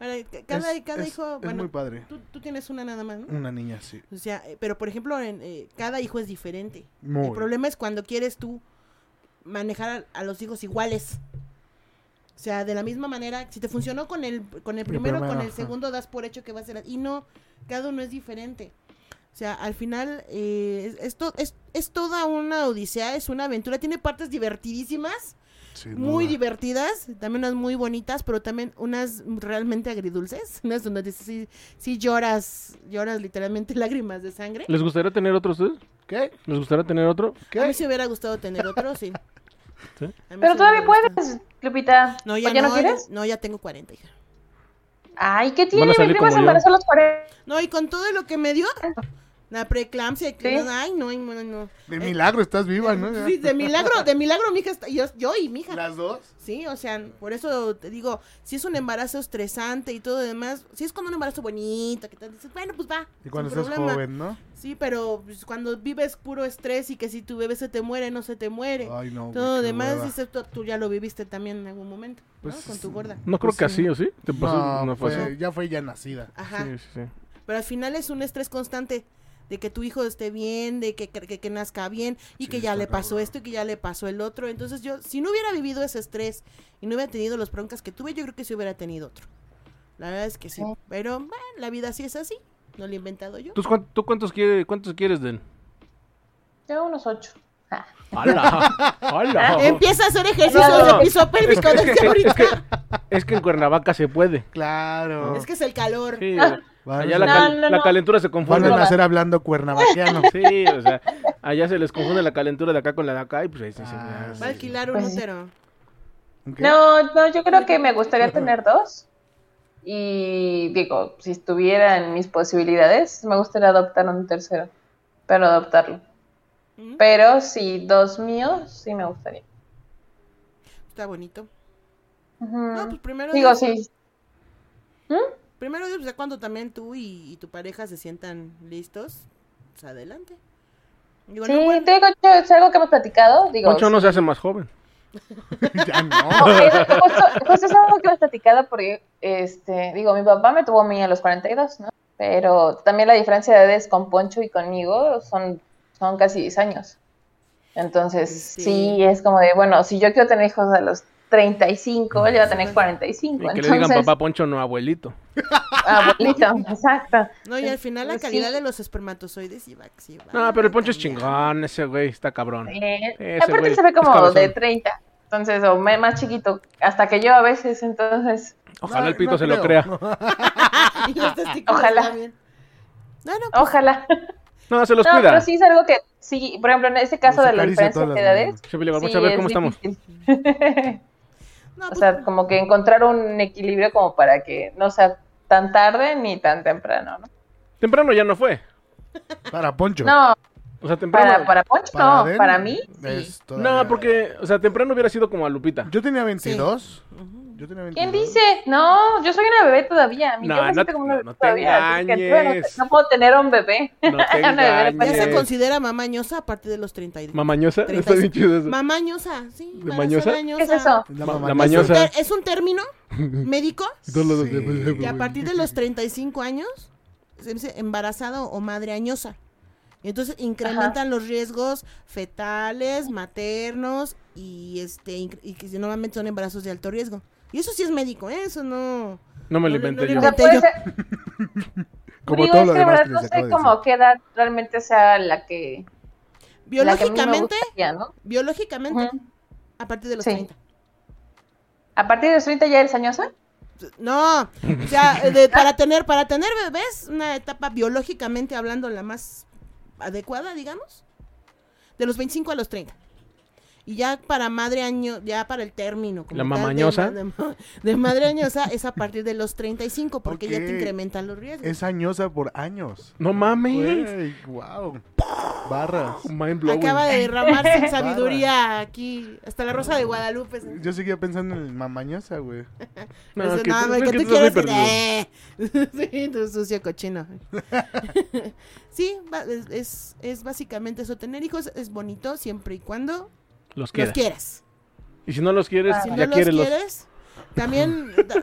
S3: Ahora, ca- cada,
S2: es-
S3: cada
S2: es-
S3: hijo.
S2: Es
S3: bueno,
S2: muy Mm. padre.
S3: tú, tú tienes una nada más, ¿no?
S2: Una niña, sí.
S3: O sea, eh, pero por ejemplo, en, eh, cada hijo es diferente.
S2: Muy.
S3: El problema es cuando quieres tú manejar a, a los hijos iguales. O sea, de la misma manera, si te funcionó con el, con el primero, con
S2: primero,
S3: el
S2: ajá.
S3: segundo, das por hecho que va a ser. Y no, cada uno es diferente. O sea, al final, eh, es- esto es, es toda una odisea, es una aventura. Tiene partes divertidísimas,
S2: sin
S3: muy
S2: duda.
S3: divertidas, también unas muy bonitas, pero también unas realmente agridulces. Unas donde dices, sí, sí lloras, lloras literalmente lágrimas de sangre.
S1: ¿Les gustaría tener otro a ustedes?
S2: ¿Qué?
S1: ¿Les gustaría tener otro?
S3: A mí
S2: ¿Qué?
S3: se hubiera gustado tener otro, sí.
S1: ¿Sí?
S3: A mí
S4: Pero
S3: sí
S4: todavía
S3: me hubiera gustado.
S4: puedes, Lupita.
S3: No,
S4: ¿O
S3: ya,
S4: ya
S3: no,
S4: no quieres?
S3: No, ya tengo 40, hija.
S4: Ay, ¿qué tiene? Mi
S1: salir
S4: prima
S1: como
S4: se
S1: yo.
S4: embarazó a los 40.
S3: No, y con todo lo que me dio, la preeclampsia, que-
S4: Sí.
S3: ay, no, ay, no, no.
S4: Eh,
S2: De milagro, estás viva, ¿no?
S3: Sí, de milagro, de milagro, mija, está- yo, yo y mi hija.
S2: ¿Las dos?
S3: Sí, o sea, por eso te digo, si es un embarazo estresante y todo lo demás, si es cuando un embarazo bonito, que te dices, bueno, pues va.
S2: Y cuando
S3: sin
S2: estás
S3: problema.
S2: joven, ¿no?
S3: Sí, pero pues, cuando vives puro estrés y que si tu bebé se te muere, no se te muere.
S2: Ay, no. güey,
S3: todo lo
S2: qué
S3: demás,
S2: hueva.
S3: dices, tú, tú ya lo viviste también en algún momento, ¿no?
S2: Pues,
S3: Con tu gorda.
S1: No creo
S2: Pues
S1: que
S2: sí.
S1: así, ¿o sí? ¿Te pasó?
S2: No, pues,
S1: No
S2: fue-
S1: pasó.
S2: ya fue ya nacida.
S3: Ajá.
S1: Sí, sí, sí.
S3: Pero al final es un estrés constante de que tu hijo esté bien, de que, que, que nazca bien y
S2: Sí,
S3: que ya
S2: está
S3: le pasó
S2: cabrón.
S3: esto y que ya le pasó el otro. Entonces yo, si no hubiera vivido ese estrés y no hubiera tenido los broncas que tuve, yo creo que sí hubiera tenido otro. La verdad es que sí. Pero bueno, la vida sí es así. No lo he inventado yo.
S1: ¿Tú, cuán- tú cuántos, quiere- cuántos quieres, Den?
S4: Ya unos 8.
S1: ¡Hala! ¡Hala!
S3: Empieza a hacer ejercicios
S4: No, no.
S3: de piso pélvico desde ahorita.
S1: Es que en Cuernavaca se puede.
S2: Claro.
S3: Es que es el calor.
S1: Sí,
S2: Van
S1: allá
S2: a-
S1: la, cal-
S4: No, no,
S1: la
S4: no.
S1: calentura se
S2: van
S1: confunde.
S2: a nacer hablando cuernavaqueano.
S1: Sí, o sea, allá se les confunde la calentura de acá con la de acá y pues ahí sí se-
S2: Ah,
S3: Va a
S2: sí.
S3: alquilar un
S4: Pues sí.
S3: útero.
S2: ¿Ok?
S4: No, no, yo creo que me gustaría tener dos. Y digo, si estuviera en mis posibilidades, me gustaría adoptar un tercero. Pero adoptarlo.
S3: ¿Mm?
S4: Pero si dos míos, sí me gustaría.
S3: Está bonito.
S4: Ujú.
S3: No, pues primero
S4: Ah. digo,
S3: Dios-
S4: sí.
S3: Primero Dios, ya cuando también tú y, y tu pareja se sientan listos, pues adelante. Digo,
S4: Sí,
S3: no, bueno,
S4: te digo, yo, es algo que hemos platicado. Digo,
S1: Poncho no se hace más joven.
S2: ya
S4: No, eh,
S2: no.
S4: es- justo, justo es algo que hemos platicado porque, este, digo, mi papá me tuvo a mí a los 42, ¿no? Pero también la diferencia de edades con Poncho y conmigo son son casi 10 años. Entonces,
S3: Sí.
S4: sí. es como de, bueno, si yo quiero tener hijos a los 35, él va a tener 45.
S1: Y que
S4: entonces,
S1: le digan papá Poncho, no abuelito.
S4: abuelito, exacto.
S3: No, y al final la
S4: Pues Sí.
S3: calidad de los espermatozoides iba, sí va
S1: No, pero el Poncho es
S3: cambiando.
S1: chingón, ese güey, está cabrón.
S4: Eh,
S1: Ese
S4: aparte
S1: güey
S4: él se ve
S1: es cabezón.
S4: como de 30, entonces, o me- más chiquito, hasta que yo a veces, entonces,
S1: Ojalá
S2: No,
S1: el pito
S2: no
S1: se lo
S2: creo.
S1: crea.
S3: Y los testículos
S4: Ojalá.
S3: también. No, pues, no,
S4: ojalá.
S1: No, se los
S4: no,
S1: cuida.
S4: pero sí es algo que, sí, por ejemplo, en este caso
S2: Nos
S4: de la
S2: acaricia
S4: diferencia
S2: todas
S4: de
S2: las
S4: edades,
S1: Chepe Levar, vamos
S4: sí,
S1: a ver
S4: es
S1: cómo estamos.
S4: difícil.
S3: no,
S4: o
S3: pues,
S4: sea, como que encontrar un equilibrio como para que no sea tan tarde ni tan temprano, ¿no?
S1: Temprano ya no fue.
S2: Para Poncho.
S4: No,
S1: O sea, temprano.
S4: para, para Poncho, no,
S2: Den
S4: para mí, sí.
S2: es todavía-
S1: No, porque, o sea, temprano hubiera sido como a Lupita.
S2: Yo tenía 22.
S3: ujú.
S2: Yo tenía 22.
S4: ¿Quién dice? No, yo soy una bebé todavía. A mí
S1: No,
S4: yo me
S1: no
S4: siento
S1: te-
S4: como una
S1: no,
S4: bebé
S1: no te
S4: todavía. así que, bueno,
S1: engañes.
S4: no puedo tener un bebé.
S1: No te
S4: Ya no,
S3: ya
S4: ya no
S3: pues, se
S4: Eh.
S1: engañes.
S3: considera mamañosa a partir de los 30 y...
S1: Mamañosa, está
S3: 35.
S1: bien chido eso.
S3: Mamañosa, sí. para ser
S1: mañosa?
S4: ¿Qué es eso?
S2: La
S1: Ma-
S2: mamá-
S1: la
S3: Es un
S1: mañosa.
S3: ter- Es un término médico
S1: Y todos los-
S2: Sí.
S1: pues,
S3: que a partir de los 35 años se dice embarazada o madre añosa. Y Entonces incrementan los riesgos fetales, maternos y este inc- y que normalmente son embarazos de alto riesgo. Y eso sí es médico, ¿eh? eso no.
S1: pues, No me
S3: No,
S1: lo
S3: no,
S1: inventé
S3: no,
S1: yo.
S4: O sea,
S3: Conté
S4: puede
S3: yo.
S4: ser-
S2: Como
S4: digo,
S2: todo
S4: es
S2: lo
S4: que de
S2: demás
S4: verdad
S2: que
S4: no
S2: les acabo
S4: sé
S2: de
S4: como qué edad realmente sea la que la que a mí me
S3: Biológicamente,
S4: gustaría, ¿no?
S3: biológicamente
S4: Ujú.
S3: a partir de los
S4: Sí.
S3: 30.
S4: A partir de los 30 ya eres añosa.
S3: No, o sea, de- para tener para tener bebés, una etapa biológicamente hablando la más adecuada, digamos, de los 25 a los 30. Y ya para madre año, ya para el término. como
S1: La
S3: tal,
S1: mamañosa.
S3: De, ma- de ma- de madre añosa es a partir de los 35, porque ya
S2: Ok.
S3: te incrementan los riesgos.
S2: Es añosa por años.
S1: No mames.
S2: Güey, wow. Barras.
S1: Mind
S3: Acaba
S1: blowing.
S3: de derramarse sabiduría aquí, hasta la Rosa de Guadalupe. se-
S2: Yo seguía pensando en el mamañosa, güey.
S1: No,
S3: Eso,
S1: que-
S3: no,
S1: es
S3: hombre,
S1: que
S3: que
S1: tú
S3: tú
S1: estás muy
S3: quieres- eh,
S1: perdido.
S3: sí, tu sucio cochino. sí, va- es- es, es básicamente eso. Tener hijos es bonito siempre y cuando
S1: Los
S3: los
S1: quieres.
S3: quieras.
S1: Y si no los quieres, pues
S4: Ah. Si
S3: Si
S1: ya
S3: no los
S1: quieres los.
S3: quieres, también da-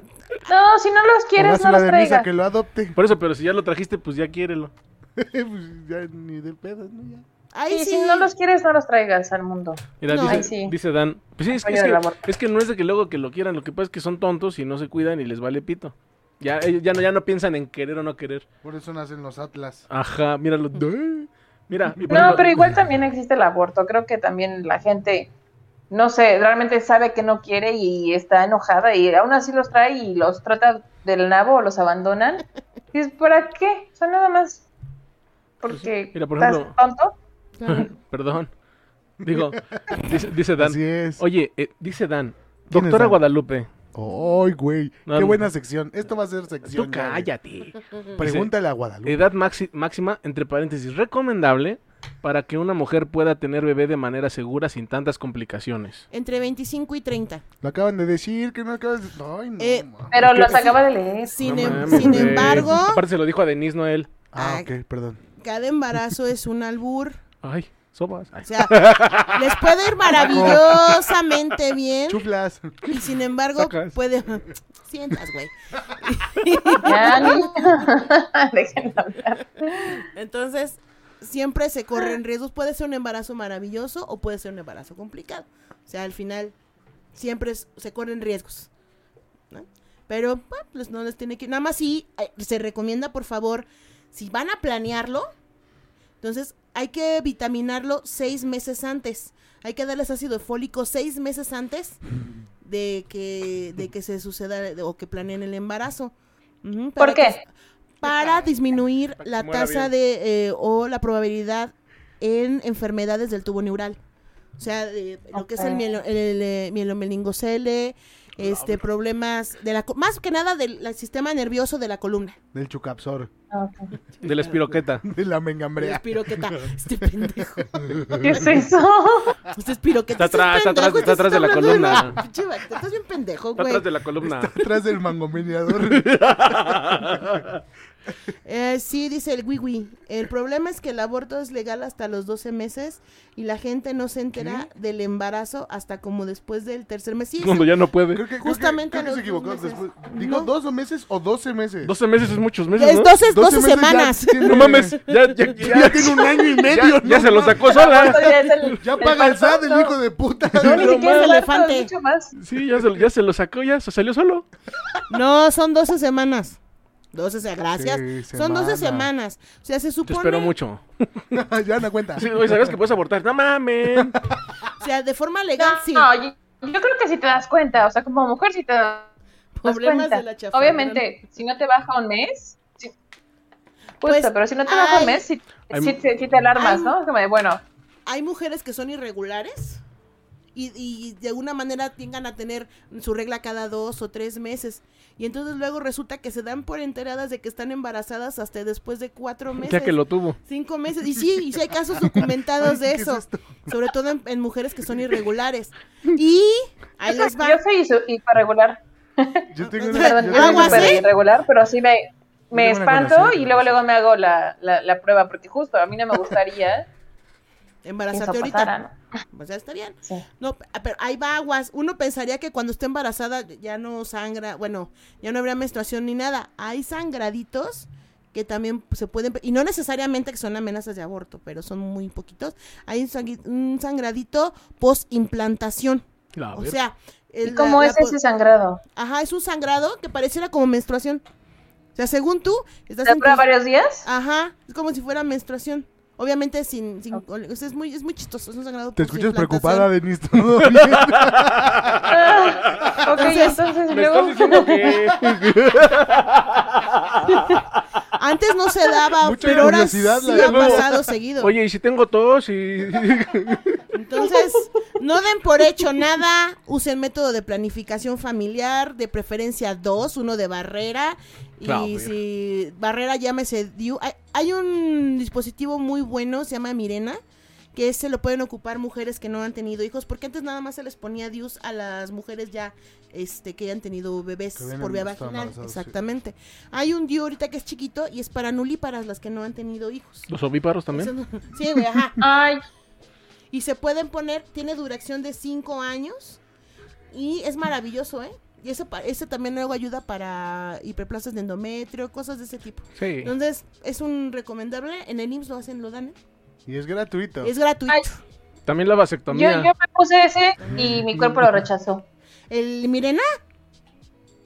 S4: No, si no los quieres, no
S2: Póngasela
S4: los
S2: de misa
S4: traigas.
S2: que lo adopte.
S1: Por eso, pero si ya lo trajiste, pues ya quiérelo.
S2: pues ya ni de pedo, ¿no? Ya.
S3: ahí
S4: Sí,
S3: sí,
S4: si no los quieres, no los traigas al mundo.
S1: Mira,
S3: No.
S1: dice,
S4: Ay, sí.
S1: dice Dan. Pues sí, es, que-
S4: Apoyo
S1: es
S4: del
S1: que,
S4: aborto.
S1: es que no es de que luego que lo quieran, lo que pasa es que son tontos y no se cuidan y les vale pito. Ya, ellos ya no, ya no piensan en querer o no querer.
S2: Por eso nacen los atlas.
S1: Ajá, míralo. Mira, y por
S4: No,
S1: ejemplo-
S4: pero igual también existe el aborto. Creo que también la gente, no sé, realmente sabe que no quiere y está enojada y aún así los trae y los trata del nabo o los abandonan. Y es, ¿para qué? O sea, nada más.
S2: Pues
S4: Porque
S1: Mira, por
S4: estás
S1: ejemplo-
S4: tonto.
S3: claro.
S1: Perdón. Digo, dice, dice Dan.
S2: Así es. Ay,
S1: Oye, eh, dice Dan.
S2: ¿Quién es
S1: Doctora
S2: Dan?
S1: Guadalupe.
S2: güey.
S1: No,
S2: Qué
S1: no.
S2: buena sección. Esto va a ser sección.
S1: Tú
S2: ya, güey.
S1: cállate. Eh,
S2: Pregúntale a Guadalupe.
S1: Edad maxi- máxima, entre paréntesis, recomendable para que una mujer pueda tener bebé de manera segura sin tantas complicaciones.
S3: entre 25 y 30.
S2: Lo acaban de decir, que no acabas de... Ay, no,
S3: Eh,
S2: mames.
S4: Pero los acaba de leer.
S3: Sin,
S1: No
S3: em-
S1: mames,
S3: sin
S1: güey.
S3: embargo,
S1: Aparte se lo dijo a Denise Noel.
S2: Ah,
S3: ay.
S2: ok, perdón.
S3: cada embarazo es un albur.
S1: Ay, sobas. Ay.
S3: O sea, les puede ir maravillosamente bien.
S2: Chuflas.
S3: Y sin embargo,
S1: Sacas.
S3: puede. Sientas, güey.
S4: Ya, ni- Dejen hablar.
S3: Entonces, siempre se
S4: Ah.
S3: corren riesgos. Puede ser un embarazo maravilloso o puede ser un embarazo complicado. O sea, al final, siempre es- se corren riesgos. ¿no? Pero, pa, pues no les tiene que. Nada más sí, eh, se recomienda, por favor, si van a planearlo, entonces hay que vitaminarlo seis meses antes. Hay que darles ácido fólico seis meses antes de que, de que se suceda de- o que planeen el embarazo. Ujú, para
S4: ¿Por
S3: que-
S4: qué?
S3: para disminuir
S1: que
S3: la
S1: muera
S3: tasa
S1: bien.
S3: de eh, o la probabilidad en enfermedades del tubo neural. O sea, de lo que es el,
S4: Ok.
S3: mielo, el, eh, mielomelingocele, este, problemas de la, co- más que nada del la- sistema nervioso de la columna.
S2: Del chucapsor.
S4: Ah, Ok.
S1: De la espiroqueta.
S2: De la mengambrea.
S3: Respiro que ta- este pendejo. Pues
S4: ¿Qué es eso?
S3: Usted espiro que
S1: Está atrás, está atrás, está atrás de la columna.
S3: Estás bien pendejo,
S1: Está
S3: güey.
S1: atrás de la columna.
S2: Atrás del mangomeneador.
S3: Eh, sí, dice el wiwi. El problema es que el aborto es legal hasta los 12 meses y la gente no se entera del embarazo hasta como después del tercer mes. Sí,
S1: Cuando ya no puede.
S2: Creo que,
S3: Justamente
S2: Justamente creo que,
S3: a
S2: se
S3: los dos
S2: equivocó.
S3: meses.
S2: Después, digo,
S3: No.
S2: ¿dos o meses o 12 meses?
S1: 12 meses es muchos meses,
S3: es
S1: ¿no?
S3: 12, 12
S2: meses ya
S3: semanas.
S2: tiene-
S1: No mames, ya, ya, ya,
S2: Ya tiene un año y medio.
S1: ya- ya
S2: ¿no?
S1: se lo sacó
S4: Aparte
S1: sola.
S4: ya es el-
S2: Ya paga el SAT, el
S4: parto.
S2: hijo de puta.
S4: No, ni
S3: Lo
S4: siquiera es
S3: más
S4: el parto,
S3: elefante.
S4: es mucho más.
S1: Sí, ya se, lo- ya se lo sacó, ya se salió solo.
S3: No, son 12 semanas. 12, se- gracias.
S2: Sí,
S3: Son 12
S2: semana.
S3: semanas. O sea, se
S1: Te
S3: supone.
S1: espero mucho.
S2: ya no cuenta.
S1: Sí, oye, ¿sabes que puedes abortar? No mames.
S3: O sea, de forma
S4: No,
S3: legal, sí.
S4: no, yo, yo creo que si te das cuenta, o sea, como mujer si te das
S3: Problemas
S4: cuenta.
S3: de la chafa.
S4: Obviamente, si no te baja un mes, si-
S3: Pues,
S4: Puta, pero si no te baja
S3: hay-
S4: un mes, si,
S1: hay-
S4: te alarmas,
S3: hay-
S4: ¿no? Es como de, bueno,
S3: Hay mujeres que son irregulares y, y de alguna manera tengan a tener su regla cada dos o tres meses. Y entonces luego resulta que se dan por enteradas de que están embarazadas hasta después de cuatro meses.
S1: Ya que lo tuvo.
S3: Cinco meses. Y sí, y sí hay casos documentados de
S2: Ay, ¿qué es
S3: eso.
S2: esto?
S3: sobre todo en, en mujeres que son irregulares. Y ahí
S4: Pues
S3: les
S4: yo
S3: va.
S4: soy hiper- hiperregular.
S2: Yo tengo una.
S4: Perdón,
S2: yo tengo
S4: yo soy
S3: ¿Algo
S2: una-
S3: así?
S4: súper irregular, pero sí me, me
S2: Yo tengo una
S4: espanto
S2: conocida que
S4: y luego
S2: pasa.
S4: luego me hago la, la, la prueba, porque justo a mí no me gustaría que eso
S3: Embarazarte
S4: pasara,
S3: ahorita.
S4: ¿no?
S3: Pues ya está bien.
S4: Sí.
S3: No, pe- pero ahí va aguas. Uno pensaría que cuando esté embarazada ya no sangra, bueno, ya no habrá menstruación ni nada. Hay sangraditos que también se pueden, y no necesariamente que son amenazas de aborto, pero son muy poquitos. Hay un, sangui- un sangradito post implantación.
S1: La
S3: O
S1: ver-
S3: sea, el-
S4: ¿Y cómo
S3: la-
S4: es
S3: la po-
S4: ese sangrado?
S3: Ajá, es un sangrado que pareciera como menstruación. O sea, según tú, estás
S4: ¿Te
S3: en
S4: dura
S3: tus-
S4: varios días?
S3: Ajá, es como si fuera menstruación. Obviamente sin, sin o sea, es muy, es muy chistoso, es un sangrado
S2: Te
S3: por su
S2: escuchas preocupada,
S3: implantación.
S2: Denise. ¿Todo bien?
S4: Ah, ok,
S3: Entonces,
S4: entonces,
S1: Me estás
S4: luego...
S1: diciendo que.
S3: Antes no se daba,
S2: Mucha
S3: pero ahora sí
S2: curiosidad, la
S1: de
S3: ha
S1: nuevo.
S3: pasado seguido.
S1: Oye, y si tengo tos y.
S3: Entonces, no den por hecho nada, usen método de planificación familiar, de preferencia dos, uno de barrera. Y
S1: A ver.
S3: si barrera llámese DIU. Hay, hay un dispositivo muy bueno, se llama Mirena, que se lo pueden ocupar mujeres que no han tenido hijos, porque antes nada más se les ponía DIUs a las mujeres ya este que hayan tenido bebés
S2: Que habían
S3: por vía
S2: estado
S3: vaginal.
S2: embarazadas, sí.
S3: Exactamente. Hay un DIU ahorita que es chiquito y es para nulíparas las que no han tenido hijos.
S1: Los ovíparos también.
S3: Eso no- Sí, güey, ajá.
S4: Ay,
S3: Y se pueden poner, tiene duración de 5 años y es maravilloso, ¿eh? Y ese, pa- ese también luego ayuda para hiperplasias de endometrio, cosas de ese tipo.
S1: Sí.
S3: Entonces, es un recomendable. En el IMSS lo hacen, lo dan, ¿eh?
S2: Y es gratuito.
S3: Es gratuito.
S4: Ay.
S1: También la
S4: yo,
S1: vasectomía.
S4: yo me puse ese y
S1: Mm.
S4: mi cuerpo lo rechazó.
S3: El Mirena,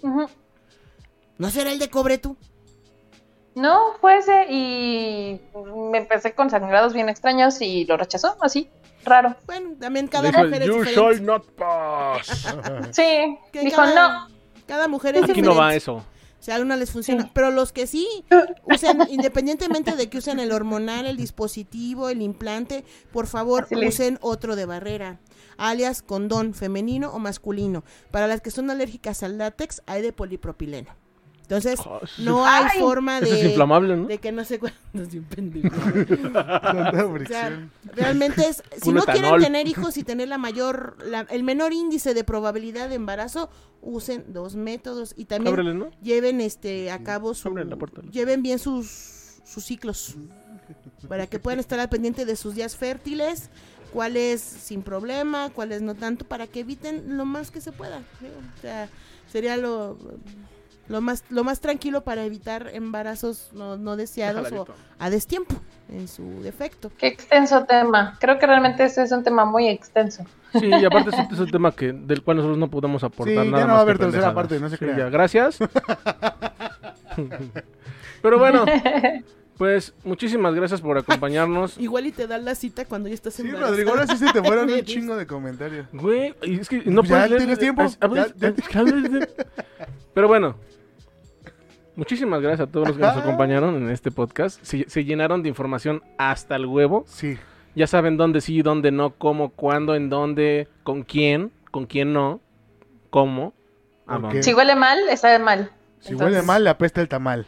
S4: Ujú.
S3: ¿no será el de cobre tú?
S4: No, fue ese y me empecé con sangrados bien extraños y lo rechazó, así, raro.
S3: Bueno, también cada
S1: Dijo el,
S3: mujer es
S1: You
S3: diferente.
S1: shall not pass.
S4: Sí,
S3: Que
S4: dijo
S3: cada-
S4: no.
S3: Cada mujer es
S1: Aquí
S3: diferente.
S1: no va eso.
S3: O sea, a una les funciona.
S4: Sí.
S3: Pero los que sí usen, independientemente de que usen el hormonal, el dispositivo, el implante, por favor,
S4: Así les-
S3: usen otro de barrera, alias condón femenino o masculino. Para las que son alérgicas al látex, hay de polipropileno. Entonces,
S1: Ah, sí.
S3: no hay
S4: Ay.
S3: forma
S1: Eso es
S3: de,
S1: inflamable, ¿no?
S3: de que no se cuándo es un pendejo.
S2: Tanta
S3: O sea,
S2: fricción.
S3: realmente es, si
S1: Puro
S3: no quieren
S1: etanol.
S3: tener hijos y tener la mayor, la- el menor índice de probabilidad de embarazo, usen dos métodos y también
S1: Ábrele, ¿no?
S3: lleven este a cabo su
S1: Ábrele la puerta.
S3: lleven bien sus sus ciclos para que puedan estar al pendiente de sus días fértiles cuáles sin problema cuáles no tanto para que eviten lo más que se pueda digo, o sea sería lo lo más lo más tranquilo para evitar embarazos no, no deseados
S1: Déjala,
S3: o
S1: Vito.
S3: a destiempo en su defecto
S4: Qué extenso tema. Creo que realmente ese es un tema muy extenso.
S1: Sí, y aparte es un- es un tema que, del cual nosotros no podemos aportar
S2: Sí, ya
S1: nada.
S2: no va
S1: más
S2: a haber
S1: que
S2: tercera
S1: pendejadas.
S2: parte, no se
S1: Sí,
S2: crea.
S1: ya, gracias. Pero bueno, pues muchísimas gracias por acompañarnos.
S3: igual y te dan la cita cuando ya estás
S2: Sí,
S3: embarazada
S2: Rodrigo, ahora sí se te fueron un chingo de comentarios.
S1: Güey, y es que no
S2: Ya
S1: puedes leer-
S2: tienes tiempo,
S1: a- a-
S2: ya-
S1: a- Pero bueno, muchísimas gracias a todos los que nos acompañaron en este podcast. Se, se llenaron de información hasta el huevo.
S2: Sí.
S1: Ya saben dónde sí, dónde no, cómo, cuándo, en dónde, con quién, con quién no, cómo. a
S2: ¿Por
S1: dónde.
S2: qué?
S4: Si huele mal, está mal.
S2: Si
S4: Entonces,
S2: huele mal, le apesta el tamal.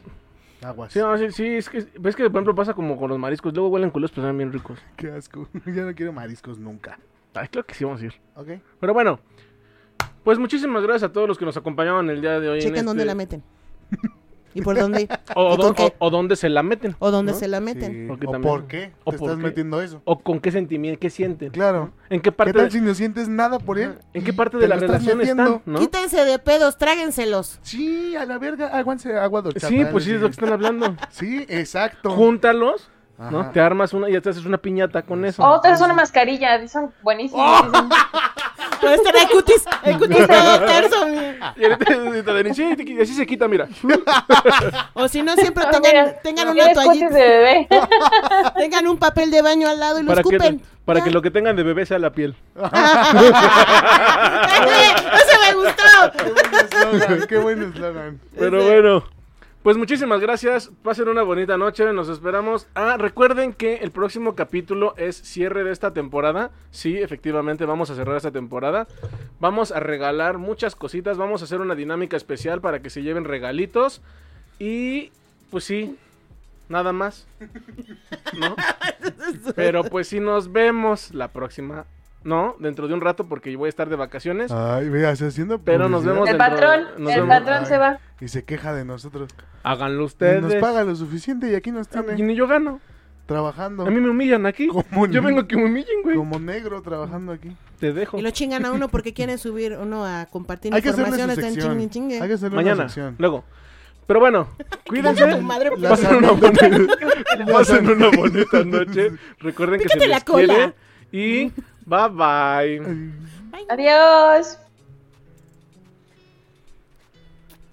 S2: Aguas.
S1: Sí, no, sí, sí, es que ves que por ejemplo pasa como con los mariscos, luego huelen culos, pero están bien ricos.
S2: Qué asco. Ya no quiero mariscos nunca.
S1: Ay, creo que sí vamos a ir.
S2: ¿Ok?
S1: Pero bueno, pues muchísimas gracias a todos los que nos acompañaron el día de hoy. en
S3: chequen dónde
S1: este-
S3: la meten ¿Y por dónde?
S1: O,
S3: ¿Y
S1: dó-
S3: con qué?
S1: o- o dónde se la meten.
S3: ¿O dónde
S2: ¿no?
S3: se la meten?
S2: Sí,
S1: Porque
S2: ¿O
S1: también-
S2: por qué
S1: ¿O
S2: te
S1: por
S2: estás
S1: qué?
S2: metiendo eso?
S1: O con qué sentimiento, qué sienten.
S2: Claro.
S1: ¿En
S2: ¿Qué
S1: qué parte,
S2: tal
S1: de,
S2: si no sientes nada por él?
S1: ¿en qué parte
S2: te
S1: de la
S2: lo estás
S1: relación
S2: metiendo?
S1: están? ¿no?
S3: Quítense de pedos, tráguenselos.
S2: Sí, a la verga, aguánse agua dolchata.
S1: Sí, pues sí, es lo que
S2: está...
S1: están hablando.
S2: Sí, exacto.
S1: Júntalos, ¿no?
S2: Ajá.
S1: Te armas una y ya te haces una piñata con eso.
S4: O te haces una mascarilla, dicen buenísimo.
S2: ¡Oh!
S4: dicen,
S3: Pero este era el cutis, el cutis todo terso. mi-
S1: Y ahorita- y te dicen, "Sí, te qui- así se quita, mira.
S3: O si no, siempre
S4: "Ah, mira,
S3: tengan, tengan una
S4: tienes coches
S3: toallita,
S4: de bebé.
S3: tengan un papel de baño al lado y lo
S1: Para que,
S3: escupen.
S1: para
S3: Ya.
S1: que lo que tengan de bebé sea la piel.
S2: Qué
S3: ¡Ese me gustó!
S2: buen eslogan, qué buen eslogan.
S1: Pero
S3: Ese.
S1: bueno. Pues muchísimas gracias. Pasen una bonita noche. Nos esperamos. Ah, recuerden que el próximo capítulo es cierre de esta temporada. Sí, efectivamente, vamos a cerrar esta temporada. Vamos a regalar muchas cositas. Vamos a hacer una dinámica especial para que se lleven regalitos. Y pues sí, nada más. ¿No? Pero pues sí, nos vemos la próxima. No, dentro de un rato porque voy a estar de vacaciones.
S2: Ay, vea, se haciendo
S1: Pero nos
S2: publicidad
S1: vemos
S4: El
S1: dentro-
S4: patrón,
S1: nos
S4: el
S1: vemos.
S4: patrón se va.
S2: Y se queja de nosotros.
S1: Háganlo ustedes.
S2: Nos paga lo suficiente y aquí nos
S1: Y
S2: tiene
S1: ni yo gano.
S2: trabajando
S1: A mí me humillan aquí.
S2: Como
S1: Yo
S2: ni-
S1: vengo a que me humillen, güey.
S2: como negro trabajando aquí.
S1: Te dejo.
S3: Y lo chingan a uno porque quieren subir uno a compartir
S2: Hay que hacerle
S3: información.
S2: su
S3: Están
S2: sección.
S3: chingue,
S2: Hay
S3: chingue.
S2: que hacerle una
S1: Mañana.
S2: sección.
S1: Luego. Pero bueno, cuídense.
S3: tu madre,
S2: La
S3: pues.
S1: Pasen una
S2: sangre-
S1: bonita, pasen una bonita noche. Recuerden que se
S3: Pícate la
S1: les quiere.
S3: cola.
S1: Y bye bye.
S4: Adiós.